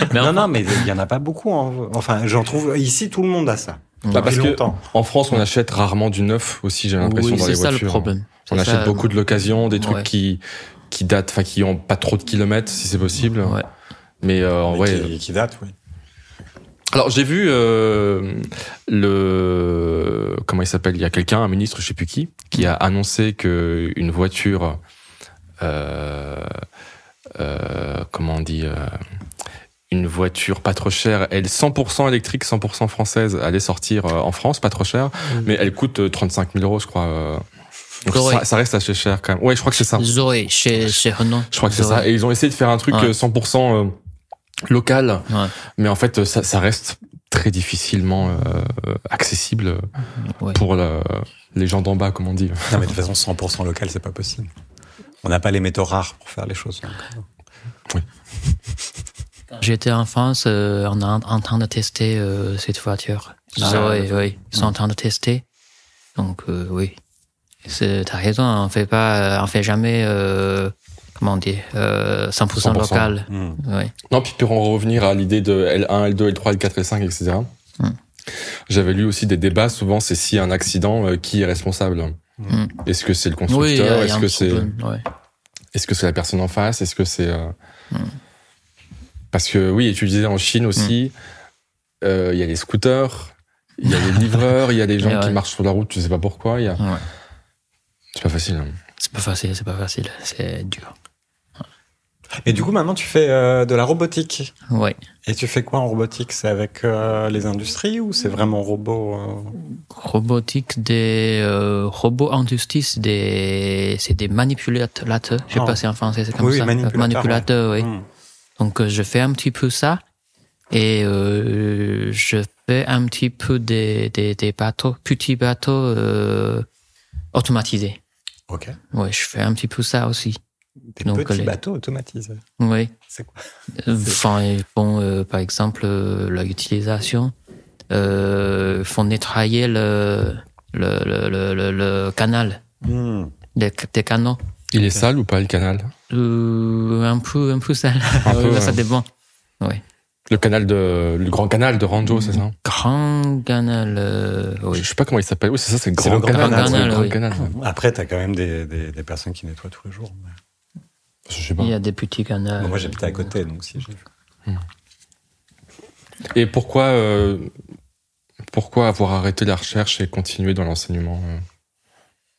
[SPEAKER 2] Bah, mais en-
[SPEAKER 3] non, non, mais il n'y en a pas beaucoup. hein. Enfin, j'en trouve, ici tout le monde a ça.
[SPEAKER 1] Bah,
[SPEAKER 3] depuis
[SPEAKER 1] parce que-
[SPEAKER 3] longtemps.
[SPEAKER 1] En France, on achète rarement du neuf aussi. J'ai l'impression
[SPEAKER 2] oui,
[SPEAKER 1] dans les
[SPEAKER 2] c'est ça
[SPEAKER 1] voitures.
[SPEAKER 2] le problème.
[SPEAKER 1] On
[SPEAKER 2] C'est
[SPEAKER 1] achète
[SPEAKER 2] ça,
[SPEAKER 1] beaucoup de l'occasion, des trucs
[SPEAKER 2] Ouais.
[SPEAKER 1] qui qui datent, enfin qui ont pas trop de kilomètres si c'est possible.
[SPEAKER 2] Ouais.
[SPEAKER 1] Mais, euh,
[SPEAKER 3] Mais
[SPEAKER 1] ouais.
[SPEAKER 3] qui, qui date, oui.
[SPEAKER 1] Alors j'ai vu euh, le comment il s'appelle Il y a quelqu'un, un ministre, je sais plus qui, qui a annoncé que une voiture, euh, euh, comment on dit, euh, une voiture pas trop chère, elle 100% électrique, 100% française, allait sortir euh, en France, pas trop chère, mais elle coûte euh, 35 000 euros, je crois. euh. Donc
[SPEAKER 2] Zoé.
[SPEAKER 1] ça, ça reste assez cher quand même. Ouais, je crois que c'est ça.
[SPEAKER 2] Zoé, chez, chez Renault.
[SPEAKER 1] Je crois que c'est
[SPEAKER 2] Zoé.
[SPEAKER 1] ça. Et ils ont essayé de faire un truc
[SPEAKER 2] Ouais.
[SPEAKER 1] euh, 100% euh, local,
[SPEAKER 2] Ouais.
[SPEAKER 1] mais en fait, euh, ça, ça reste très difficilement euh, accessible
[SPEAKER 2] Ouais.
[SPEAKER 1] pour la- les gens d'en bas, comme on dit.
[SPEAKER 3] Non, mais de toute façon, 100% local, c'est pas possible. On n'a pas les métaux rares pour faire les choses. donc, euh,
[SPEAKER 2] Quand J'étais en France, euh, on est en, en train de tester euh, cette voiture.
[SPEAKER 3] Ah,
[SPEAKER 2] Zoé,
[SPEAKER 3] d'accord.
[SPEAKER 2] oui, ils sont en train de tester. Donc euh, oui, C'est- t'as raison, on fait pas, euh, on fait jamais, euh, comment on dit, euh, 100%,
[SPEAKER 1] 100%.
[SPEAKER 2] local.
[SPEAKER 3] hmm.
[SPEAKER 2] Oui.
[SPEAKER 1] Non, puis pour en revenir à l'idée de L1, L2, L3, L4, L5, etc.
[SPEAKER 2] Mm.
[SPEAKER 1] J'avais lu aussi des débats, souvent c'est si un accident, euh, qui est responsable
[SPEAKER 2] Mm.
[SPEAKER 1] Est-ce que c'est le
[SPEAKER 2] Oui, il y a-
[SPEAKER 1] constructeur
[SPEAKER 2] il y a
[SPEAKER 1] Est-ce
[SPEAKER 2] un
[SPEAKER 1] que
[SPEAKER 2] petit
[SPEAKER 1] c'est
[SPEAKER 2] peu, ouais.
[SPEAKER 1] est-ce que c'est la personne en face Est-ce que c'est euh,
[SPEAKER 2] Mm.
[SPEAKER 1] parce que oui, et tu disais en Chine aussi,
[SPEAKER 2] Hmm.
[SPEAKER 1] euh, il y a les scooters, il y a les livreurs, il y a des gens
[SPEAKER 2] Et
[SPEAKER 1] qui
[SPEAKER 2] ouais.
[SPEAKER 1] marchent sur la route, tu sais pas pourquoi. il y a-
[SPEAKER 2] Ouais.
[SPEAKER 1] C'est pas facile. hein.
[SPEAKER 2] C'est pas facile, c'est pas facile, c'est dur.
[SPEAKER 3] Et du coup, maintenant, tu fais euh, de la robotique.
[SPEAKER 2] Oui.
[SPEAKER 3] Et tu fais quoi en robotique C'est avec euh, les industries ou c'est vraiment robot euh
[SPEAKER 2] robotique des euh, robots en justice, des c'est des manipulateurs. Je sais
[SPEAKER 3] Ah.
[SPEAKER 2] pas si en français c'est comme
[SPEAKER 3] Oui, oui,
[SPEAKER 2] ça.
[SPEAKER 3] manipulateur,
[SPEAKER 2] Manipulateurs, Mm. oui.
[SPEAKER 3] Hmm.
[SPEAKER 2] Donc euh, je fais un petit peu ça et euh, je fais un petit peu des des, des bateaux, petits bateaux euh, automatisés.
[SPEAKER 3] Ok.
[SPEAKER 2] Oui, je fais un petit peu ça aussi.
[SPEAKER 3] Des
[SPEAKER 2] Donc,
[SPEAKER 3] petits
[SPEAKER 2] les-
[SPEAKER 3] bateaux automatisés.
[SPEAKER 2] Oui.
[SPEAKER 3] C'est quoi
[SPEAKER 2] Enfin, ils font, euh, par exemple, euh, l'utilisation, euh, font nettoyer le, le, le, le, le- le canal,
[SPEAKER 3] Hmm.
[SPEAKER 2] des, des canaux.
[SPEAKER 1] Il est sale ou pas le canal
[SPEAKER 2] Euh, un peu, un peu ça,
[SPEAKER 1] Un peu,
[SPEAKER 2] bah, ça
[SPEAKER 1] ouais.
[SPEAKER 2] dépend.
[SPEAKER 1] Le canal de le grand canal de Ranjo, c'est ça
[SPEAKER 2] Grand canal, euh,
[SPEAKER 1] Je
[SPEAKER 2] oui.
[SPEAKER 1] sais pas comment il s'appelle. Oui, c'est ça, c'est le
[SPEAKER 3] C'est
[SPEAKER 1] grand
[SPEAKER 3] le grand
[SPEAKER 1] canal.
[SPEAKER 2] canal,
[SPEAKER 1] c'est le
[SPEAKER 2] oui.
[SPEAKER 1] grand canal.
[SPEAKER 3] Hmm. Après, tu as quand même des, des- des personnes qui nettoient tous les jours.
[SPEAKER 1] Je sais pas.
[SPEAKER 2] Il y a des euh, petits canaux.
[SPEAKER 3] Bon, moi, j'habitais à côté, donc si j'ai vu.
[SPEAKER 1] Et pourquoi, euh, pourquoi avoir arrêté la recherche et continuer dans l'enseignement euh,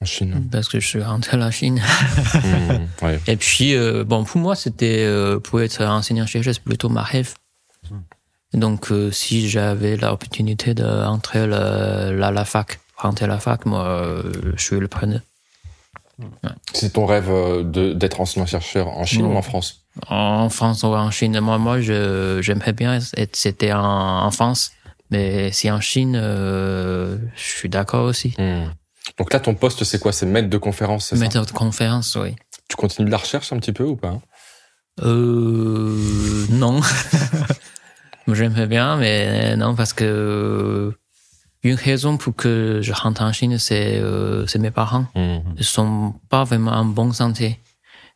[SPEAKER 1] en Chine
[SPEAKER 2] Parce que je suis rentré à la Chine.
[SPEAKER 1] Mmh, ouais.
[SPEAKER 2] Et puis, euh, bon, pour moi, c'était, euh, pour être enseignant-chercheur, c'est plutôt ma rêve.
[SPEAKER 3] Hmm.
[SPEAKER 2] Donc, euh, si j'avais l'opportunité de rentrer le- la, la fac, rentrer à la fac, moi, euh, je suis le preneur.
[SPEAKER 1] C'est ton rêve euh, de- d'être enseignant-chercheur en Chine
[SPEAKER 2] Non.
[SPEAKER 1] ou en France
[SPEAKER 2] En France ou en Chine, moi, moi, je, j'aimerais bien être, c'était en, en France. Mais si en Chine, euh, je suis d'accord aussi.
[SPEAKER 1] Mmh. Donc là, ton poste, c'est quoi C'est maître de conférence, c'est ça
[SPEAKER 2] Méthode de conférence, oui.
[SPEAKER 1] Tu continues de la recherche un petit peu ou pas
[SPEAKER 2] Euh, non. J'aimerais bien, mais non, parce que euh, une raison pour que je rentre en Chine, c'est euh, c'est mes parents.
[SPEAKER 1] Mmh.
[SPEAKER 2] Ils sont pas vraiment en bonne santé.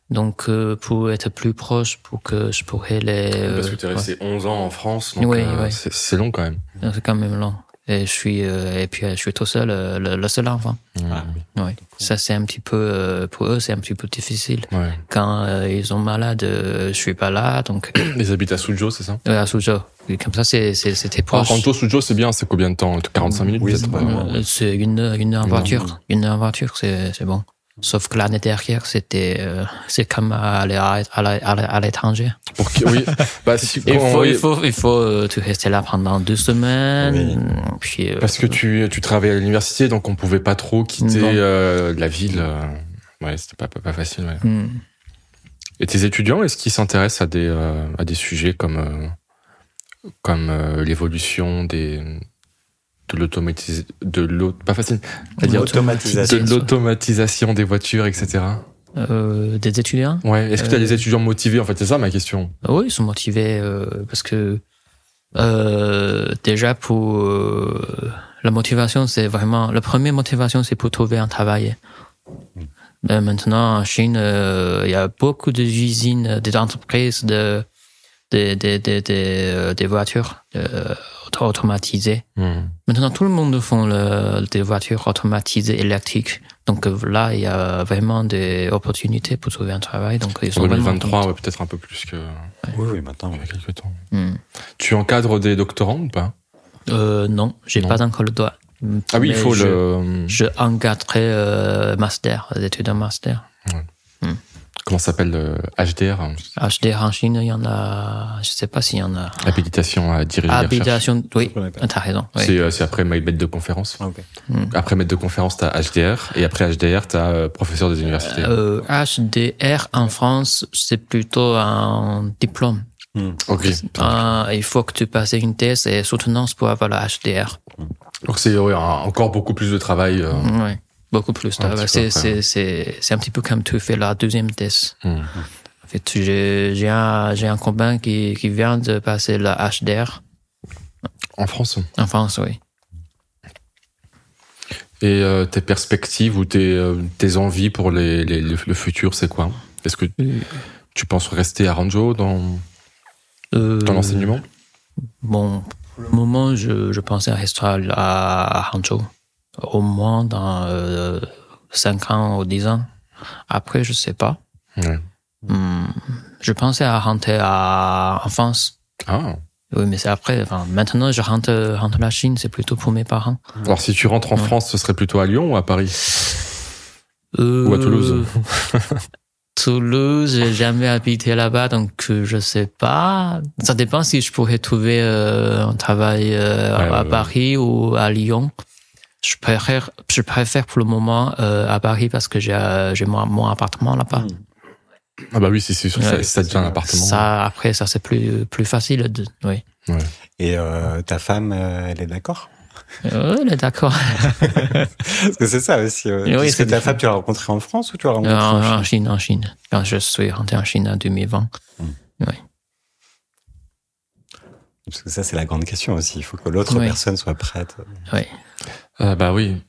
[SPEAKER 2] Donc, euh, pour être plus proche, pour que je pourrais les...
[SPEAKER 1] Ah, Parce que tu es
[SPEAKER 2] euh,
[SPEAKER 1] resté 11 ans en France, donc
[SPEAKER 2] donc, Oui,
[SPEAKER 1] euh,
[SPEAKER 2] oui.
[SPEAKER 1] c'est c'est long quand même.
[SPEAKER 2] ouais, c'est quand même long. Et je suis, euh, et puis, euh, je suis tout seul, euh, le, le seul enfant.
[SPEAKER 3] Ah,
[SPEAKER 1] Mmh.
[SPEAKER 2] Ouais. Ça, c'est un petit peu, euh, pour eux, c'est un petit peu difficile.
[SPEAKER 1] Ouais.
[SPEAKER 2] Quand euh, ils sont malades, euh, je suis pas là, donc
[SPEAKER 1] Les habitent à Suzhou, c'est ça
[SPEAKER 2] Ouais, à Suzhou. Et Comme ça, c'est- c'est- c'était
[SPEAKER 1] Par
[SPEAKER 2] proche.
[SPEAKER 1] Ranto, Ah, Suzhou, c'est bien, c'est combien de temps 45 minutes
[SPEAKER 3] Oui,
[SPEAKER 1] peut-être
[SPEAKER 3] c'est pas
[SPEAKER 1] euh,
[SPEAKER 3] loin.
[SPEAKER 2] Euh, C'est une heure, une heure en
[SPEAKER 1] Une
[SPEAKER 2] voiture. Une heure en voiture, c'est c'est bon. Sauf que l'année dernière, c'était euh, c'est comme aller à, à, la- à la- à l'étranger.
[SPEAKER 1] pour qui- Oui. Bah, si-
[SPEAKER 2] Il
[SPEAKER 1] quand-
[SPEAKER 2] faut,
[SPEAKER 1] oui,
[SPEAKER 2] il faut, il faut, euh, tu restais là pendant deux semaines. Puis, euh,
[SPEAKER 1] Parce que tu, tu travaillais à l'université, donc on pouvait pas trop quitter
[SPEAKER 2] Non.
[SPEAKER 1] euh, la ville. euh, Ouais, c'était pas, pas, pas facile. ouais.
[SPEAKER 2] hmm.
[SPEAKER 1] Et tes étudiants, est-ce qu'ils s'intéressent à des, euh, à des sujets comme, euh, comme euh, l'évolution des de l'automatisation, de l'au- pas facile, c'est-à-dire de
[SPEAKER 3] L'automatisation.
[SPEAKER 1] l'automatisation des voitures, etc.
[SPEAKER 2] Euh, des étudiants,
[SPEAKER 1] Ouais. Est-ce que t'as
[SPEAKER 2] Euh.
[SPEAKER 1] des étudiants motivés En fait, c'est ça ma question.
[SPEAKER 2] oui, Ah ils sont motivés euh, parce que euh, déjà pour euh, la motivation, c'est vraiment la première motivation, c'est pour trouver un travail. Euh, maintenant, en Chine, euh, il y a beaucoup de usines, euh, des entreprises de des des des des, euh, des voitures euh, auto- automatisées.
[SPEAKER 1] Hmm.
[SPEAKER 2] Maintenant, tout le monde font le, des voitures automatisées électriques. Donc euh, là, il y a vraiment des opportunités pour trouver un travail. Donc ils sont
[SPEAKER 1] En
[SPEAKER 2] vraiment
[SPEAKER 1] 2023, ouais, peut-être un peu plus que
[SPEAKER 3] Oui, oui, maintenant.
[SPEAKER 1] il y a quelques temps.
[SPEAKER 2] Hmm.
[SPEAKER 1] Tu encadres des doctorants ou pas
[SPEAKER 2] Euh, non, j'ai
[SPEAKER 1] Non.
[SPEAKER 2] pas encore le doigt.
[SPEAKER 1] Ah oui, il
[SPEAKER 2] Mais
[SPEAKER 1] faut
[SPEAKER 2] je,
[SPEAKER 1] le.
[SPEAKER 2] Je encadrerai euh, master, des études en master.
[SPEAKER 1] comment ça s'appelle le HDR
[SPEAKER 2] HDR en Chine, il y en a, je sais pas s'il y en a.
[SPEAKER 1] Habilitation à diriger la recherche.
[SPEAKER 2] Habilitation, oui, Ah,
[SPEAKER 3] connais pas.
[SPEAKER 2] t'as raison. oui.
[SPEAKER 1] C'est euh, c'est après maître de conférence.
[SPEAKER 3] Ah, ok.
[SPEAKER 2] Hmm.
[SPEAKER 1] Après maître de conférence, t'as HDR. Et après HDR, t'as euh, professeur des universités.
[SPEAKER 2] Euh, HDR en France, c'est plutôt un diplôme.
[SPEAKER 3] Hmm.
[SPEAKER 1] ok.
[SPEAKER 2] Un- il faut que tu passes une thèse et soutenance pour avoir le HDR.
[SPEAKER 1] Donc c'est ouais, un- encore beaucoup plus de travail. euh,
[SPEAKER 2] Ouais, beaucoup plus.
[SPEAKER 1] Un
[SPEAKER 2] là.
[SPEAKER 1] petit peu
[SPEAKER 2] C'est
[SPEAKER 1] après,
[SPEAKER 2] c'est- c'est- c'est un petit peu comme tu fais la deuxième thèse.
[SPEAKER 1] Hmm.
[SPEAKER 2] En fait, j'ai j'ai un, j'ai un copain qui, qui vient de passer la HDR
[SPEAKER 1] En France.
[SPEAKER 2] en France, oui.
[SPEAKER 1] Et euh, tes perspectives ou tes, euh, tes envies pour les, les- le, le futur, c'est quoi Est-ce que tu penses rester à Ranjo dans,
[SPEAKER 2] Euh,
[SPEAKER 1] dans l'enseignement
[SPEAKER 2] Bon, pour le moment, je, je pensais rester à, à Hangzhou. Au moins dans 5 ans ou 10 ans. Après, je sais pas.
[SPEAKER 1] Ouais.
[SPEAKER 2] Hmm, je pensais à rentrer à, en France.
[SPEAKER 1] Ah.
[SPEAKER 2] Oui, mais c'est après. Enfin, maintenant, je rentre, rentre la Chine. C'est plutôt pour mes parents.
[SPEAKER 1] Alors si tu rentres en
[SPEAKER 2] Ouais.
[SPEAKER 1] France, ce serait plutôt à Lyon ou à Paris
[SPEAKER 2] Euh,
[SPEAKER 1] Ou à Toulouse
[SPEAKER 2] Toulouse, j'ai jamais habité là-bas, donc euh, je sais pas. Ça dépend si je pourrais trouver euh, un travail euh,
[SPEAKER 1] Ouais,
[SPEAKER 2] à
[SPEAKER 1] ouais,
[SPEAKER 2] Paris ou à Lyon. Je préfère, je préfère pour le moment euh, à Paris parce que j'ai euh, j'ai mon, mon appartement là-bas.
[SPEAKER 3] Mm.
[SPEAKER 1] Ah bah oui, c'est sûr, ça,
[SPEAKER 2] Ouais,
[SPEAKER 1] ça devient un appartement.
[SPEAKER 2] Ça, après, ça c'est plus plus facile. De, oui,
[SPEAKER 3] Et euh, ta femme, euh, elle est d'accord
[SPEAKER 2] Euh, elle est d'accord.
[SPEAKER 3] Parce que c'est ça aussi. euh,
[SPEAKER 2] Oui,
[SPEAKER 3] parce
[SPEAKER 2] c'est
[SPEAKER 3] que ta
[SPEAKER 2] différent. Ah,
[SPEAKER 3] femme, tu l'as rencontrée en France ou tu l'as
[SPEAKER 2] en,
[SPEAKER 3] rencontrée en Chine
[SPEAKER 2] Euh, en Chine, en Chine. Quand je suis rentré en Chine en 2020.
[SPEAKER 3] Parce que ça, c'est la grande question aussi. Il faut que l'autre
[SPEAKER 2] Oui.
[SPEAKER 3] personne soit prête.
[SPEAKER 2] Oui.
[SPEAKER 1] Ah bah oui.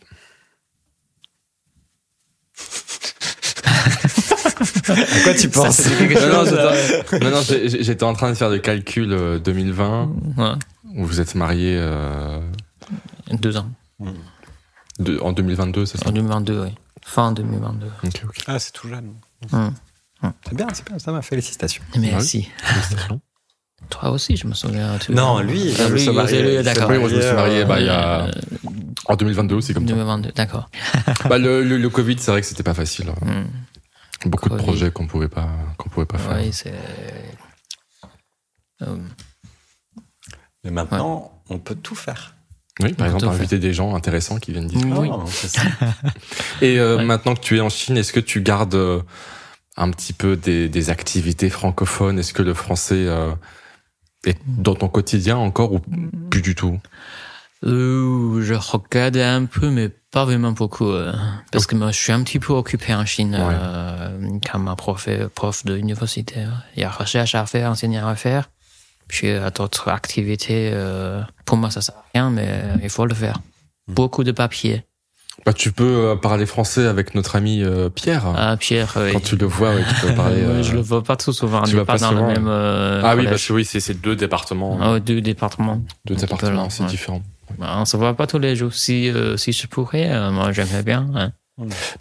[SPEAKER 3] À quoi
[SPEAKER 2] Ça,
[SPEAKER 3] tu penses
[SPEAKER 2] c'est quelque
[SPEAKER 1] Non, non,
[SPEAKER 2] chose, euh,
[SPEAKER 1] j'étais- non, non, j'ai- j'ai- j'étais en train de faire le calcul euh, 2020,
[SPEAKER 2] ouais.
[SPEAKER 1] où vous êtes marié euh,
[SPEAKER 2] Deux ans.
[SPEAKER 1] de- en 2022, c'est ça
[SPEAKER 2] En 2022, oui. Fin 2022.
[SPEAKER 1] Ok, ok.
[SPEAKER 3] Ah, c'est tout jeune.
[SPEAKER 2] Hmm.
[SPEAKER 3] C'est bien, c'est bien. Ça m'a félicitations.
[SPEAKER 2] Merci.
[SPEAKER 1] Félicitations.
[SPEAKER 2] Toi aussi, je me souviens. tu-
[SPEAKER 3] Non, lui,
[SPEAKER 2] Ah,
[SPEAKER 3] il
[SPEAKER 2] lui,
[SPEAKER 3] se marie.
[SPEAKER 2] lui, d'accord.
[SPEAKER 1] Oui, moi je me suis marié bah, il y a...
[SPEAKER 2] Euh,
[SPEAKER 1] en 2022 aussi, comme ça.
[SPEAKER 2] 2022, d'accord.
[SPEAKER 1] Bah, le, le, le Covid, c'est vrai que c'était pas facile.
[SPEAKER 2] Hmm.
[SPEAKER 1] Beaucoup de
[SPEAKER 2] Covid.
[SPEAKER 1] projets qu'on pouvait pas, qu'on pouvait pas faire.
[SPEAKER 2] Oui, c'est. Euh,
[SPEAKER 3] Mais maintenant, on peut tout faire.
[SPEAKER 1] Oui, par
[SPEAKER 2] On peut
[SPEAKER 1] exemple,
[SPEAKER 2] tout faire.
[SPEAKER 1] inviter des gens intéressants qui viennent discuter.
[SPEAKER 2] oui.
[SPEAKER 3] Ah, c'est ça.
[SPEAKER 1] Et euh,
[SPEAKER 2] Ouais.
[SPEAKER 1] maintenant que tu es en Chine, est-ce que tu gardes euh, un petit peu des, des activités francophones Est-ce que le français euh, est dans ton quotidien encore ou
[SPEAKER 2] Mm.
[SPEAKER 1] plus du tout
[SPEAKER 2] Euh, je regarde un peu, mais pas vraiment beaucoup. euh, parce que moi, je suis un petit peu occupé en Chine,
[SPEAKER 1] Ouais.
[SPEAKER 2] euh, comme un prof, prof de l'université. Il y a recherche à faire, enseignement à faire. Puis euh, d'autres activités. euh, pour moi, ça sert à rien, mais euh, il faut le faire.
[SPEAKER 3] Hmm.
[SPEAKER 2] Beaucoup de papier.
[SPEAKER 1] Bah, tu peux euh, parler français avec notre ami euh, Pierre.
[SPEAKER 2] Ah, Pierre, oui.
[SPEAKER 1] Quand tu le vois, ouais, tu peux parler.
[SPEAKER 2] Euh,
[SPEAKER 1] euh,
[SPEAKER 2] Je le vois pas trop souvent.
[SPEAKER 1] tu
[SPEAKER 2] on
[SPEAKER 1] vas
[SPEAKER 2] n'est pas,
[SPEAKER 1] pas
[SPEAKER 2] dans
[SPEAKER 1] souvent,
[SPEAKER 2] le même. euh,
[SPEAKER 1] Ah oui, bah,
[SPEAKER 2] collège.
[SPEAKER 1] parce que oui, c'est c'est deux départements,
[SPEAKER 2] Ah, deux départements.
[SPEAKER 1] deux
[SPEAKER 2] un petit peu
[SPEAKER 1] départements,
[SPEAKER 2] lent,
[SPEAKER 1] c'est
[SPEAKER 2] ouais.
[SPEAKER 1] différent.
[SPEAKER 2] Bah, on se voit pas tous les jours. Si euh, si je pourrais, euh, moi j'aimerais bien. hein.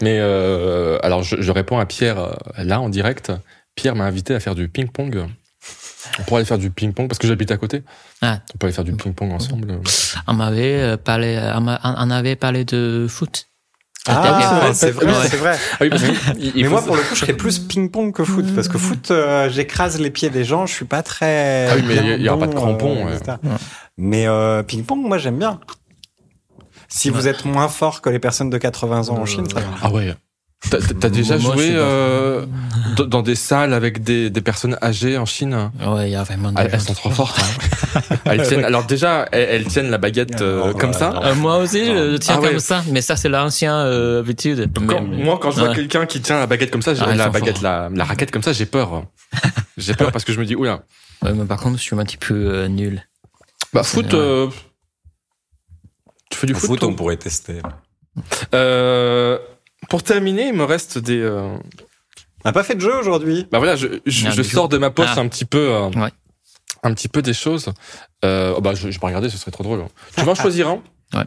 [SPEAKER 1] Mais euh, alors, je, je réponds à Pierre euh, là en direct. Pierre m'a invité à faire du ping-pong. On pourrait aller faire du ping-pong parce que j'habite à côté.
[SPEAKER 2] Ah.
[SPEAKER 1] On peut aller faire du ping-pong ensemble.
[SPEAKER 2] On m'avait euh, parlé, on, m'a- on avait parlé de foot.
[SPEAKER 3] Ah, c'est vrai,
[SPEAKER 2] Ouais.
[SPEAKER 3] c'est vrai.
[SPEAKER 1] Ah oui, parce que il- il
[SPEAKER 3] Mais
[SPEAKER 1] faut
[SPEAKER 3] moi,
[SPEAKER 1] se-
[SPEAKER 3] pour le coup, je serais plus ping-pong que foot. Parce que foot, euh, j'écrase les pieds des gens, je suis pas très.
[SPEAKER 1] Ah oui, mais
[SPEAKER 3] bien
[SPEAKER 1] il y- il y aura
[SPEAKER 3] bon, euh,
[SPEAKER 1] pas de crampons,
[SPEAKER 3] etc.
[SPEAKER 2] ouais.
[SPEAKER 3] Mais euh, ping-pong, moi, j'aime bien. Si vous
[SPEAKER 2] Ouais.
[SPEAKER 3] êtes moins fort que les personnes de 80 ans en
[SPEAKER 2] Euh,
[SPEAKER 3] Chine, ça va.
[SPEAKER 1] Ah ouais. T'as- T'as t'as déjà
[SPEAKER 2] Moi, je
[SPEAKER 1] joué
[SPEAKER 2] sais pas.
[SPEAKER 1] euh, dans- dans des salles avec des, des personnes âgées en Chine
[SPEAKER 2] Ouais, il y a vraiment. des
[SPEAKER 1] Elles, Ah, elles
[SPEAKER 2] gens
[SPEAKER 1] sont trop
[SPEAKER 2] qui-
[SPEAKER 1] fortes. hein. elles tiennent, alors déjà, elles, elles tiennent la baguette euh,
[SPEAKER 3] Non,
[SPEAKER 1] comme
[SPEAKER 3] ouais,
[SPEAKER 1] ça.
[SPEAKER 3] non.
[SPEAKER 2] Euh, moi aussi, je le tiens
[SPEAKER 1] Ah
[SPEAKER 2] comme
[SPEAKER 1] ouais.
[SPEAKER 2] ça, mais ça c'est l'ancien euh, habitude.
[SPEAKER 1] Quand-
[SPEAKER 2] Mais-
[SPEAKER 1] moi, quand je vois
[SPEAKER 2] Ouais.
[SPEAKER 1] quelqu'un qui tient la baguette comme ça, j'ai-
[SPEAKER 2] Ah, ils
[SPEAKER 1] la
[SPEAKER 2] sont
[SPEAKER 1] baguette,
[SPEAKER 2] forts.
[SPEAKER 1] la, la raquette comme ça, j'ai peur. J'ai peur parce que je me dis, oula.
[SPEAKER 2] Ouais, mais par contre, je suis un petit peu euh, nul.
[SPEAKER 1] Bah,
[SPEAKER 2] C'est
[SPEAKER 1] foot,
[SPEAKER 2] vrai.
[SPEAKER 1] euh, tu fais du
[SPEAKER 3] Le
[SPEAKER 1] foot,
[SPEAKER 3] foot,
[SPEAKER 1] toi
[SPEAKER 3] on pourrait tester.
[SPEAKER 1] Euh, Pour terminer, il me reste des. euh,
[SPEAKER 3] On n'a pas fait de jeu aujourd'hui.
[SPEAKER 1] Bah voilà, je, je,
[SPEAKER 2] Ah,
[SPEAKER 1] je
[SPEAKER 2] du
[SPEAKER 1] sors de ma poche
[SPEAKER 2] Ah.
[SPEAKER 1] un petit peu, euh,
[SPEAKER 2] Ouais.
[SPEAKER 1] un petit peu des choses. Euh, oh bah je, je vais regarder, ce serait trop drôle. hein. Tu vas en choisir un.
[SPEAKER 2] Ouais.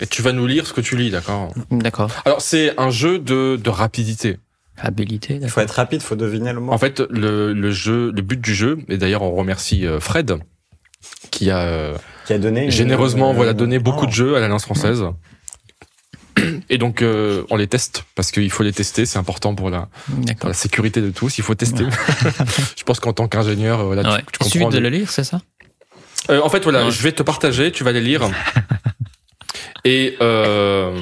[SPEAKER 1] Et tu vas nous lire ce que tu lis, d'accord
[SPEAKER 2] D'accord.
[SPEAKER 1] Alors c'est un jeu de, de rapidité.
[SPEAKER 2] Habilité.
[SPEAKER 3] Il
[SPEAKER 2] d'accord.
[SPEAKER 3] faut être rapide, il faut deviner le mot.
[SPEAKER 1] En fait, le, le jeu, le but du jeu, et d'ailleurs on remercie euh, Fred qui a euh,
[SPEAKER 3] qui a donné une-
[SPEAKER 1] généreusement
[SPEAKER 3] euh,
[SPEAKER 1] voilà donné beaucoup
[SPEAKER 3] oh.
[SPEAKER 1] de jeux à l'Alliance française. Et donc, euh, on les teste parce qu'il faut les tester. C'est important pour la, pour
[SPEAKER 2] D'accord.
[SPEAKER 1] la sécurité de tous. Il faut tester.
[SPEAKER 2] Ouais.
[SPEAKER 1] je pense qu'en tant qu'ingénieur, euh, voilà,
[SPEAKER 2] Ah ouais.
[SPEAKER 1] tu, tu
[SPEAKER 2] Il suffit
[SPEAKER 1] comprends.
[SPEAKER 2] de
[SPEAKER 1] les-
[SPEAKER 2] le lire, c'est ça
[SPEAKER 1] Euh, en fait, voilà,
[SPEAKER 2] Non.
[SPEAKER 1] je vais te partager. Tu vas les lire. Et euh...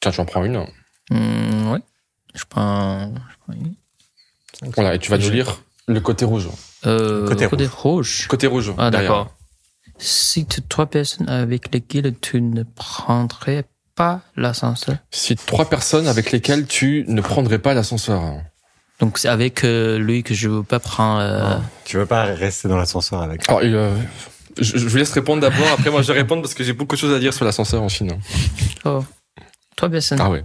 [SPEAKER 1] tiens, j'en prends une.
[SPEAKER 2] Hum, Ouais. Je prends. je prends une.
[SPEAKER 1] Voilà, et tu vas nous
[SPEAKER 2] Je-
[SPEAKER 1] lire le côté rouge.
[SPEAKER 2] Euh,
[SPEAKER 3] Côté
[SPEAKER 2] rouge.
[SPEAKER 1] Côté rouge.
[SPEAKER 2] Ah,
[SPEAKER 1] derrière.
[SPEAKER 2] d'accord. Cite trois personnes avec lesquelles tu ne prendrais pas l'ascenseur.
[SPEAKER 1] Si trois personnes avec lesquelles tu ne prendrais pas l'ascenseur.
[SPEAKER 2] Donc, c'est avec euh, lui que je veux pas prendre. euh,
[SPEAKER 3] Tu veux pas rester dans l'ascenseur avec
[SPEAKER 1] Alors, il, euh, je, je vous laisse répondre d'abord. Après, moi, je vais répondre parce que j'ai beaucoup de choses à dire sur l'ascenseur en Chine.
[SPEAKER 2] oh, Trois personnes.
[SPEAKER 1] Ah ouais.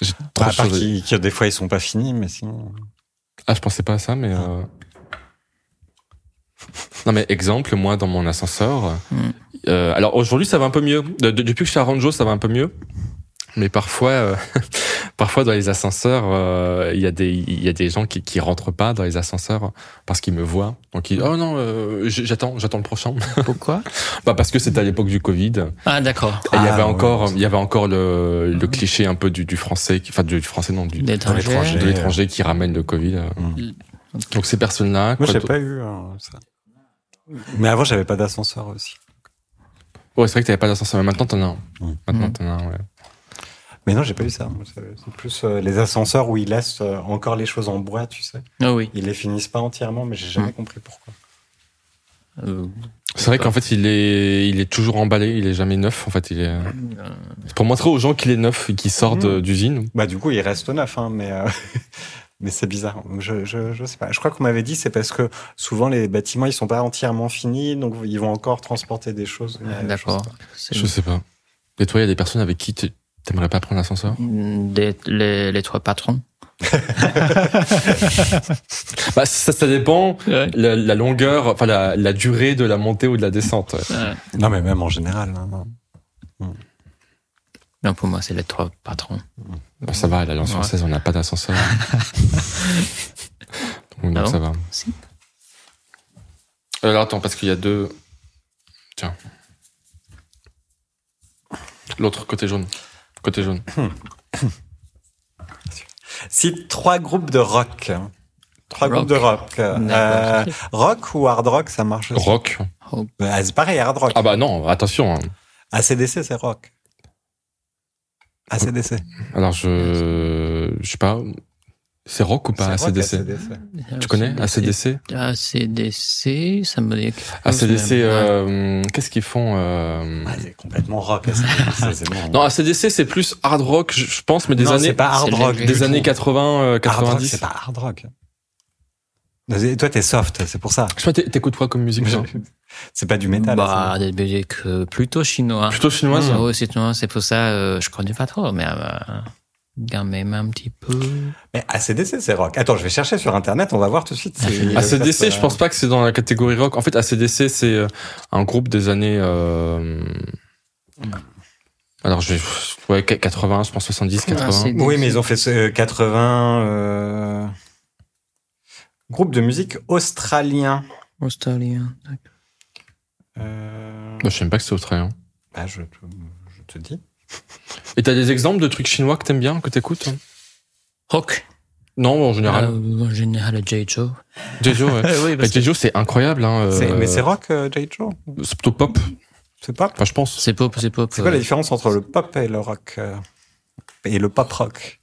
[SPEAKER 1] J'ai trop
[SPEAKER 3] Bah,
[SPEAKER 1] de
[SPEAKER 3] À part
[SPEAKER 1] choses à dire.
[SPEAKER 3] qui, qui, des fois ils sont pas finis, mais sinon.
[SPEAKER 1] Ah, je pensais pas à ça, mais. euh, Non, mais exemple, moi, dans mon ascenseur.
[SPEAKER 2] Mm.
[SPEAKER 1] euh, alors, aujourd'hui, ça va un peu mieux. De- de- depuis que je suis à Ranjo, ça va un peu mieux. Mais parfois, euh, parfois dans les ascenseurs, euh, il y a des il y a des gens qui qui rentrent pas dans les ascenseurs parce qu'ils me voient. Donc ils oh non, euh, j- j'attends j'attends le prochain.
[SPEAKER 2] Pourquoi
[SPEAKER 1] bah parce que c'était à l'époque du Covid.
[SPEAKER 2] Ah, d'accord.
[SPEAKER 1] Et il y
[SPEAKER 3] Ah,
[SPEAKER 1] avait
[SPEAKER 3] ouais.
[SPEAKER 1] encore, il y avait encore le,
[SPEAKER 2] Mm.
[SPEAKER 1] le cliché un peu du, du français, qui- enfin du, du français non, du, de
[SPEAKER 2] D'étranger.
[SPEAKER 3] l'étranger.
[SPEAKER 1] l'étranger qui ramène le Covid. euh.
[SPEAKER 3] Mm.
[SPEAKER 1] Donc ces personnes-là,
[SPEAKER 3] Moi,
[SPEAKER 1] quoi
[SPEAKER 3] j'ai
[SPEAKER 1] d'autre-
[SPEAKER 3] pas eu hein, ça. Mais avant, j'avais pas d'ascenseur aussi.
[SPEAKER 1] ouais, c'est vrai que t'avais pas d'ascenseur, mais maintenant t'en as un.
[SPEAKER 3] Mm.
[SPEAKER 1] Maintenant
[SPEAKER 2] Mm.
[SPEAKER 1] t'en as un, ouais.
[SPEAKER 3] Mais non, j'ai pas eu ça. Moi, C'est c'est plus euh, les ascenseurs où ils laissent euh, encore les choses en bois, tu sais.
[SPEAKER 2] Ah oui.
[SPEAKER 3] Ils les finissent pas entièrement, mais j'ai jamais compris pourquoi.
[SPEAKER 2] Euh,
[SPEAKER 1] C'est vrai qu'en fait il est, il est toujours emballé, il est jamais neuf. En fait, il
[SPEAKER 2] Euh.
[SPEAKER 1] est c'est pour montrer aux gens qu'il est neuf et qu'il sort de-
[SPEAKER 3] Mm.
[SPEAKER 1] d'usine.
[SPEAKER 3] Bah, du coup, il reste neuf, hein, mais, euh, mais c'est bizarre. Je, je, je sais pas. Je crois qu'on m'avait dit, c'est parce que souvent les bâtiments, ils sont pas entièrement finis, donc ils vont encore transporter des choses. mais, euh, je
[SPEAKER 2] D'accord.
[SPEAKER 3] sais pas.
[SPEAKER 2] C'est-
[SPEAKER 1] Je sais pas. Et toi, il y a des personnes avec qui tu- t'aimerais pas prendre l'ascenseur
[SPEAKER 2] Des- les, les trois patrons.
[SPEAKER 1] Bah ça, ça dépend la, la longueur, enfin la, la durée de la montée ou de la descente. ouais.
[SPEAKER 2] Euh,
[SPEAKER 3] Non, mais même en général. hein, non.
[SPEAKER 2] non, pour moi, c'est les trois patrons.
[SPEAKER 1] Bah, ça va, la lance
[SPEAKER 2] Ouais.
[SPEAKER 1] française, on n'a pas d'ascenseur. donc donc,
[SPEAKER 2] Ah bon
[SPEAKER 1] ça va. Euh,
[SPEAKER 2] Si.
[SPEAKER 1] Alors attends, parce qu'il y a deux. Tiens. L'autre côté jaune. Côté jaune.
[SPEAKER 3] Cite trois groupes de rock. Trois
[SPEAKER 2] Rock.
[SPEAKER 3] groupes de rock. Euh,
[SPEAKER 2] D'accord.
[SPEAKER 3] rock ou hard rock, ça marche aussi.
[SPEAKER 1] Rock.
[SPEAKER 2] Oh,
[SPEAKER 3] Bah, c'est pareil, hard rock.
[SPEAKER 1] Ah bah non, attention. hein.
[SPEAKER 3] ACDC, c'est rock. ACDC.
[SPEAKER 1] Alors je. Je sais pas. C'est rock ou pas
[SPEAKER 3] C'est rock,
[SPEAKER 1] ACDC Tu connais
[SPEAKER 2] Ah,
[SPEAKER 1] ACDC
[SPEAKER 2] ACDC, ça me dit.
[SPEAKER 1] ACDC,
[SPEAKER 2] Ouais.
[SPEAKER 1] euh, qu'est-ce qu'ils font euh,
[SPEAKER 3] Ah, c'est complètement rock, ACDC. c'est bon.
[SPEAKER 1] Non, ACDC, c'est plus hard rock, je- je pense, mais des
[SPEAKER 3] Non, c'est
[SPEAKER 1] années.
[SPEAKER 3] pas hard
[SPEAKER 2] c'est
[SPEAKER 3] rock.
[SPEAKER 2] léger.
[SPEAKER 3] du
[SPEAKER 1] Des
[SPEAKER 3] tout.
[SPEAKER 1] années 80, euh,
[SPEAKER 3] Hard rock,
[SPEAKER 1] 90.
[SPEAKER 3] C'est pas hard rock. Vas-y, Toi, t'es soft, c'est pour ça.
[SPEAKER 1] Je sais pas, t'é- t'écoutes quoi comme musique toi
[SPEAKER 3] C'est pas du métal.
[SPEAKER 2] Bah, des musiques euh, plutôt chinois.
[SPEAKER 1] Plutôt chinoise
[SPEAKER 2] Ah, Ouais, c'est toi, c'est pour ça, euh, je connais pas trop, mais euh, quand même un petit peu.
[SPEAKER 3] ça. Mais ACDC, c'est rock. Attends, je vais chercher sur Internet, on va voir tout de suite. si-
[SPEAKER 1] ACDC, je pense pas que c'est dans la catégorie rock. En fait, ACDC, c'est euh, un groupe des années... euh, Alors, je vais... Ouais, qu- 80, je pense 70, 80.
[SPEAKER 2] ACDC.
[SPEAKER 3] Oui, mais ils ont fait ce, euh, 80... euh, Groupe de musique australien.
[SPEAKER 2] Australien. d'accord.
[SPEAKER 3] Euh,
[SPEAKER 1] Bah, je sais même pas que c'est australien.
[SPEAKER 3] bah, je, te- je te dis.
[SPEAKER 1] Et t'as des exemples de trucs chinois que t'aimes bien, que t'écoutes hein
[SPEAKER 2] Rock.
[SPEAKER 1] Non, en général. Ah
[SPEAKER 2] Euh, en général, J. Joe.
[SPEAKER 1] Jeju, ouais. Bah,
[SPEAKER 2] oui,
[SPEAKER 1] Mais Jeju, c'est incroyable. Hein,
[SPEAKER 3] C'est-
[SPEAKER 1] euh,
[SPEAKER 3] Mais c'est rock, euh, J. Joe
[SPEAKER 1] c'est plutôt pop,
[SPEAKER 3] C'est pop
[SPEAKER 1] enfin, je pense.
[SPEAKER 2] c'est pop, c'est pop.
[SPEAKER 3] C'est quoi
[SPEAKER 2] euh,
[SPEAKER 3] la différence entre le pop et le rock euh, Et le pop rock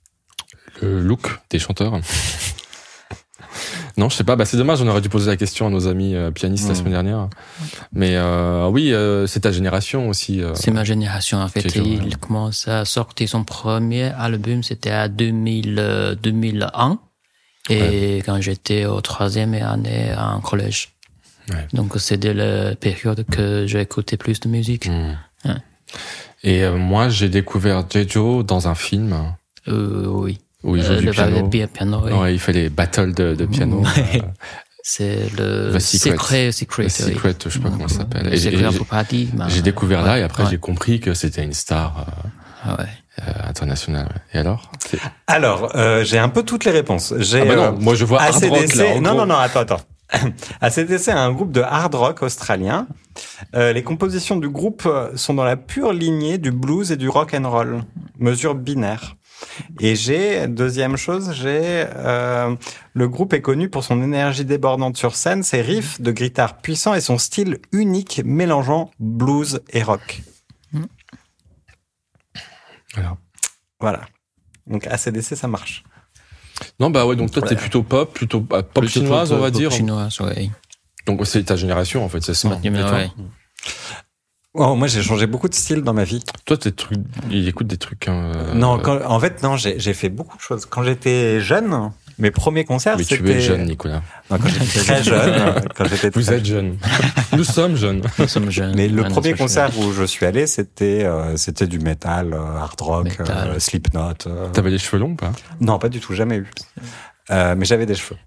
[SPEAKER 1] Le look des chanteurs. non, je sais pas. Bah, c'est dommage. On aurait dû poser la question à nos amis euh, pianistes
[SPEAKER 2] Hmm.
[SPEAKER 1] la
[SPEAKER 3] Mm.
[SPEAKER 1] semaine dernière. Mais euh, oui, euh, c'est ta génération aussi. euh.
[SPEAKER 2] C'est ma génération en fait.
[SPEAKER 1] J. Joe,
[SPEAKER 2] Il commence à sortir son premier album, c'était à 2000, euh, 2001. Et quand j'étais au troisième année en collège.
[SPEAKER 1] Ouais.
[SPEAKER 2] Donc c'est de la période que j'ai écouté plus de musique.
[SPEAKER 1] Mm.
[SPEAKER 2] Ouais.
[SPEAKER 1] Et euh, moi, j'ai découvert Jejo dans un film
[SPEAKER 2] Euh, oui.
[SPEAKER 1] où il joue
[SPEAKER 2] Euh,
[SPEAKER 1] du
[SPEAKER 2] le va-
[SPEAKER 1] piano.
[SPEAKER 2] le pi- piano, oui.
[SPEAKER 1] Ouais, il fait les battles de, de piano.
[SPEAKER 2] Ouais.
[SPEAKER 1] euh,
[SPEAKER 2] C'est le
[SPEAKER 1] The Secret.
[SPEAKER 2] secret,
[SPEAKER 1] The
[SPEAKER 2] secret, oui. Mm-hmm.
[SPEAKER 1] Secret, je sais pas comment ça s'appelle. Et j'ai-
[SPEAKER 2] Secret ben, pour party, mais-
[SPEAKER 1] J'ai découvert là
[SPEAKER 2] ouais,
[SPEAKER 1] et après
[SPEAKER 2] ouais,
[SPEAKER 1] j'ai compris que c'était une star
[SPEAKER 2] ah ouais.
[SPEAKER 1] euh, euh, internationale. ouais. Et alors C'est-
[SPEAKER 3] Alors, euh, j'ai un peu toutes les réponses. J'ai
[SPEAKER 1] Ah bah non,
[SPEAKER 3] euh,
[SPEAKER 1] moi je vois hard rock là.
[SPEAKER 3] ACDC.
[SPEAKER 1] en
[SPEAKER 3] Non,
[SPEAKER 1] gros.
[SPEAKER 3] non, non, attends, attends. ACDC est un groupe de hard rock australien Euh, les compositions du groupe sont dans la pure lignée du blues et du rock and roll, mesure binaire. Et j'ai, deuxième chose, j'ai, euh, le groupe est connu pour son énergie débordante sur scène, ses riffs de guitare puissants et son style unique mélangeant blues et rock.
[SPEAKER 1] Hmm. Voilà.
[SPEAKER 3] Voilà. Donc ACDC, ça marche.
[SPEAKER 1] Non, bah ouais, donc toi, t'es plutôt pop, plutôt bah, pop
[SPEAKER 2] Plutôt
[SPEAKER 1] chinoise,
[SPEAKER 2] pop-
[SPEAKER 1] on va
[SPEAKER 2] pop
[SPEAKER 1] dire.
[SPEAKER 2] Chinoise, ouais.
[SPEAKER 1] Donc c'est ta génération, en fait, c'est ça. hein.
[SPEAKER 2] Ouais, mais
[SPEAKER 1] Et toi,
[SPEAKER 2] ouais.
[SPEAKER 3] Oh, moi, j'ai changé beaucoup de styles dans ma vie.
[SPEAKER 1] toi t'es truc, il écoute des trucs. euh,
[SPEAKER 3] Non, quand- en fait, non, j'ai j'ai fait beaucoup de choses. Quand j'étais jeune, mes premiers concerts,
[SPEAKER 1] Mais
[SPEAKER 3] c'était...
[SPEAKER 1] tu es jeune, Nicolas.
[SPEAKER 3] Non, quand j'étais très jeune, quand j'étais
[SPEAKER 1] Vous
[SPEAKER 3] très
[SPEAKER 1] êtes jeune. Nous sommes jeunes.
[SPEAKER 2] Nous sommes jeunes.
[SPEAKER 3] Mais le
[SPEAKER 2] Ouais, nous
[SPEAKER 3] premier
[SPEAKER 2] sommes
[SPEAKER 3] concert où je suis allé, c'était euh, c'était du métal, euh, hard rock,
[SPEAKER 2] Métal.
[SPEAKER 3] euh, Slipknot. euh,
[SPEAKER 1] T'avais les cheveux longs, ou pas
[SPEAKER 3] Non, pas du tout, jamais eu. Euh, mais j'avais des cheveux.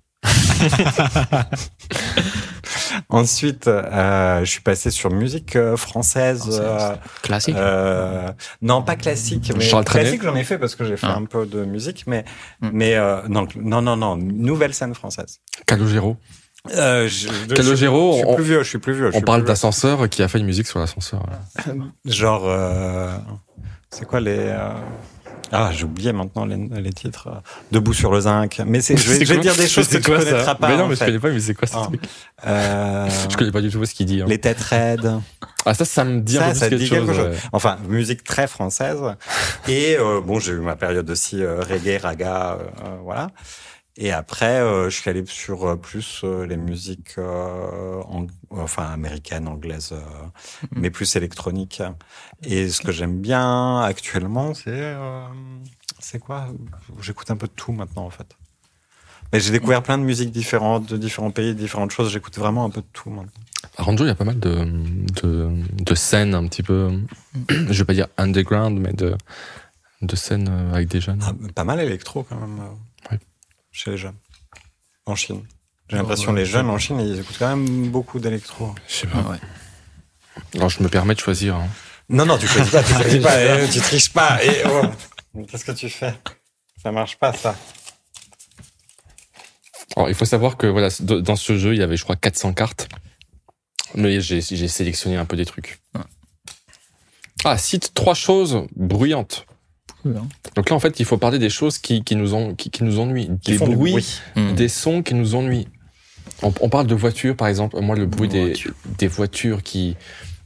[SPEAKER 3] Ensuite, euh, je suis passé sur musique euh, française. euh,
[SPEAKER 2] Française. jeunes. Classique.
[SPEAKER 3] euh, non, pas classique, mais
[SPEAKER 1] Charles Trenet.
[SPEAKER 3] classique j'en ai fait parce que j'ai fait
[SPEAKER 2] Ah.
[SPEAKER 3] un peu de musique, mais
[SPEAKER 2] Hmm.
[SPEAKER 3] mais euh, non, non, non, non, nouvelle scène française.
[SPEAKER 1] Calogero.
[SPEAKER 3] Euh, je, je- je
[SPEAKER 1] Calogero,
[SPEAKER 3] suis
[SPEAKER 1] on,
[SPEAKER 3] plus vieux, je suis plus vieux. je
[SPEAKER 1] on
[SPEAKER 3] suis
[SPEAKER 1] parle
[SPEAKER 3] plus vieux.
[SPEAKER 1] d'ascenseur qui a fait une musique sur l'ascenseur. voilà.
[SPEAKER 3] Genre, euh, c'est quoi les euh, Ah, j'ai oublié maintenant les, les titres. euh, Debout sur le zinc. Mais c'est, je vais,
[SPEAKER 1] C'est
[SPEAKER 3] je vais
[SPEAKER 1] quoi
[SPEAKER 3] dire des choses que
[SPEAKER 1] C'est
[SPEAKER 3] tu
[SPEAKER 1] quoi, ça
[SPEAKER 3] connaîtras pas.
[SPEAKER 1] Mais non,
[SPEAKER 3] en
[SPEAKER 1] mais je
[SPEAKER 3] fait.
[SPEAKER 1] connais pas, mais c'est quoi ce
[SPEAKER 3] Ah.
[SPEAKER 1] truc
[SPEAKER 3] Euh,
[SPEAKER 1] Je connais pas du tout ce qu'il dit. hein.
[SPEAKER 3] les têtes raides.
[SPEAKER 1] Ah, ça, ça me dit
[SPEAKER 3] Ça,
[SPEAKER 1] un peu
[SPEAKER 3] ça
[SPEAKER 1] plus
[SPEAKER 3] dit
[SPEAKER 1] quelque
[SPEAKER 3] quelque
[SPEAKER 1] chose.
[SPEAKER 3] chose.
[SPEAKER 1] ouais.
[SPEAKER 3] Enfin, musique très française. Et euh, bon, j'ai eu ma période aussi euh, reggae, raga, euh, euh, voilà. Et après, euh, je suis allé sur euh, plus euh, les musiques, euh, ang- enfin américaines, anglaises, euh, mais plus électroniques. Et ce que j'aime bien actuellement, c'est euh, c'est quoi J'écoute un peu de tout maintenant, en fait. Mais j'ai découvert plein de musiques différentes, de différents pays, différentes choses. J'écoute vraiment un peu de tout maintenant.
[SPEAKER 1] À Ranjo, il y a pas mal de, de, de scènes un petit peu, je vais pas dire underground, mais de, de scènes euh, avec des jeunes.
[SPEAKER 3] Ah, mais pas mal électro quand même euh,
[SPEAKER 1] Ouais.
[SPEAKER 3] chez les jeunes en Chine. J'ai
[SPEAKER 2] Ouais,
[SPEAKER 3] l'impression
[SPEAKER 2] ouais.
[SPEAKER 3] les jeunes en Chine ils écoutent quand même beaucoup d'électro.
[SPEAKER 1] Je sais pas.
[SPEAKER 2] Ouais.
[SPEAKER 1] Alors, je me permets de choisir. hein.
[SPEAKER 3] Non non tu choisis pas, tu choisis pas, eh, tu triches pas. eh, oh. Mais Qu'est-ce que tu fais Ça marche pas ça.
[SPEAKER 1] Alors, il faut savoir que voilà, de- dans ce jeu, il y avait, je crois, 400 cartes. Mais j'ai j'ai sélectionné un peu des trucs.
[SPEAKER 2] Ouais.
[SPEAKER 1] Ah, cite trois choses bruyantes.
[SPEAKER 2] Oui, hein.
[SPEAKER 1] Donc là, en fait, il faut parler des choses qui, qui, nous, en- qui, qui nous ennuient.
[SPEAKER 3] Ils
[SPEAKER 1] des
[SPEAKER 3] font du
[SPEAKER 1] bruits,
[SPEAKER 3] bruit.
[SPEAKER 2] Mm.
[SPEAKER 1] des sons qui nous ennuient. On, on parle de voitures, par exemple. Moi, le bruit des,
[SPEAKER 2] Voiture.
[SPEAKER 1] des voitures qui...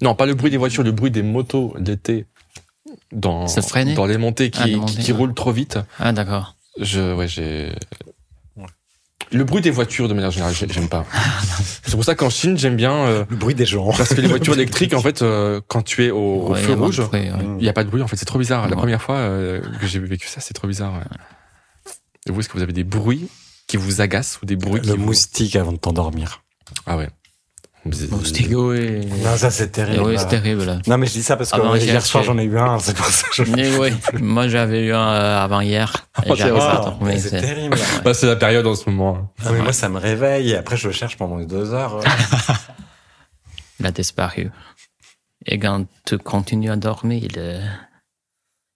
[SPEAKER 1] Non, pas le bruit des voitures, le bruit des motos d'été dans,
[SPEAKER 2] Se freiner.
[SPEAKER 1] dans les montées qui,
[SPEAKER 2] Ah, les
[SPEAKER 1] qui-
[SPEAKER 2] montées,
[SPEAKER 1] qui
[SPEAKER 2] ouais.
[SPEAKER 1] roulent trop vite.
[SPEAKER 2] Ah, d'accord.
[SPEAKER 1] Je, ouais, j'ai.
[SPEAKER 3] Ouais.
[SPEAKER 1] Le bruit des voitures, de manière générale, j'ai- j'aime pas.
[SPEAKER 2] Ah,
[SPEAKER 1] C'est pour ça qu'en Chine, j'aime bien. euh,
[SPEAKER 3] Le bruit des gens.
[SPEAKER 1] parce que les voitures électriques, en fait, euh, quand tu es au, au
[SPEAKER 2] Ouais,
[SPEAKER 1] feu
[SPEAKER 2] il y a
[SPEAKER 1] rouge,
[SPEAKER 2] beaucoup de bruit, ouais.
[SPEAKER 1] il n'y a pas de bruit, en fait. C'est trop bizarre. La
[SPEAKER 2] Ouais.
[SPEAKER 1] première fois euh, que j'ai vécu ça, c'est trop bizarre. ouais. Et vous, est-ce que vous avez des bruits qui vous agacent ou des bruits qui.
[SPEAKER 3] Le
[SPEAKER 1] vous-
[SPEAKER 3] moustique avant de t'endormir.
[SPEAKER 1] Ah ouais.
[SPEAKER 2] Moustique, oui.
[SPEAKER 3] Non ça c'est terrible.
[SPEAKER 2] Oui, c'est terrible. là.
[SPEAKER 3] non mais je dis ça parce que
[SPEAKER 2] Ah, non,
[SPEAKER 3] hier
[SPEAKER 2] j'ai
[SPEAKER 3] soir
[SPEAKER 2] acheté.
[SPEAKER 3] j'en ai eu un, c'est pour ça que je.
[SPEAKER 2] Mais oui, moi j'avais eu un euh, avant hier. et
[SPEAKER 1] Oh,
[SPEAKER 2] J'arrive
[SPEAKER 1] c'est
[SPEAKER 2] pas à
[SPEAKER 3] Ah,
[SPEAKER 2] dormir.
[SPEAKER 3] c'est
[SPEAKER 2] c'est-
[SPEAKER 3] terrible.
[SPEAKER 1] Bah, c'est la période en ce moment. hein.
[SPEAKER 3] Non, mais moi ça me réveille et après je cherche pendant deux heures.
[SPEAKER 2] Il a disparu. Et quand tu continues à dormir, il est,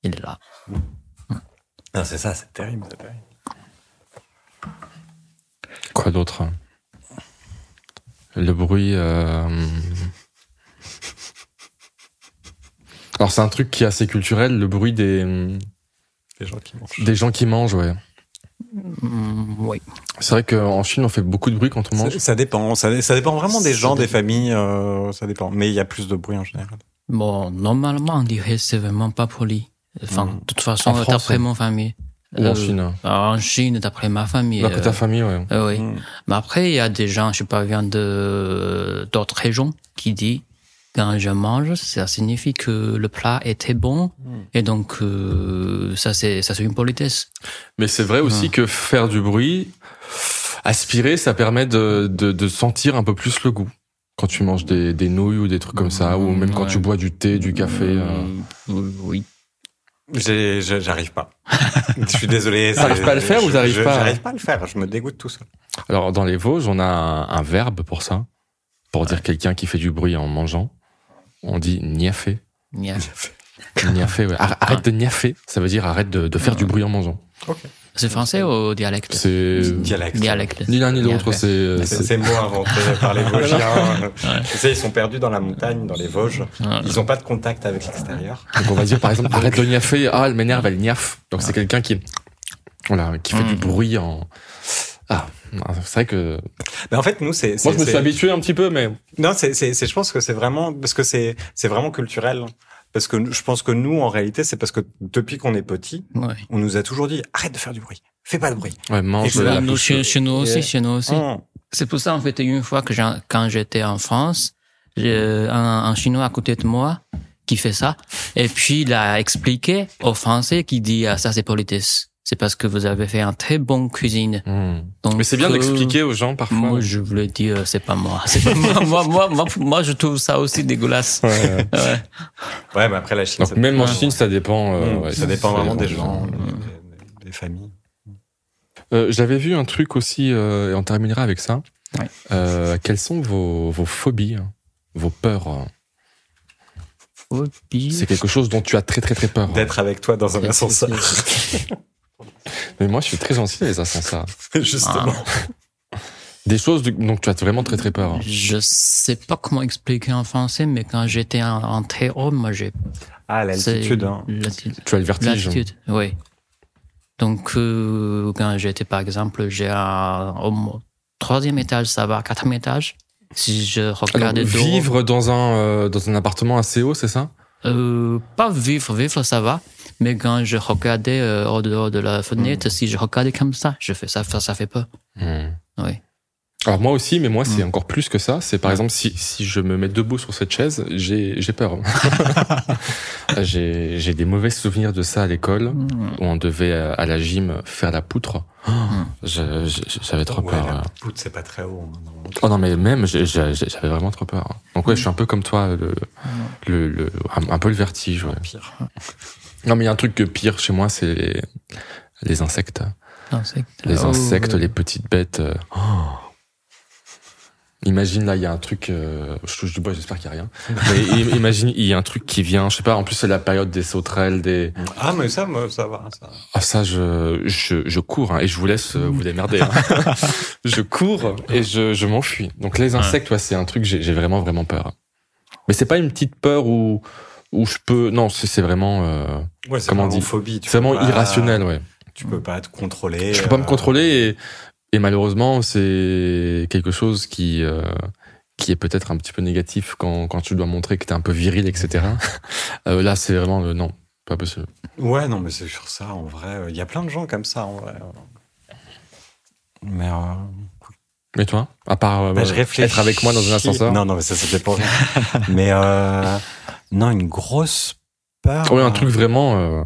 [SPEAKER 2] il est là.
[SPEAKER 3] Non c'est ça, c'est terrible. c'est terrible.
[SPEAKER 1] Quoi d'autre hein Le bruit. euh, Alors c'est un truc qui est assez culturel, le bruit des
[SPEAKER 3] Les gens qui mangent.
[SPEAKER 1] des gens qui mangent. Ouais.
[SPEAKER 2] Mm, oui.
[SPEAKER 1] C'est vrai qu'en Chine on fait beaucoup de bruit quand on mange.
[SPEAKER 3] Ça, ça dépend, ça, ça dépend vraiment des
[SPEAKER 1] Ça
[SPEAKER 3] gens, des
[SPEAKER 1] dépend.
[SPEAKER 3] familles, euh, ça dépend. Mais il y a plus de bruit en général.
[SPEAKER 2] Bon, normalement, on dirait que c'est vraiment pas poli. Enfin,
[SPEAKER 3] Mm.
[SPEAKER 2] de toute façon,
[SPEAKER 1] En France,
[SPEAKER 2] d'après
[SPEAKER 1] hein.
[SPEAKER 2] mon famille.
[SPEAKER 1] Ou en
[SPEAKER 2] Euh,
[SPEAKER 1] Chine. Bah,
[SPEAKER 2] En Chine, d'après ma famille.
[SPEAKER 1] Là que ta
[SPEAKER 2] euh,
[SPEAKER 1] famille, ouais.
[SPEAKER 2] euh, oui.
[SPEAKER 3] Mm.
[SPEAKER 2] Mais après, il y a des gens, je sais pas, viennent de d'autres régions qui disent quand je mange, ça signifie que le plat était bon
[SPEAKER 3] Mm.
[SPEAKER 2] et donc euh, ça c'est ça c'est une politesse.
[SPEAKER 1] Mais c'est vrai aussi
[SPEAKER 2] Ah.
[SPEAKER 1] que faire du bruit, aspirer, ça permet de, de, de sentir un peu plus le goût. Quand tu manges des, des nouilles ou des trucs comme ça, ou même quand
[SPEAKER 2] Ouais.
[SPEAKER 1] tu bois du thé, du café. euh.
[SPEAKER 2] Euh, oui.
[SPEAKER 3] J'ai- j'ai- J'arrive pas. je suis désolé. c'est-
[SPEAKER 1] T'arrives pas à le faire
[SPEAKER 3] je-
[SPEAKER 1] ou t'arrives
[SPEAKER 3] je-
[SPEAKER 1] pas à-
[SPEAKER 3] J'arrive pas à le faire. Je me dégoûte tout seul.
[SPEAKER 1] Alors dans les Vosges, on a un, un verbe pour ça, pour dire quelqu'un qui fait du bruit en mangeant. On dit niafé.
[SPEAKER 2] Nia.
[SPEAKER 1] Ah. Niafé, ouais. Ar- Arrête de niafé, ça veut dire arrête de, de faire du bruit en mangeant.
[SPEAKER 3] Ok.
[SPEAKER 2] C'est français ou dialecte
[SPEAKER 1] C'est
[SPEAKER 3] Euh, Dialecte.
[SPEAKER 2] Dialecte.
[SPEAKER 1] ni l'un ni l'autre.
[SPEAKER 2] Dialecte.
[SPEAKER 1] C'est
[SPEAKER 3] C'est
[SPEAKER 1] c'est-
[SPEAKER 3] ces mots inventés par les Vosgiens. Tu sais, ils sont perdus dans la montagne, dans les Vosges.
[SPEAKER 2] Ah,
[SPEAKER 3] Ils n'ont pas de contact avec l'extérieur.
[SPEAKER 1] donc on va dire par exemple arrête de niaffer. Ah, elle m'énerve, elle niaffe. Donc c'est quelqu'un qui voilà, qui fait
[SPEAKER 2] Mm.
[SPEAKER 1] du bruit en ah. C'est vrai que
[SPEAKER 3] Mais en fait, nous, c'est.
[SPEAKER 1] moi
[SPEAKER 3] c'est-
[SPEAKER 1] je me
[SPEAKER 3] c'est-
[SPEAKER 1] suis habitué un petit peu, mais
[SPEAKER 3] Non, c'est, c'est, c'est- je pense que c'est vraiment, parce que c'est, c'est vraiment culturel. Parce que je pense que nous, en réalité, c'est parce que depuis qu'on est petit,
[SPEAKER 2] Ouais.
[SPEAKER 3] on nous a toujours dit arrête de faire du bruit, fais pas de bruit.
[SPEAKER 1] ouais, mange
[SPEAKER 3] Et
[SPEAKER 1] la- euh,
[SPEAKER 3] voilà.
[SPEAKER 2] Nous, chez, chez nous aussi,
[SPEAKER 3] Et-
[SPEAKER 2] chez nous aussi.
[SPEAKER 3] Oh.
[SPEAKER 2] C'est pour ça, en fait, une fois que j'ai- quand j'étais en France, j'ai un, un Chinois à côté de moi qui fait ça. Et puis, il a expliqué aux Français qui dit, ah, ça, c'est politesse. C'est parce que vous avez fait un très bon cuisine.
[SPEAKER 1] Mm.
[SPEAKER 2] Donc,
[SPEAKER 1] Mais c'est bien
[SPEAKER 2] euh,
[SPEAKER 1] d'expliquer aux gens parfois.
[SPEAKER 2] Moi, je voulais dire, euh, c'est pas moi. C'est pas moi. moi, moi, moi, moi, je trouve ça aussi dégueulasse. Ouais.
[SPEAKER 3] Ouais, mais après la Chine,
[SPEAKER 1] Donc, même en
[SPEAKER 2] Ouais.
[SPEAKER 1] Chine, ça dépend. euh,
[SPEAKER 3] Mmh,
[SPEAKER 1] ouais,
[SPEAKER 3] ça dépend vraiment des gens,
[SPEAKER 2] gens.
[SPEAKER 3] des- des familles.
[SPEAKER 1] Euh, J'avais vu un truc aussi, euh, et on terminera avec ça.
[SPEAKER 2] Ouais.
[SPEAKER 1] Euh, quelles sont vos, vos phobies, hein, vos peurs hein C'est quelque chose dont tu as très très très peur. hein.
[SPEAKER 3] D'être avec toi dans un ascenseur,
[SPEAKER 1] Mais moi, je suis très gentil dans les ascenseurs.
[SPEAKER 3] justement.
[SPEAKER 1] Des choses du- dont tu as vraiment très très peur. hein.
[SPEAKER 2] Je sais pas comment expliquer en français, mais quand j'étais en, en très haut, moi, j'ai
[SPEAKER 3] Ah, l'altitude.
[SPEAKER 2] c'est-
[SPEAKER 3] hein.
[SPEAKER 2] l'altitude.
[SPEAKER 1] Tu as le vertige.
[SPEAKER 2] L'altitude, oui. Donc, euh, quand j'étais, par exemple, j'ai un au mo- troisième étage, ça va, quatrième étage. Si je
[SPEAKER 1] Alors,
[SPEAKER 2] regarde de haut-
[SPEAKER 1] vivre dans un, euh, dans un appartement assez haut, c'est ça
[SPEAKER 2] Euh, pas vivre, vivre, ça va. Mais quand je regardais euh, au dehors de la fenêtre, si je regardais comme ça, je fais ça, ça, ça fait peur.
[SPEAKER 1] Hmm.
[SPEAKER 2] Oui.
[SPEAKER 1] Alors moi aussi, mais moi c'est
[SPEAKER 2] Mm.
[SPEAKER 1] encore plus que ça. C'est par exemple si, si je me mets debout sur cette chaise, j'ai j'ai peur. hein. j'ai j'ai des mauvais souvenirs de ça à l'école
[SPEAKER 2] Hmm.
[SPEAKER 3] Hmm.
[SPEAKER 1] où on devait euh, à la gym faire la poutre. Oh, je- je- J'avais trop
[SPEAKER 3] Ouais,
[SPEAKER 1] peur.
[SPEAKER 3] la
[SPEAKER 1] euh.
[SPEAKER 3] poutre, c'est pas très haut. hein, normalement.
[SPEAKER 1] Oh non mais même j'ai- j'ai- j'ai- j'avais vraiment trop peur. hein. Donc ouais, je suis un peu comme toi, le, le, le- un, un peu le vertige. ouais.
[SPEAKER 3] Pire.
[SPEAKER 1] Non mais il y a un truc que pire chez moi, c'est les, les insectes.
[SPEAKER 2] Insectes.
[SPEAKER 1] Les
[SPEAKER 3] Ah,
[SPEAKER 2] Oh,
[SPEAKER 1] insectes,
[SPEAKER 2] oui.
[SPEAKER 1] les petites bêtes. euh, oh. Imagine là, il y a un truc. euh, je touche du bois, j'espère qu'il n'y a rien. Mais im- imagine, il y a un truc qui vient. Je sais pas. En plus, c'est la période des sauterelles, des.
[SPEAKER 3] Ah, mais ça, moi, ça va. Ça.
[SPEAKER 1] Ah ça, je je, je cours hein, et je vous laisse euh, vous démerder. hein. je cours et je, je m'enfuis. Donc les insectes, ouais, c'est un truc j'ai j'ai vraiment vraiment peur. Mais c'est pas une petite peur où où je peux. Non, c'est c'est vraiment euh,
[SPEAKER 3] Ouais, c'est
[SPEAKER 1] Comment on
[SPEAKER 3] vraiment
[SPEAKER 1] dit
[SPEAKER 3] phobie. tu
[SPEAKER 1] c'est vraiment
[SPEAKER 3] peux pas-
[SPEAKER 1] irrationnel, ouais.
[SPEAKER 3] Tu peux pas te contrôler.
[SPEAKER 1] je peux pas me
[SPEAKER 3] euh,
[SPEAKER 1] contrôler et, et malheureusement c'est quelque chose qui euh, qui est peut-être un petit peu négatif quand, quand tu dois montrer que t'es un peu viril etc Euh, là c'est vraiment euh, non pas possible
[SPEAKER 3] Ouais, non, mais c'est sur ça, en vrai. Il y a plein de gens comme ça, en vrai. Mais. euh,
[SPEAKER 1] mais toi à part euh,
[SPEAKER 3] Bah, je réfléchis.
[SPEAKER 1] être avec moi dans un ascenseur
[SPEAKER 3] Non, non, mais ça, c'était pour rien. mais euh, non, une grosse peur.
[SPEAKER 1] ouais un truc vraiment euh,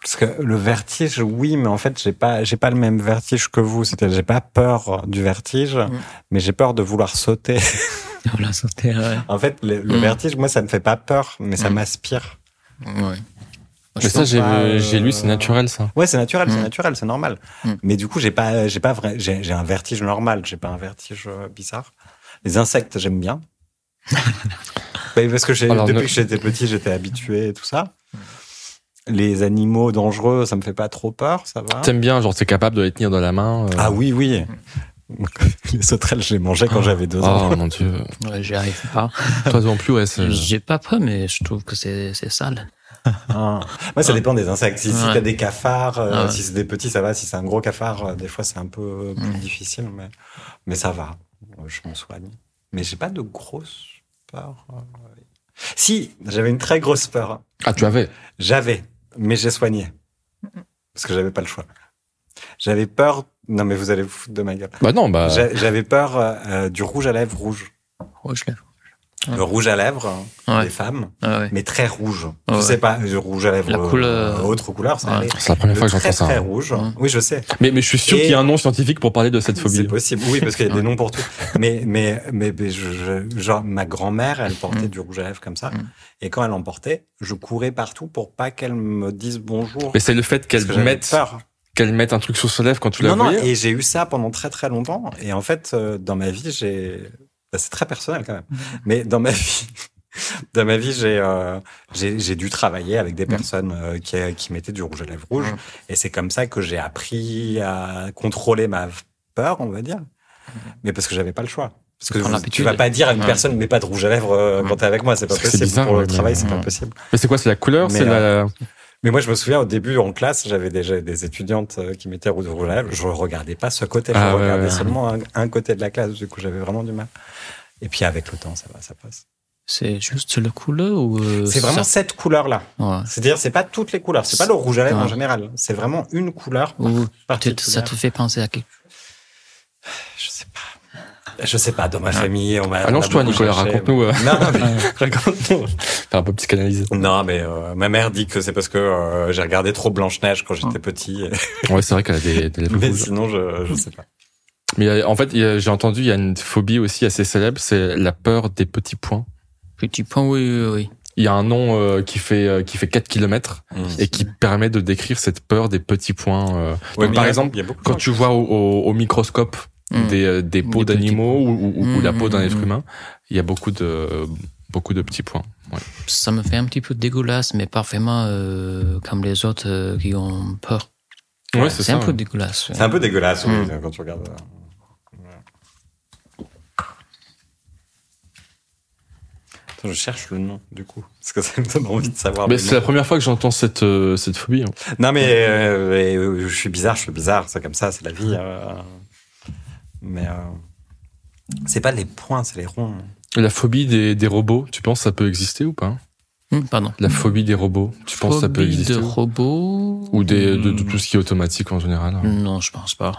[SPEAKER 3] Parce que le vertige, oui, mais en fait, j'ai pas, j'ai pas le même vertige que vous. C'est-à-dire, j'ai pas peur du vertige,
[SPEAKER 1] Mm.
[SPEAKER 3] mais j'ai peur de vouloir sauter.
[SPEAKER 2] Voilà, sauter, Oh. ouais.
[SPEAKER 3] en fait, le, le
[SPEAKER 2] Mm.
[SPEAKER 3] vertige, moi, ça me fait pas peur, mais ça
[SPEAKER 2] Mm.
[SPEAKER 3] m'aspire.
[SPEAKER 2] Ouais.
[SPEAKER 1] mais ça
[SPEAKER 3] sens
[SPEAKER 1] j'ai
[SPEAKER 3] pas, euh, hein?
[SPEAKER 1] j'ai lu c'est naturel ça
[SPEAKER 3] Ouais, c'est naturel, c'est
[SPEAKER 2] Mm.
[SPEAKER 3] naturel, c'est normal.
[SPEAKER 2] Mm.
[SPEAKER 3] Mais du coup, j'ai pas, j'ai pas vrai, j'ai, j'ai un vertige normal. J'ai pas un vertige euh, bizarre. Les insectes, j'aime bien. Ben, parce que j'ai,
[SPEAKER 1] Alors,
[SPEAKER 3] depuis
[SPEAKER 1] ne-
[SPEAKER 3] que j'étais petit, j'étais habitué et tout ça. Les animaux dangereux, ça me fait pas trop peur, ça va.
[SPEAKER 1] t'aimes bien genre t'es capable de les tenir dans la main euh.
[SPEAKER 3] Ah oui, oui. Les sauterelles, je les mangeais quand j'avais deux ans.
[SPEAKER 1] oh mon dieu
[SPEAKER 2] Ouais, j'y arrive pas.
[SPEAKER 1] toi non plus ouais c'est-
[SPEAKER 2] J'ai pas peur, mais je trouve que c'est c'est sale.
[SPEAKER 3] Ah. Moi, ça dépend des insectes. Si, si
[SPEAKER 2] Ouais.
[SPEAKER 3] t'as des cafards, euh,
[SPEAKER 2] Ah ouais.
[SPEAKER 3] si c'est des petits, ça va. Si c'est un gros cafard, euh, des fois, c'est un peu plus difficile, mais, mais ça va. Euh, Je m'en soigne. Mais j'ai pas de grosse peur. euh, ouais. Si, j'avais une très grosse peur.
[SPEAKER 1] ah tu avais
[SPEAKER 3] J'avais, mais j'ai soigné. Parce que j'avais pas le choix. J'avais peur. Non, mais vous allez vous foutre de ma gueule.
[SPEAKER 1] bah non
[SPEAKER 2] Ah.
[SPEAKER 1] bah
[SPEAKER 3] J'a- J'avais peur euh, euh, du rouge à lèvres rouge.
[SPEAKER 2] Ouais, je l'ai-
[SPEAKER 3] Le rouge à lèvres hein,
[SPEAKER 2] Ouais.
[SPEAKER 3] des femmes.
[SPEAKER 2] ouais, Ah ouais.
[SPEAKER 3] mais très rouge.
[SPEAKER 2] Ouais.
[SPEAKER 3] Je sais pas, le rouge à lèvres.
[SPEAKER 2] La
[SPEAKER 3] euh,
[SPEAKER 2] couleur.
[SPEAKER 3] Autre couleur, ça
[SPEAKER 2] Ouais.
[SPEAKER 3] allait.
[SPEAKER 1] c'est la première
[SPEAKER 3] Le
[SPEAKER 1] fois que
[SPEAKER 3] très,
[SPEAKER 1] j'entends ça
[SPEAKER 3] très
[SPEAKER 1] hein.
[SPEAKER 3] rouge.
[SPEAKER 2] Ouais.
[SPEAKER 3] Oui, je sais.
[SPEAKER 1] mais mais je suis sûr
[SPEAKER 3] Et-
[SPEAKER 1] qu'il y a un nom scientifique pour parler de cette
[SPEAKER 3] C'est
[SPEAKER 1] phobie
[SPEAKER 3] possible. Oui, parce qu'il y a
[SPEAKER 2] Ouais.
[SPEAKER 3] des noms pour tout. Mais, mais, mais, mais je, je- genre, ma grand-mère, elle portait du rouge à lèvres comme ça.
[SPEAKER 2] Mm.
[SPEAKER 3] Et quand elle en portait, je courais partout pour pas qu'elle me dise bonjour.
[SPEAKER 1] mais c'est le fait
[SPEAKER 3] Parce
[SPEAKER 1] qu'elle
[SPEAKER 3] que j'avais
[SPEAKER 1] mette
[SPEAKER 3] peur.
[SPEAKER 1] qu'elle mette un truc sur ses lèvres quand tu la
[SPEAKER 3] Non, non,
[SPEAKER 1] voyais.
[SPEAKER 3] et j'ai eu ça pendant très très
[SPEAKER 1] Mm-hmm.
[SPEAKER 3] longtemps. Et en fait, euh, dans ma vie, j'ai. bah, c'est très personnel quand même. Mais dans ma vie, Dans ma vie, j'ai euh, j'ai j'ai dû travailler avec
[SPEAKER 1] Mm-hmm.
[SPEAKER 3] des personnes euh, qui, qui mettaient du rouge à lèvres rouge.
[SPEAKER 2] Mhm.
[SPEAKER 3] Et c'est comme ça que j'ai appris à contrôler ma peur, on va dire.
[SPEAKER 1] Mm-hmm.
[SPEAKER 3] Mais parce que j'avais pas le choix. Parce que
[SPEAKER 2] Prends
[SPEAKER 3] vous- tu
[SPEAKER 2] l'habitude.
[SPEAKER 3] vas pas dire à une
[SPEAKER 2] Ouais.
[SPEAKER 3] personne, mais pas de rouge à lèvres euh,
[SPEAKER 2] Mhm.
[SPEAKER 3] quand t'es avec moi, c'est pas
[SPEAKER 1] Parce que c'est
[SPEAKER 3] possible.
[SPEAKER 1] bizarre,
[SPEAKER 3] Pour le
[SPEAKER 1] mais- Mm-hmm.
[SPEAKER 3] travail, c'est pas
[SPEAKER 2] Mhm.
[SPEAKER 3] possible.
[SPEAKER 1] Mais c'est quoi C'est la couleur
[SPEAKER 3] Mais, euh,
[SPEAKER 1] C'est la.
[SPEAKER 3] Mais moi, je me souviens au début en classe, j'avais déjà des étudiantes euh, qui mettaient rouge rouge à lèvres. Je regardais pas ce côté, je
[SPEAKER 1] Ah ouais,
[SPEAKER 3] regardais
[SPEAKER 1] ouais.
[SPEAKER 3] seulement un, un côté de la classe. Du coup, j'avais vraiment du mal. Et puis avec le temps, ça va, ça passe.
[SPEAKER 2] C'est juste le couleur ou. euh,
[SPEAKER 3] C'est vraiment cette couleur-là.
[SPEAKER 2] ça- ouais.
[SPEAKER 3] C'est-à-dire, c'est pas toutes les couleurs. C'est pas le rouge à lèvres en
[SPEAKER 2] Ouais.
[SPEAKER 3] général. C'est vraiment une couleur
[SPEAKER 2] Ou peut-être ça
[SPEAKER 3] particulière.
[SPEAKER 2] te fait penser à quelque
[SPEAKER 3] Je sais pas. Je sais pas. Dans ma famille, on m'a. on a
[SPEAKER 1] Allonge-toi,
[SPEAKER 3] beaucoup
[SPEAKER 1] Nicolas,
[SPEAKER 3] cherché.
[SPEAKER 1] raconte-nous. euh,
[SPEAKER 3] Non, mais, raconte-nous.
[SPEAKER 1] Faire un peu psychanalyse.
[SPEAKER 3] Non, mais euh, ma mère dit que c'est parce que euh, j'ai regardé trop Blanche Neige quand j'étais petit.
[SPEAKER 1] Ouais, Ah. c'est vrai qu'elle a des, des lèvres
[SPEAKER 3] mais
[SPEAKER 1] rouges.
[SPEAKER 3] sinon, je, je sais pas.
[SPEAKER 1] Mais euh, en fait, il y a- j'ai entendu, il y a une phobie aussi assez célèbre, c'est la peur des petits points.
[SPEAKER 2] petit point. Oui, oui, oui.
[SPEAKER 1] Il y a un nom euh, qui fait euh, qui fait 4 km et qui permet de décrire cette peur des petits points. euh.
[SPEAKER 3] Ouais,
[SPEAKER 1] Donc, par
[SPEAKER 3] mais il y a- Hmm.
[SPEAKER 1] exemple,
[SPEAKER 3] il y a beaucoup de
[SPEAKER 1] quand
[SPEAKER 3] gens
[SPEAKER 1] tu vois au, au- au microscope
[SPEAKER 2] Mm.
[SPEAKER 1] des, euh, des peaux
[SPEAKER 2] Des petits
[SPEAKER 1] d'animaux ou, ou- ou
[SPEAKER 2] Mm,
[SPEAKER 1] la
[SPEAKER 3] Hmm,
[SPEAKER 1] peau d'un
[SPEAKER 2] mm,
[SPEAKER 1] être
[SPEAKER 2] mm.
[SPEAKER 1] humain, il y a beaucoup de beaucoup de petits points. Ouais.
[SPEAKER 2] Ça me fait un petit peu dégueulasse, mais pas vraiment euh, comme les autres euh, qui ont peur.
[SPEAKER 1] Ouais,
[SPEAKER 2] Ouais,
[SPEAKER 1] c'est
[SPEAKER 2] c'est
[SPEAKER 1] ça.
[SPEAKER 2] un peu dégueulasse.
[SPEAKER 3] C'est un peu dégueulasse oui,
[SPEAKER 1] Hmm.
[SPEAKER 2] Mm.
[SPEAKER 3] quand tu regardes. euh, voilà. Attends, Je cherche le nom du coup parce que ça me donne envie de savoir.
[SPEAKER 1] Mais
[SPEAKER 3] le
[SPEAKER 1] c'est
[SPEAKER 3] nom.
[SPEAKER 1] la première fois que j'entends cette euh, cette phobie. hein.
[SPEAKER 3] Non mais euh, mais, euh, je suis bizarre, je suis bizarre, c'est comme ça, c'est la vie. euh, Mais euh, c'est pas les points, c'est les ronds.
[SPEAKER 1] Et La phobie des, des robots, tu penses ça peut exister ou pas
[SPEAKER 2] Hum, pardon.
[SPEAKER 1] La phobie des robots, tu penses ça peut
[SPEAKER 2] Phobie
[SPEAKER 1] exister
[SPEAKER 2] de
[SPEAKER 1] ou-
[SPEAKER 2] robots
[SPEAKER 1] ou des, de, de
[SPEAKER 2] Hmm.
[SPEAKER 1] tout ce qui est automatique en général
[SPEAKER 2] Non, je pense pas.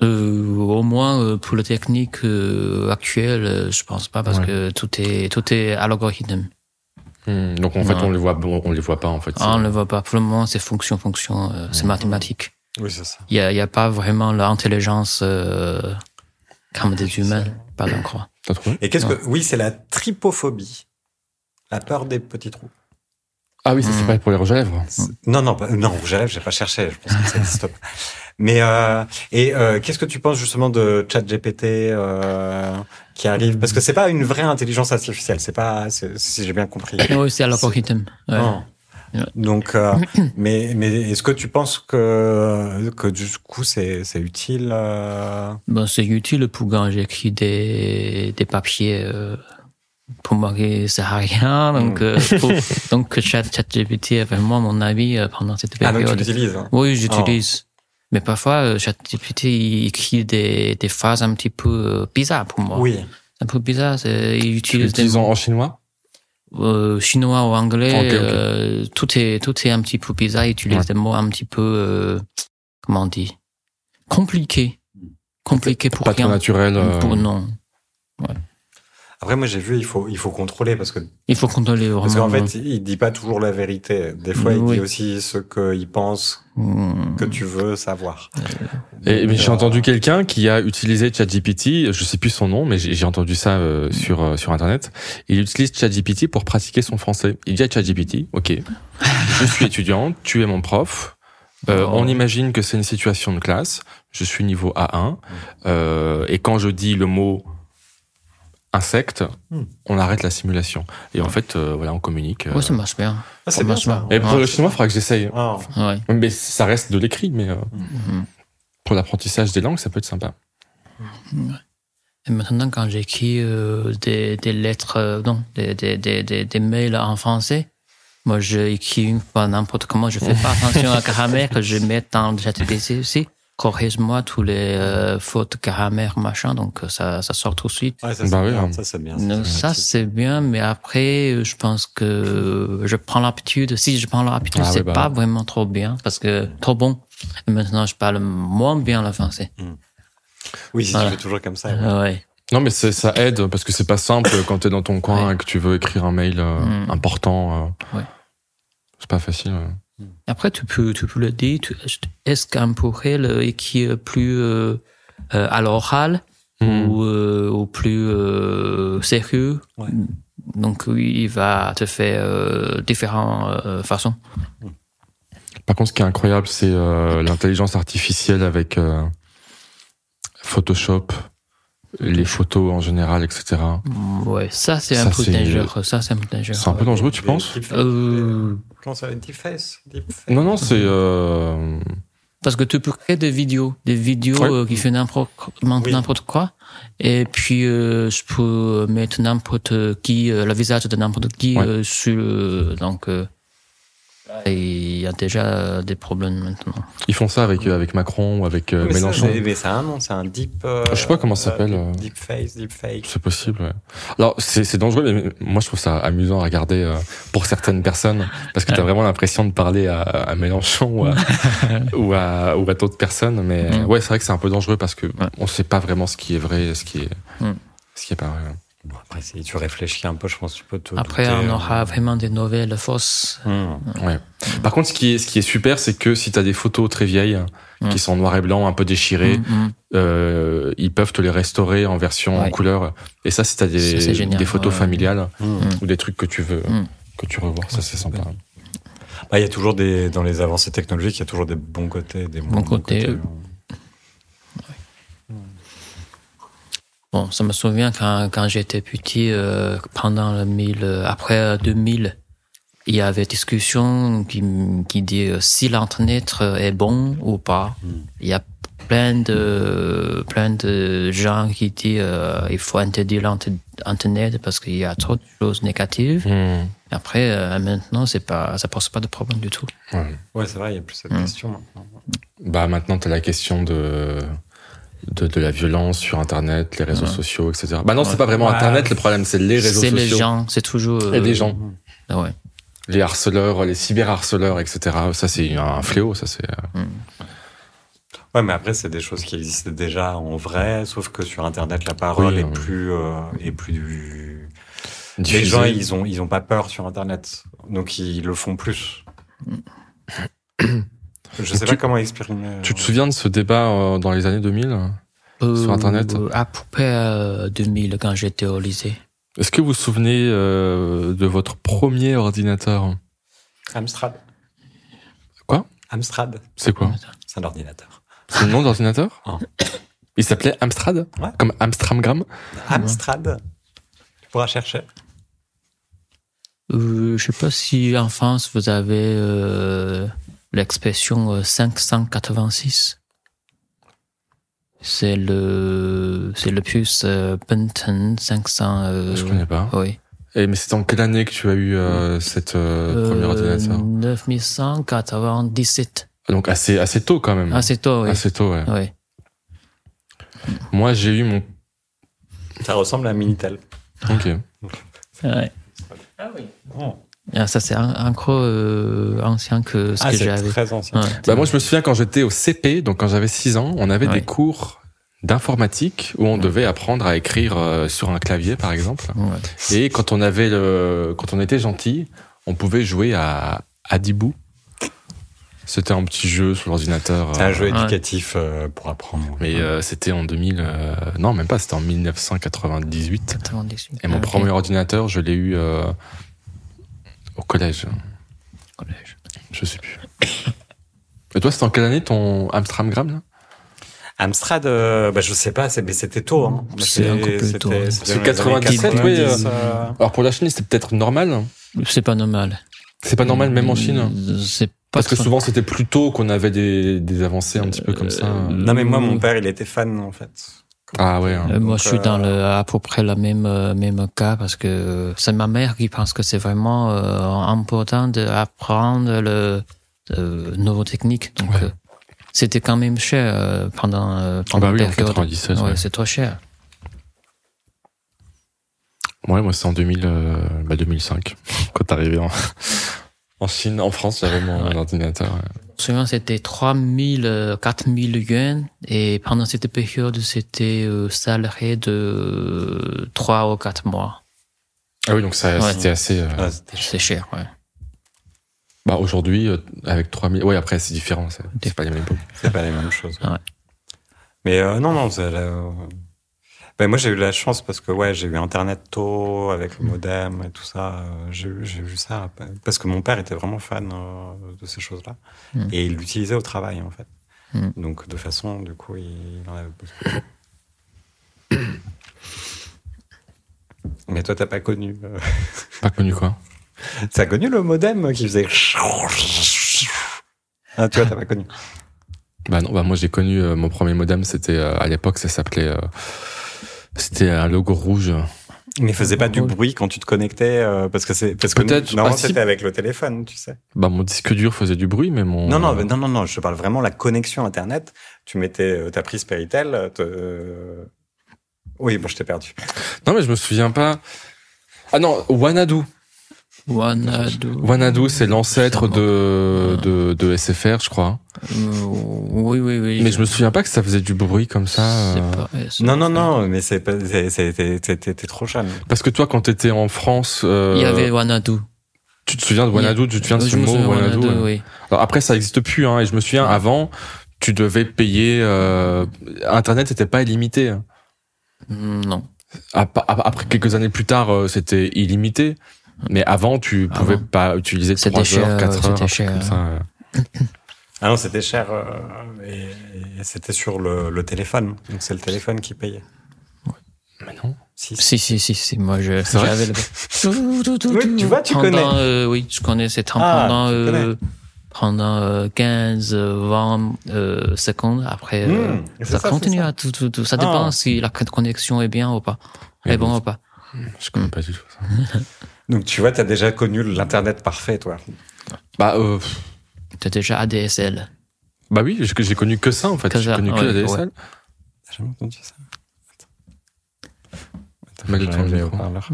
[SPEAKER 2] Euh, au moins euh, pour la technique euh, actuelle, euh, je pense pas parce
[SPEAKER 1] Ouais.
[SPEAKER 2] que tout est tout est à l'algorithme.
[SPEAKER 1] Hmm, Donc en fait,
[SPEAKER 2] Non.
[SPEAKER 1] on les voit, on on les voit pas en fait.
[SPEAKER 2] Ah, on ne voit pas. Pour le moment, c'est fonction fonction, euh, c'est
[SPEAKER 1] Ouais.
[SPEAKER 2] mathématique.
[SPEAKER 3] Oui c'est ça.
[SPEAKER 2] Il y a, il y a pas vraiment l'intelligence euh, comme des humains, pas encore.
[SPEAKER 1] T'as trouvé
[SPEAKER 3] Et qu'est-ce que oui c'est la tripophobie, la peur des petits trous.
[SPEAKER 1] Ah oui, ça c'est
[SPEAKER 2] Hmm.
[SPEAKER 1] pas pour les rouges à lèvres.
[SPEAKER 3] C'est- Non, non, pas- non, rouge à lèvres, j'ai pas cherché. Je pense que ça existe pas. Mais euh, et euh, qu'est-ce que tu penses justement de ChatGPT euh, qui arrive Parce que c'est pas une vraie intelligence artificielle, c'est pas, c'est- si j'ai bien compris.
[SPEAKER 2] Oui, c'est à l'algorithme. Ouais.
[SPEAKER 3] Non.
[SPEAKER 2] Ouais.
[SPEAKER 3] Donc, euh, mais mais est-ce que tu penses que que du coup c'est c'est utile euh,
[SPEAKER 2] Bon, c'est utile pour quand j'écris des, des papiers euh, pour marquer ça sert à rien. Donc,
[SPEAKER 3] Mm.
[SPEAKER 2] euh, pour- donc chat, ChatGPT est vraiment mon avis euh, pendant cette
[SPEAKER 3] Ah donc
[SPEAKER 2] période.
[SPEAKER 3] tu l'utilises. hein.
[SPEAKER 2] oui, j'utilise. Mais parfois, euh, ChatGPT il écrit des, des phrases un petit peu euh, bizarres pour moi.
[SPEAKER 3] Oui.
[SPEAKER 2] Un peu bizarre. c'est- Il
[SPEAKER 1] Tu
[SPEAKER 2] utilise des
[SPEAKER 1] l'utilises en, en chinois
[SPEAKER 2] euh, chinois ou anglais.
[SPEAKER 1] Ok, ok.
[SPEAKER 2] euh, tout est tout est un petit peu bizarre. Il utilise
[SPEAKER 1] Ouais.
[SPEAKER 2] des mots un petit peu euh, comment on dit compliqué, compliqué pour
[SPEAKER 1] Pas
[SPEAKER 2] rien.
[SPEAKER 1] trop naturel. euh,
[SPEAKER 2] Pour- non.
[SPEAKER 3] Après moi j'ai vu il faut il faut contrôler parce que
[SPEAKER 2] Il faut contrôler vraiment.
[SPEAKER 3] parce qu'en fait il dit pas toujours la vérité. Des fois il
[SPEAKER 2] Oui.
[SPEAKER 3] dit aussi ce qu'il pense
[SPEAKER 2] Hmm.
[SPEAKER 3] que tu veux savoir.
[SPEAKER 1] Et, mais j'ai
[SPEAKER 3] Euh,
[SPEAKER 1] entendu quelqu'un qui a utilisé ChatGPT, je sais plus son nom, mais j'ai j'ai entendu ça euh, sur euh, sur internet. Il utilise ChatGPT pour pratiquer son français. Il dit à ChatGPT, ok, je suis étudiante, tu es mon prof. Euh,
[SPEAKER 2] Oh.
[SPEAKER 1] On imagine que c'est une situation de classe. Je suis niveau A1 euh, et quand je dis le mot insecte,
[SPEAKER 3] Hmm.
[SPEAKER 1] on arrête la simulation. Et en fait, euh, voilà, on communique. euh.
[SPEAKER 2] Ouais, ça marche bien.
[SPEAKER 3] Ah, c'est bien ça.
[SPEAKER 1] et pour
[SPEAKER 2] Ouais,
[SPEAKER 1] le chinois, il faudra que j'essaye.
[SPEAKER 3] Ah.
[SPEAKER 2] Ouais.
[SPEAKER 1] Mais ça reste de l'écrit, mais euh,
[SPEAKER 2] Mhm.
[SPEAKER 1] pour l'apprentissage des langues, ça peut être sympa.
[SPEAKER 2] Et maintenant, quand j'écris euh, des, des lettres, euh, non, des, des, des, des, des mails en français, moi, j'écris une fois n'importe comment. Je fais pas attention à la grammaire que je mets dans le ChatGPT aussi. Corrige-moi tous les euh, fautes grammaire, machin. Donc, euh, ça, ça sort tout de suite.
[SPEAKER 3] Ouais, ça,
[SPEAKER 1] Bah
[SPEAKER 3] c'est
[SPEAKER 1] oui,
[SPEAKER 3] bien,
[SPEAKER 1] hein.
[SPEAKER 3] ça, c'est bien.
[SPEAKER 2] Donc, ça, c'est bien, mais après, euh, je pense que je prends l'habitude. Si je prends l'habitude,
[SPEAKER 1] Ah oui,
[SPEAKER 2] c'est
[SPEAKER 1] bah
[SPEAKER 2] pas
[SPEAKER 1] oui.
[SPEAKER 2] vraiment trop bien parce que trop bon. Et maintenant, je parle moins bien le français.
[SPEAKER 3] Oui, si
[SPEAKER 2] Voilà.
[SPEAKER 3] tu fais toujours comme ça. ouais.
[SPEAKER 2] Euh, Ouais.
[SPEAKER 1] Non, mais c'est- ça aide parce que c'est pas simple quand t'es dans ton coin
[SPEAKER 2] Ouais.
[SPEAKER 1] et que tu veux écrire un mail euh,
[SPEAKER 2] Mm.
[SPEAKER 1] important. euh,
[SPEAKER 2] Ouais.
[SPEAKER 1] C'est pas facile. euh.
[SPEAKER 2] Après, tu peux, tu peux le dire. tu- Est-ce qu'on pourrait le écrire plus euh, euh, à l'oral
[SPEAKER 1] Mm.
[SPEAKER 2] ou, euh, ou plus euh, sérieux
[SPEAKER 3] Ouais.
[SPEAKER 2] Donc, oui, il va te faire euh, différentes euh, façons.
[SPEAKER 1] Par contre, ce qui est incroyable, c'est euh, l'intelligence artificielle avec euh, Photoshop, les photos en général, etc.
[SPEAKER 2] Ouais, ça c'est
[SPEAKER 1] Hmm. Ça,
[SPEAKER 2] un peu
[SPEAKER 1] c'est-
[SPEAKER 2] dangereux. Ça c'est un peu dangereux.
[SPEAKER 1] C'est un peu dangereux, tu
[SPEAKER 3] Des-
[SPEAKER 1] penses
[SPEAKER 3] des- des-
[SPEAKER 2] Euh,
[SPEAKER 3] Comment ça s'appelle Deepface Deepfake.
[SPEAKER 1] Non, non, c'est. euh,
[SPEAKER 2] Parce que tu peux créer des vidéos, des vidéos
[SPEAKER 1] Ouais.
[SPEAKER 2] euh, qui font n'importe
[SPEAKER 3] Oui.
[SPEAKER 2] n'importe quoi. Et puis, euh, je peux mettre n'importe qui, euh, le visage de n'importe qui
[SPEAKER 1] Ouais.
[SPEAKER 2] euh, sur le- Donc, euh, là, il y a déjà euh, des problèmes maintenant.
[SPEAKER 1] Ils font ça avec, euh, avec Macron ou avec euh,
[SPEAKER 3] Mais ça,
[SPEAKER 1] Mélenchon.
[SPEAKER 3] Mais, mais c'est un nom, c'est un deep. euh,
[SPEAKER 1] Je sais pas comment ça
[SPEAKER 3] euh,
[SPEAKER 1] s'appelle, euh.
[SPEAKER 3] deep- Deepface, deepfake.
[SPEAKER 1] C'est possible. ouais. Alors c'est c'est dangereux, mais moi je trouve ça amusant à regarder euh, pour certaines personnes parce que t'as vraiment l'impression de parler à, à Mélenchon ou à ou à, ou à d'autres personnes. Mais
[SPEAKER 2] Mm.
[SPEAKER 1] ouais, c'est vrai que c'est un peu dangereux parce que on sait pas vraiment ce qui est vrai, et ce qui est
[SPEAKER 2] Mm.
[SPEAKER 1] ce qui est pas vrai. hein.
[SPEAKER 3] Bon, après, si tu réfléchis un peu, je pense que tu peux te.
[SPEAKER 2] Après,
[SPEAKER 3] douter,
[SPEAKER 2] on
[SPEAKER 3] euh.
[SPEAKER 2] aura vraiment des nouvelles fausses.
[SPEAKER 3] Hmm.
[SPEAKER 1] Par contre, ce qui est ce qui est super, c'est que si t'as des photos très vieilles
[SPEAKER 2] Mm.
[SPEAKER 1] qui sont en noir et blanc, un peu déchirées,
[SPEAKER 2] Mm, mm.
[SPEAKER 1] euh, ils peuvent te les restaurer en version en
[SPEAKER 2] Ouais.
[SPEAKER 1] couleur. Et ça, si t'as
[SPEAKER 2] Ça,
[SPEAKER 1] des
[SPEAKER 2] c'est génial,
[SPEAKER 1] des photos
[SPEAKER 2] ouais.
[SPEAKER 1] familiales
[SPEAKER 3] Hmm.
[SPEAKER 1] ou des trucs que tu veux
[SPEAKER 2] Mm.
[SPEAKER 1] que tu revois, ça
[SPEAKER 3] Ouais,
[SPEAKER 1] c'est
[SPEAKER 3] c'est
[SPEAKER 1] sympa.
[SPEAKER 3] super. Bah, il y a toujours des, dans les avancées technologiques, il y a toujours des bons côtés, des moins bons
[SPEAKER 2] côtés,
[SPEAKER 3] côtés.
[SPEAKER 2] euh. Bon, ça me souvient quand, quand j'étais petit, euh, pendant le 1000, euh, après euh, 2000, il y avait discussion qui, qui dit euh, si l'internet est bon ou pas.
[SPEAKER 3] Mm.
[SPEAKER 1] Hmm.
[SPEAKER 2] Il y a plein de, plein de gens qui disent euh, il faut interdire l'inter- internet parce qu'il y a trop de choses négatives.
[SPEAKER 1] Mm.
[SPEAKER 2] Après, euh, maintenant, c'est pas, ça pose pas de problème du tout.
[SPEAKER 1] Ouais.
[SPEAKER 3] Ouais, c'est vrai, il y a plus cette
[SPEAKER 2] Hmm.
[SPEAKER 3] question maintenant.
[SPEAKER 1] Bah maintenant t'as la question de, de de la violence sur Internet, les réseaux
[SPEAKER 2] Ouais.
[SPEAKER 1] sociaux, etc. Bah non c'est
[SPEAKER 2] Ouais.
[SPEAKER 1] pas vraiment
[SPEAKER 3] Ouais.
[SPEAKER 1] Internet le problème, c'est les réseaux
[SPEAKER 2] C'est
[SPEAKER 1] sociaux.
[SPEAKER 2] les gens, c'est toujours.
[SPEAKER 1] Et
[SPEAKER 2] euh,
[SPEAKER 1] les gens,
[SPEAKER 3] Hmm.
[SPEAKER 2] Ouais.
[SPEAKER 1] les harceleurs, les cyberharceleurs, etc. Ça c'est un fléau, ça c'est. euh,
[SPEAKER 3] Ouais, mais après, c'est des choses qui existaient déjà en vrai, sauf que sur Internet, la parole
[SPEAKER 1] Oui,
[SPEAKER 3] est,
[SPEAKER 1] oui.
[SPEAKER 3] plus, euh, est plus.
[SPEAKER 1] diffusé.
[SPEAKER 3] Les gens, ils ont, ils ont pas peur sur Internet, donc ils le font plus. Je sais
[SPEAKER 1] Mm. Tu-
[SPEAKER 3] pas comment exprimer. euh,
[SPEAKER 1] Tu te souviens de ce débat euh, dans les années 2000 Sur
[SPEAKER 2] Euh,
[SPEAKER 1] Internet
[SPEAKER 2] À peu près euh, 2000, quand j'étais au lycée.
[SPEAKER 1] Est-ce que vous vous souvenez euh, de votre premier ordinateur
[SPEAKER 3] Amstrad.
[SPEAKER 1] Quoi
[SPEAKER 3] Amstrad,
[SPEAKER 1] C'est quoi
[SPEAKER 3] c'est un ordinateur.
[SPEAKER 1] C'est le nom d'ordinateur
[SPEAKER 3] Non.
[SPEAKER 1] Il s'appelait Amstrad
[SPEAKER 3] Ah. Ouais.
[SPEAKER 1] Comme Amstramgram
[SPEAKER 3] Amstrad, tu pourras chercher.
[SPEAKER 2] Euh, je sais pas si en France vous avez euh, l'expression euh, 586. C'est le c'est le plus euh, Benton 500. euh,
[SPEAKER 1] Ah, Je connais pas.
[SPEAKER 2] oui.
[SPEAKER 1] Et mais c'est en quelle année que tu as eu euh, cette euh, premier
[SPEAKER 2] Euh,
[SPEAKER 1] ordinateur
[SPEAKER 2] 9197.
[SPEAKER 1] Donc assez assez tôt quand même.
[SPEAKER 2] Ah c'est toi oui.
[SPEAKER 1] Assez tôt, ouais.
[SPEAKER 2] oui.
[SPEAKER 1] Moi, j'ai eu mon.
[SPEAKER 3] Ça ressemble à un Minitel.
[SPEAKER 2] Ah,
[SPEAKER 1] Ok. Bah,
[SPEAKER 2] Ouais.
[SPEAKER 1] Oh.
[SPEAKER 2] Ah, ça c'est un- encore euh, ancien que ce
[SPEAKER 3] Ah,
[SPEAKER 2] que
[SPEAKER 3] c'est
[SPEAKER 2] j'avais.
[SPEAKER 3] très ancien.
[SPEAKER 2] Ouais.
[SPEAKER 1] Bah moi, je me souviens quand j'étais au CP, donc quand j'avais 6 ans, on avait
[SPEAKER 2] Ouais.
[SPEAKER 1] des cours d'informatique où on devait apprendre à écrire euh, sur un clavier, par exemple.
[SPEAKER 2] Ouais.
[SPEAKER 1] Et quand on avait le, quand on était gentil, on pouvait jouer à Adibou. C'était un petit jeu sur l'ordinateur.
[SPEAKER 3] C'est
[SPEAKER 1] euh,
[SPEAKER 3] un jeu
[SPEAKER 2] Ouais.
[SPEAKER 3] éducatif euh, pour apprendre.
[SPEAKER 1] Mais euh, c'était en 2000. euh, non, même pas. C'était en 1998.
[SPEAKER 2] 98.
[SPEAKER 1] Et mon
[SPEAKER 2] Ah, ok.
[SPEAKER 1] premier ordinateur, je l'ai eu euh, au collège.
[SPEAKER 2] Collège.
[SPEAKER 1] Je sais plus. Et toi, c'était en quelle année ton Amstramgram là
[SPEAKER 3] Amstrad, euh, bah, je sais pas, c'est- mais c'était tôt. Hein.
[SPEAKER 2] C'est
[SPEAKER 3] C'était-
[SPEAKER 2] un couple
[SPEAKER 3] c'était-
[SPEAKER 2] tôt, ouais.
[SPEAKER 3] c'était
[SPEAKER 1] C'est
[SPEAKER 3] dans les années
[SPEAKER 1] 97, oui,
[SPEAKER 3] 90,
[SPEAKER 1] euh,
[SPEAKER 3] euh,
[SPEAKER 1] Alors pour la Chine, c'était peut-être normal. hein.
[SPEAKER 2] C'est pas normal. Euh,
[SPEAKER 1] C'est pas normal, même en Chine. hein.
[SPEAKER 2] C'est Hmm, pas
[SPEAKER 1] Parce que
[SPEAKER 2] trop- Euh,
[SPEAKER 1] souvent, c'était plus tôt qu'on avait des, des avancées un petit peu comme ça.
[SPEAKER 3] Euh,
[SPEAKER 1] hein. Euh,
[SPEAKER 3] Non, mais moi, mon père, il était fan, en fait.
[SPEAKER 1] Ah ouais. hein.
[SPEAKER 2] Euh, moi,
[SPEAKER 3] Donc,
[SPEAKER 2] je suis
[SPEAKER 3] euh,
[SPEAKER 2] dans le, à peu près le même, euh, même cas parce que euh, c'est ma mère qui pense que c'est vraiment euh, important d'apprendre le euh, nouveau technique. Donc,
[SPEAKER 1] Ouais.
[SPEAKER 2] euh, c'était quand même cher euh, pendant, euh,
[SPEAKER 1] Ah
[SPEAKER 2] pendant
[SPEAKER 1] bah oui, en
[SPEAKER 2] la période.
[SPEAKER 1] 97. Ouais,
[SPEAKER 2] Ouais, c'est trop cher.
[SPEAKER 1] Ouais, moi, c'est en 2000, euh, bah, 2005. Quand t'arrivais en, en Chine, en France, j'avais mon
[SPEAKER 2] Ouais.
[SPEAKER 1] ordinateur. ouais.
[SPEAKER 2] Souvent, c'était 3000, euh, 4000 yens. Et pendant cette période, c'était euh, salarié de 3 ou 4 mois.
[SPEAKER 1] Ah oui, donc ça,
[SPEAKER 2] Ouais.
[SPEAKER 1] c'était assez. euh,
[SPEAKER 3] Ouais, c'était-
[SPEAKER 2] C'est cher, ouais.
[SPEAKER 1] Bah aujourd'hui, euh, avec 3000. Ouais, après, c'est différent. C'est c'est pas les mêmes époques.
[SPEAKER 3] C'est pas les mêmes choses.
[SPEAKER 2] Ouais.
[SPEAKER 3] Mais euh, non, non, c'est la- Ben, moi, j'ai eu la chance parce que, ouais, j'ai eu Internet tôt, avec le modem et tout ça. euh, J'ai eu j'ai eu ça. Parce que mon père était vraiment fan euh, de ces choses-là.
[SPEAKER 2] Mm.
[SPEAKER 3] Et il l'utilisait au travail, en fait.
[SPEAKER 2] Mm.
[SPEAKER 3] Donc, de façon, du coup, il en avait besoin. Mais toi, t'as pas connu. euh,
[SPEAKER 1] Pas connu quoi.
[SPEAKER 3] T'as connu le modem qui faisait. Ah, tu vois, t'as pas connu.
[SPEAKER 1] Bah non, bah moi j'ai connu euh, mon premier modem, c'était euh, à l'époque ça s'appelait euh, c'était un logo rouge.
[SPEAKER 3] Mais faisait pas du bruit quand tu te connectais euh, parce que c'est parce que
[SPEAKER 1] Ah, Peut-être,
[SPEAKER 3] nous, normalement,
[SPEAKER 1] ah, si.
[SPEAKER 3] c'était avec le téléphone, tu sais.
[SPEAKER 1] Bah mon disque dur faisait du bruit mais mon
[SPEAKER 3] Non non mais non non non, je te parle vraiment la connexion internet. Tu mettais euh, ta prise Péritel. euh, te- euh, Oui, bon, je t'ai perdu.
[SPEAKER 1] Non, mais je me souviens pas. Ah non, Wanadu.
[SPEAKER 2] Wanadu.
[SPEAKER 1] Wanadu c'est l'ancêtre de, de de SFR je crois.
[SPEAKER 2] Euh, oui, oui, oui.
[SPEAKER 1] Mais je me souviens pas que ça faisait du bruit comme ça.
[SPEAKER 2] sais
[SPEAKER 1] euh,
[SPEAKER 2] pas, ouais, c'est-
[SPEAKER 3] Non non
[SPEAKER 2] c'est-
[SPEAKER 3] non, mais c'est pas c'est- c'est- t'es- t'es t'es- t'es trop jeune.
[SPEAKER 1] Parce que toi quand t'étais en France euh,
[SPEAKER 2] Il y avait Wanadu.
[SPEAKER 1] tu te souviens de Wanadu, tu te souviens de
[SPEAKER 2] Oui,
[SPEAKER 1] ce
[SPEAKER 2] je me
[SPEAKER 1] mot euh,
[SPEAKER 2] souviens de
[SPEAKER 1] Wanadu. ouais.
[SPEAKER 2] euh, oui.
[SPEAKER 1] Alors après, ça n'existe plus. Hein, et je me souviens,
[SPEAKER 2] Ouais.
[SPEAKER 1] avant, tu devais payer. euh, Internet n'était pas illimité. hein.
[SPEAKER 2] Mm, Non.
[SPEAKER 1] Ap- ap- Ah, Après quelques années plus tard, euh, c'était illimité. Mais avant, tu
[SPEAKER 2] Ah
[SPEAKER 1] pouvais
[SPEAKER 2] bon
[SPEAKER 1] pas utiliser
[SPEAKER 2] C'était
[SPEAKER 1] 3
[SPEAKER 2] cher,
[SPEAKER 1] heures, 4
[SPEAKER 2] c'était
[SPEAKER 1] heures, un truc
[SPEAKER 2] cher.
[SPEAKER 1] comme ça. euh.
[SPEAKER 3] Ah non, c'était cher euh, et, et c'était sur le, le téléphone. Donc c'est le téléphone qui payait.
[SPEAKER 1] Mais non.
[SPEAKER 3] Si, si.
[SPEAKER 2] Si, si, si, si. Moi, je,
[SPEAKER 1] C'est vrai
[SPEAKER 2] j'avais le.
[SPEAKER 3] Oui, tu vois, tu
[SPEAKER 2] Pendant,
[SPEAKER 3] connais.
[SPEAKER 2] euh, oui, je connais ces temps
[SPEAKER 3] Ah,
[SPEAKER 2] pendant,
[SPEAKER 3] tu
[SPEAKER 2] euh, pendant euh, 15, euh, 20 euh, secondes. Après,
[SPEAKER 3] Mmh,
[SPEAKER 1] Hmm.
[SPEAKER 2] euh,
[SPEAKER 3] c'est
[SPEAKER 2] ça,
[SPEAKER 3] ça,
[SPEAKER 2] continue
[SPEAKER 3] c'est ça.
[SPEAKER 2] à tout, tout, tout. Ça dépend
[SPEAKER 3] Ah.
[SPEAKER 2] si la connexion est bien ou pas.
[SPEAKER 1] Mais
[SPEAKER 2] est bon
[SPEAKER 1] bon,
[SPEAKER 2] ou pas.
[SPEAKER 1] Je connais pas du tout
[SPEAKER 2] hmm.
[SPEAKER 1] ça.
[SPEAKER 3] Donc tu vois, t'as déjà connu l'internet parfait, toi.
[SPEAKER 1] Bah, euh, pff,
[SPEAKER 2] T'es déjà ADSL.
[SPEAKER 1] bah oui, j'ai j'ai connu que ça en fait.
[SPEAKER 2] Que
[SPEAKER 1] J'ai
[SPEAKER 2] ça,
[SPEAKER 1] connu que
[SPEAKER 2] ouais,
[SPEAKER 1] la DSL.
[SPEAKER 3] T'as jamais entendu ça Attends.
[SPEAKER 1] Mets-le
[SPEAKER 3] J'enlève
[SPEAKER 1] dans le
[SPEAKER 3] les
[SPEAKER 1] micro.
[SPEAKER 3] haut-parleurs.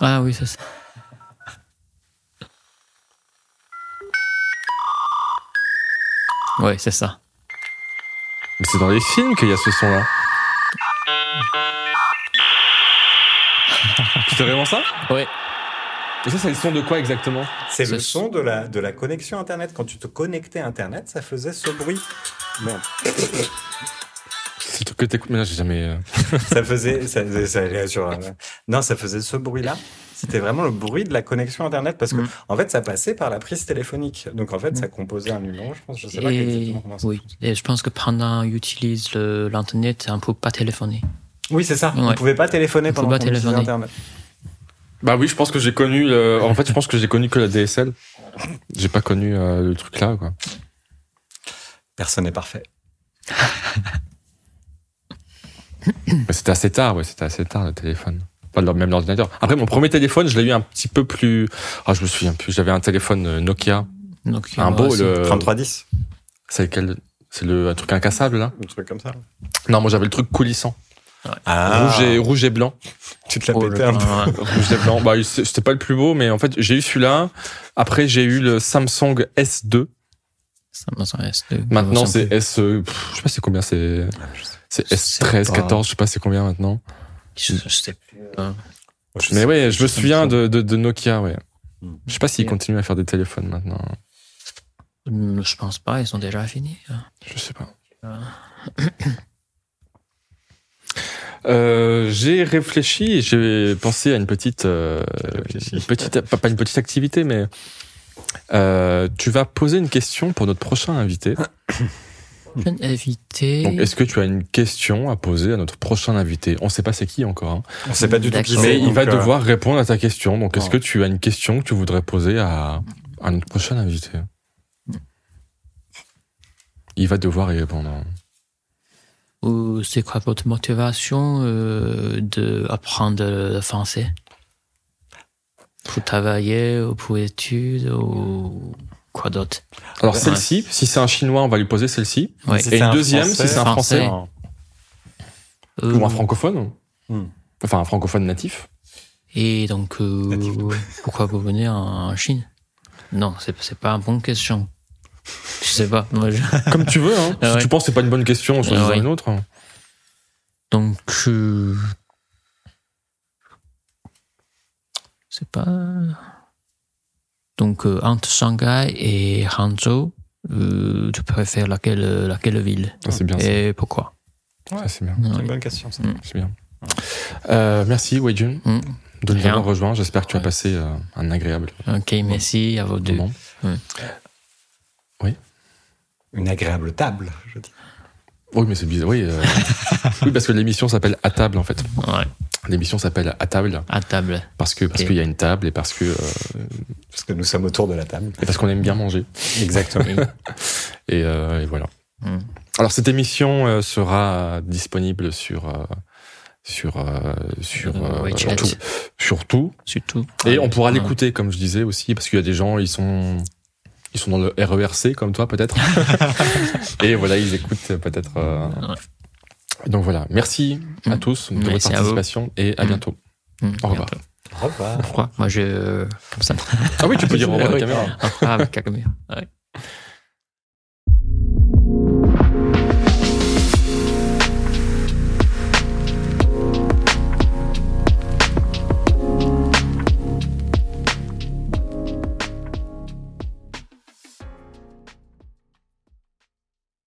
[SPEAKER 2] Ah oui, ça c'est. Ouais, c'est ça.
[SPEAKER 1] Mais c'est dans les films qu'il y a ce son-là. C'était vraiment ça
[SPEAKER 2] Ouais.
[SPEAKER 1] Et ça, c'est le son de quoi exactement
[SPEAKER 3] C'est
[SPEAKER 2] Ça,
[SPEAKER 3] le
[SPEAKER 2] c'est-
[SPEAKER 3] son de la, de la connexion Internet. Quand tu te connectais à Internet, ça faisait ce bruit. Merde.
[SPEAKER 1] C'est le truc que t'écoutes, mais là, j'ai jamais. euh,
[SPEAKER 3] ça faisait. Ça, ça- ça allait sur un- Non, ça faisait ce bruit-là. C'était vraiment le bruit de la connexion Internet parce que,
[SPEAKER 2] Mm.
[SPEAKER 3] en fait, ça passait par la prise téléphonique. Donc, en fait, ça composait un numéro, je pense. Je sais pas
[SPEAKER 2] Et,
[SPEAKER 3] exactement comment ça
[SPEAKER 2] oui. Et je pense que pendant on utilise le- l'internet, on peut pas téléphoner.
[SPEAKER 3] Oui, c'est ça. On
[SPEAKER 2] Ouais.
[SPEAKER 3] pouvait pas téléphoner
[SPEAKER 2] On
[SPEAKER 3] pendant
[SPEAKER 2] pouvait
[SPEAKER 3] qu'on
[SPEAKER 2] pas
[SPEAKER 3] utilisait
[SPEAKER 2] téléphoner.
[SPEAKER 3] Internet.
[SPEAKER 1] Bah oui, je pense que j'ai connu. le- En fait, je pense que j'ai connu que la DSL. J'ai pas connu euh, le truc là, quoi.
[SPEAKER 3] Personne n'est parfait.
[SPEAKER 1] Mais c'était assez tard, ouais, c'était assez tard le téléphone. Pas le- même l'ordinateur. Après, mon premier téléphone, je l'ai eu un petit peu plus. Ah, je me souviens plus. J'avais un téléphone euh, Nokia.
[SPEAKER 2] Donc,
[SPEAKER 1] un
[SPEAKER 2] euh,
[SPEAKER 1] beau,
[SPEAKER 2] c'est-
[SPEAKER 1] le.
[SPEAKER 3] 3310,
[SPEAKER 1] C'est lequel C'est le un truc incassable, là
[SPEAKER 3] un truc comme ça.
[SPEAKER 1] Non, moi, j'avais le truc coulissant.
[SPEAKER 3] Ah,
[SPEAKER 1] Rouge, et, rouge et blanc.
[SPEAKER 3] tu te la
[SPEAKER 2] Oh,
[SPEAKER 3] pétais
[SPEAKER 2] le-
[SPEAKER 3] un peu.
[SPEAKER 2] ouais.
[SPEAKER 1] Rouge et blanc. Bah, c'est- c'était pas le plus beau, mais en fait, j'ai eu celui-là. Après, j'ai eu le Samsung S2.
[SPEAKER 2] Ça me semble S2.
[SPEAKER 1] Maintenant,
[SPEAKER 2] Ça me
[SPEAKER 1] c'est S. euh, pff, je sais pas c'est combien, c'est. C'est
[SPEAKER 2] Je
[SPEAKER 1] S13,
[SPEAKER 2] sais pas.
[SPEAKER 1] 14, je sais pas c'est combien maintenant.
[SPEAKER 2] Je, je sais plus. hein.
[SPEAKER 3] Je
[SPEAKER 1] Mais
[SPEAKER 3] sais
[SPEAKER 1] ouais,
[SPEAKER 3] pas,
[SPEAKER 1] je me
[SPEAKER 3] sais
[SPEAKER 1] souviens
[SPEAKER 3] pas.
[SPEAKER 1] de, de, de Nokia, ouais.
[SPEAKER 3] Hmm.
[SPEAKER 1] Je sais pas s'ils
[SPEAKER 2] Ok.
[SPEAKER 1] continuent à faire des téléphones maintenant.
[SPEAKER 2] Hum, Je pense pas, ils sont déjà finis. hein.
[SPEAKER 1] Je sais pas.
[SPEAKER 2] Ah.
[SPEAKER 1] Euh, j'ai réfléchi et j'ai pensé à une petite, euh,
[SPEAKER 3] réfléchi.
[SPEAKER 1] une petite, pas, pas une petite activité, mais euh, tu vas poser une question pour notre prochain invité.
[SPEAKER 2] Jeune invité.
[SPEAKER 1] Donc, est-ce que tu as une question à poser à notre prochain invité On sait pas c'est qui encore. hein.
[SPEAKER 3] On sait pas du tout qui
[SPEAKER 2] D'accord.
[SPEAKER 3] c'est,
[SPEAKER 1] Mais il
[SPEAKER 3] donc,
[SPEAKER 1] va
[SPEAKER 3] euh,
[SPEAKER 1] devoir répondre à ta question. Donc, est-ce
[SPEAKER 3] Oh.
[SPEAKER 1] que tu as une question que tu voudrais poser à, à notre prochain invité Il va devoir y répondre.
[SPEAKER 2] Ou c'est quoi votre motivation euh, d'apprendre le français Pour travailler ou pour études ou quoi d'autre
[SPEAKER 1] Alors,
[SPEAKER 2] Ouais.
[SPEAKER 1] celle-ci, si c'est un chinois, on va lui poser celle-ci.
[SPEAKER 2] Ouais.
[SPEAKER 3] Si
[SPEAKER 1] Et
[SPEAKER 3] c'est
[SPEAKER 1] une
[SPEAKER 3] un
[SPEAKER 1] deuxième,
[SPEAKER 3] Français,
[SPEAKER 1] si c'est un français,
[SPEAKER 2] Français. Euh,
[SPEAKER 1] ou un francophone.
[SPEAKER 2] Mmh.
[SPEAKER 3] Hmm.
[SPEAKER 1] Enfin, un francophone natif.
[SPEAKER 2] Et donc, euh,
[SPEAKER 3] Natif.
[SPEAKER 2] pourquoi vous venez en Chine Non, c'est c'est pas une bonne question. Je sais pas. moi, je-
[SPEAKER 1] Comme tu veux. Hein.
[SPEAKER 2] Ah
[SPEAKER 1] Si
[SPEAKER 2] ouais.
[SPEAKER 1] tu penses que c'est pas une bonne question, on choisira
[SPEAKER 2] Ah ouais.
[SPEAKER 1] une autre. hein.
[SPEAKER 2] Donc, euh, c'est pas. Donc euh, entre Shanghai et Hangzhou, euh, tu préfères laquelle euh, laquelle ville
[SPEAKER 1] Ça, c'est bien. ça.
[SPEAKER 2] et Mmh. pourquoi
[SPEAKER 1] Ça, c'est bien.
[SPEAKER 3] C'est
[SPEAKER 2] Ouais.
[SPEAKER 3] une bonne question, ça.
[SPEAKER 1] C'est bien. Euh, merci, Weijun,
[SPEAKER 2] Mm.
[SPEAKER 1] de nous
[SPEAKER 2] Rien.
[SPEAKER 1] avoir rejoints. J'espère que tu as
[SPEAKER 2] Ouais.
[SPEAKER 1] passé euh, un agréable
[SPEAKER 2] Ok, merci à vous deux.
[SPEAKER 1] moment.
[SPEAKER 2] Ouais.
[SPEAKER 3] Une agréable table, je dis.
[SPEAKER 1] Oui, mais c'est bizarre. Oui, euh, oui, parce que l'émission s'appelle À table, en fait.
[SPEAKER 2] Ouais,
[SPEAKER 1] L'émission s'appelle À table
[SPEAKER 2] à table.
[SPEAKER 1] parce que parce
[SPEAKER 2] Ok.
[SPEAKER 1] qu'il y a une table et parce que euh,
[SPEAKER 3] Parce que nous sommes autour de la table.
[SPEAKER 1] et parce qu'on aime bien manger.
[SPEAKER 3] Exactement.
[SPEAKER 1] Et, euh, et voilà.
[SPEAKER 2] Mm.
[SPEAKER 1] Alors cette émission euh, sera disponible sur euh, sur euh, sur
[SPEAKER 2] Euh,
[SPEAKER 1] euh,
[SPEAKER 2] WeChat.
[SPEAKER 1] tout- sur tout.
[SPEAKER 2] Surtout.
[SPEAKER 1] Et on pourra
[SPEAKER 2] Ouais.
[SPEAKER 1] l'écouter, comme je disais aussi, parce qu'il y a des gens, ils sont ils sont dans le RERC comme toi peut-être. et voilà, ils écoutent euh, peut-être. euh,
[SPEAKER 2] Ouais.
[SPEAKER 1] Donc voilà, merci à
[SPEAKER 2] Mm.
[SPEAKER 1] tous de votre
[SPEAKER 2] Merci à vous.
[SPEAKER 1] participation et à
[SPEAKER 2] Mm.
[SPEAKER 1] bientôt.
[SPEAKER 2] Mm,
[SPEAKER 1] Au revoir.
[SPEAKER 2] bientôt.
[SPEAKER 3] Au revoir.
[SPEAKER 2] Pourquoi Moi, je. Comme ça.
[SPEAKER 1] Ah oui, tu peux dire au revoir à la
[SPEAKER 2] Oui.
[SPEAKER 1] caméra.
[SPEAKER 2] Au revoir avec la caméra. Ouais.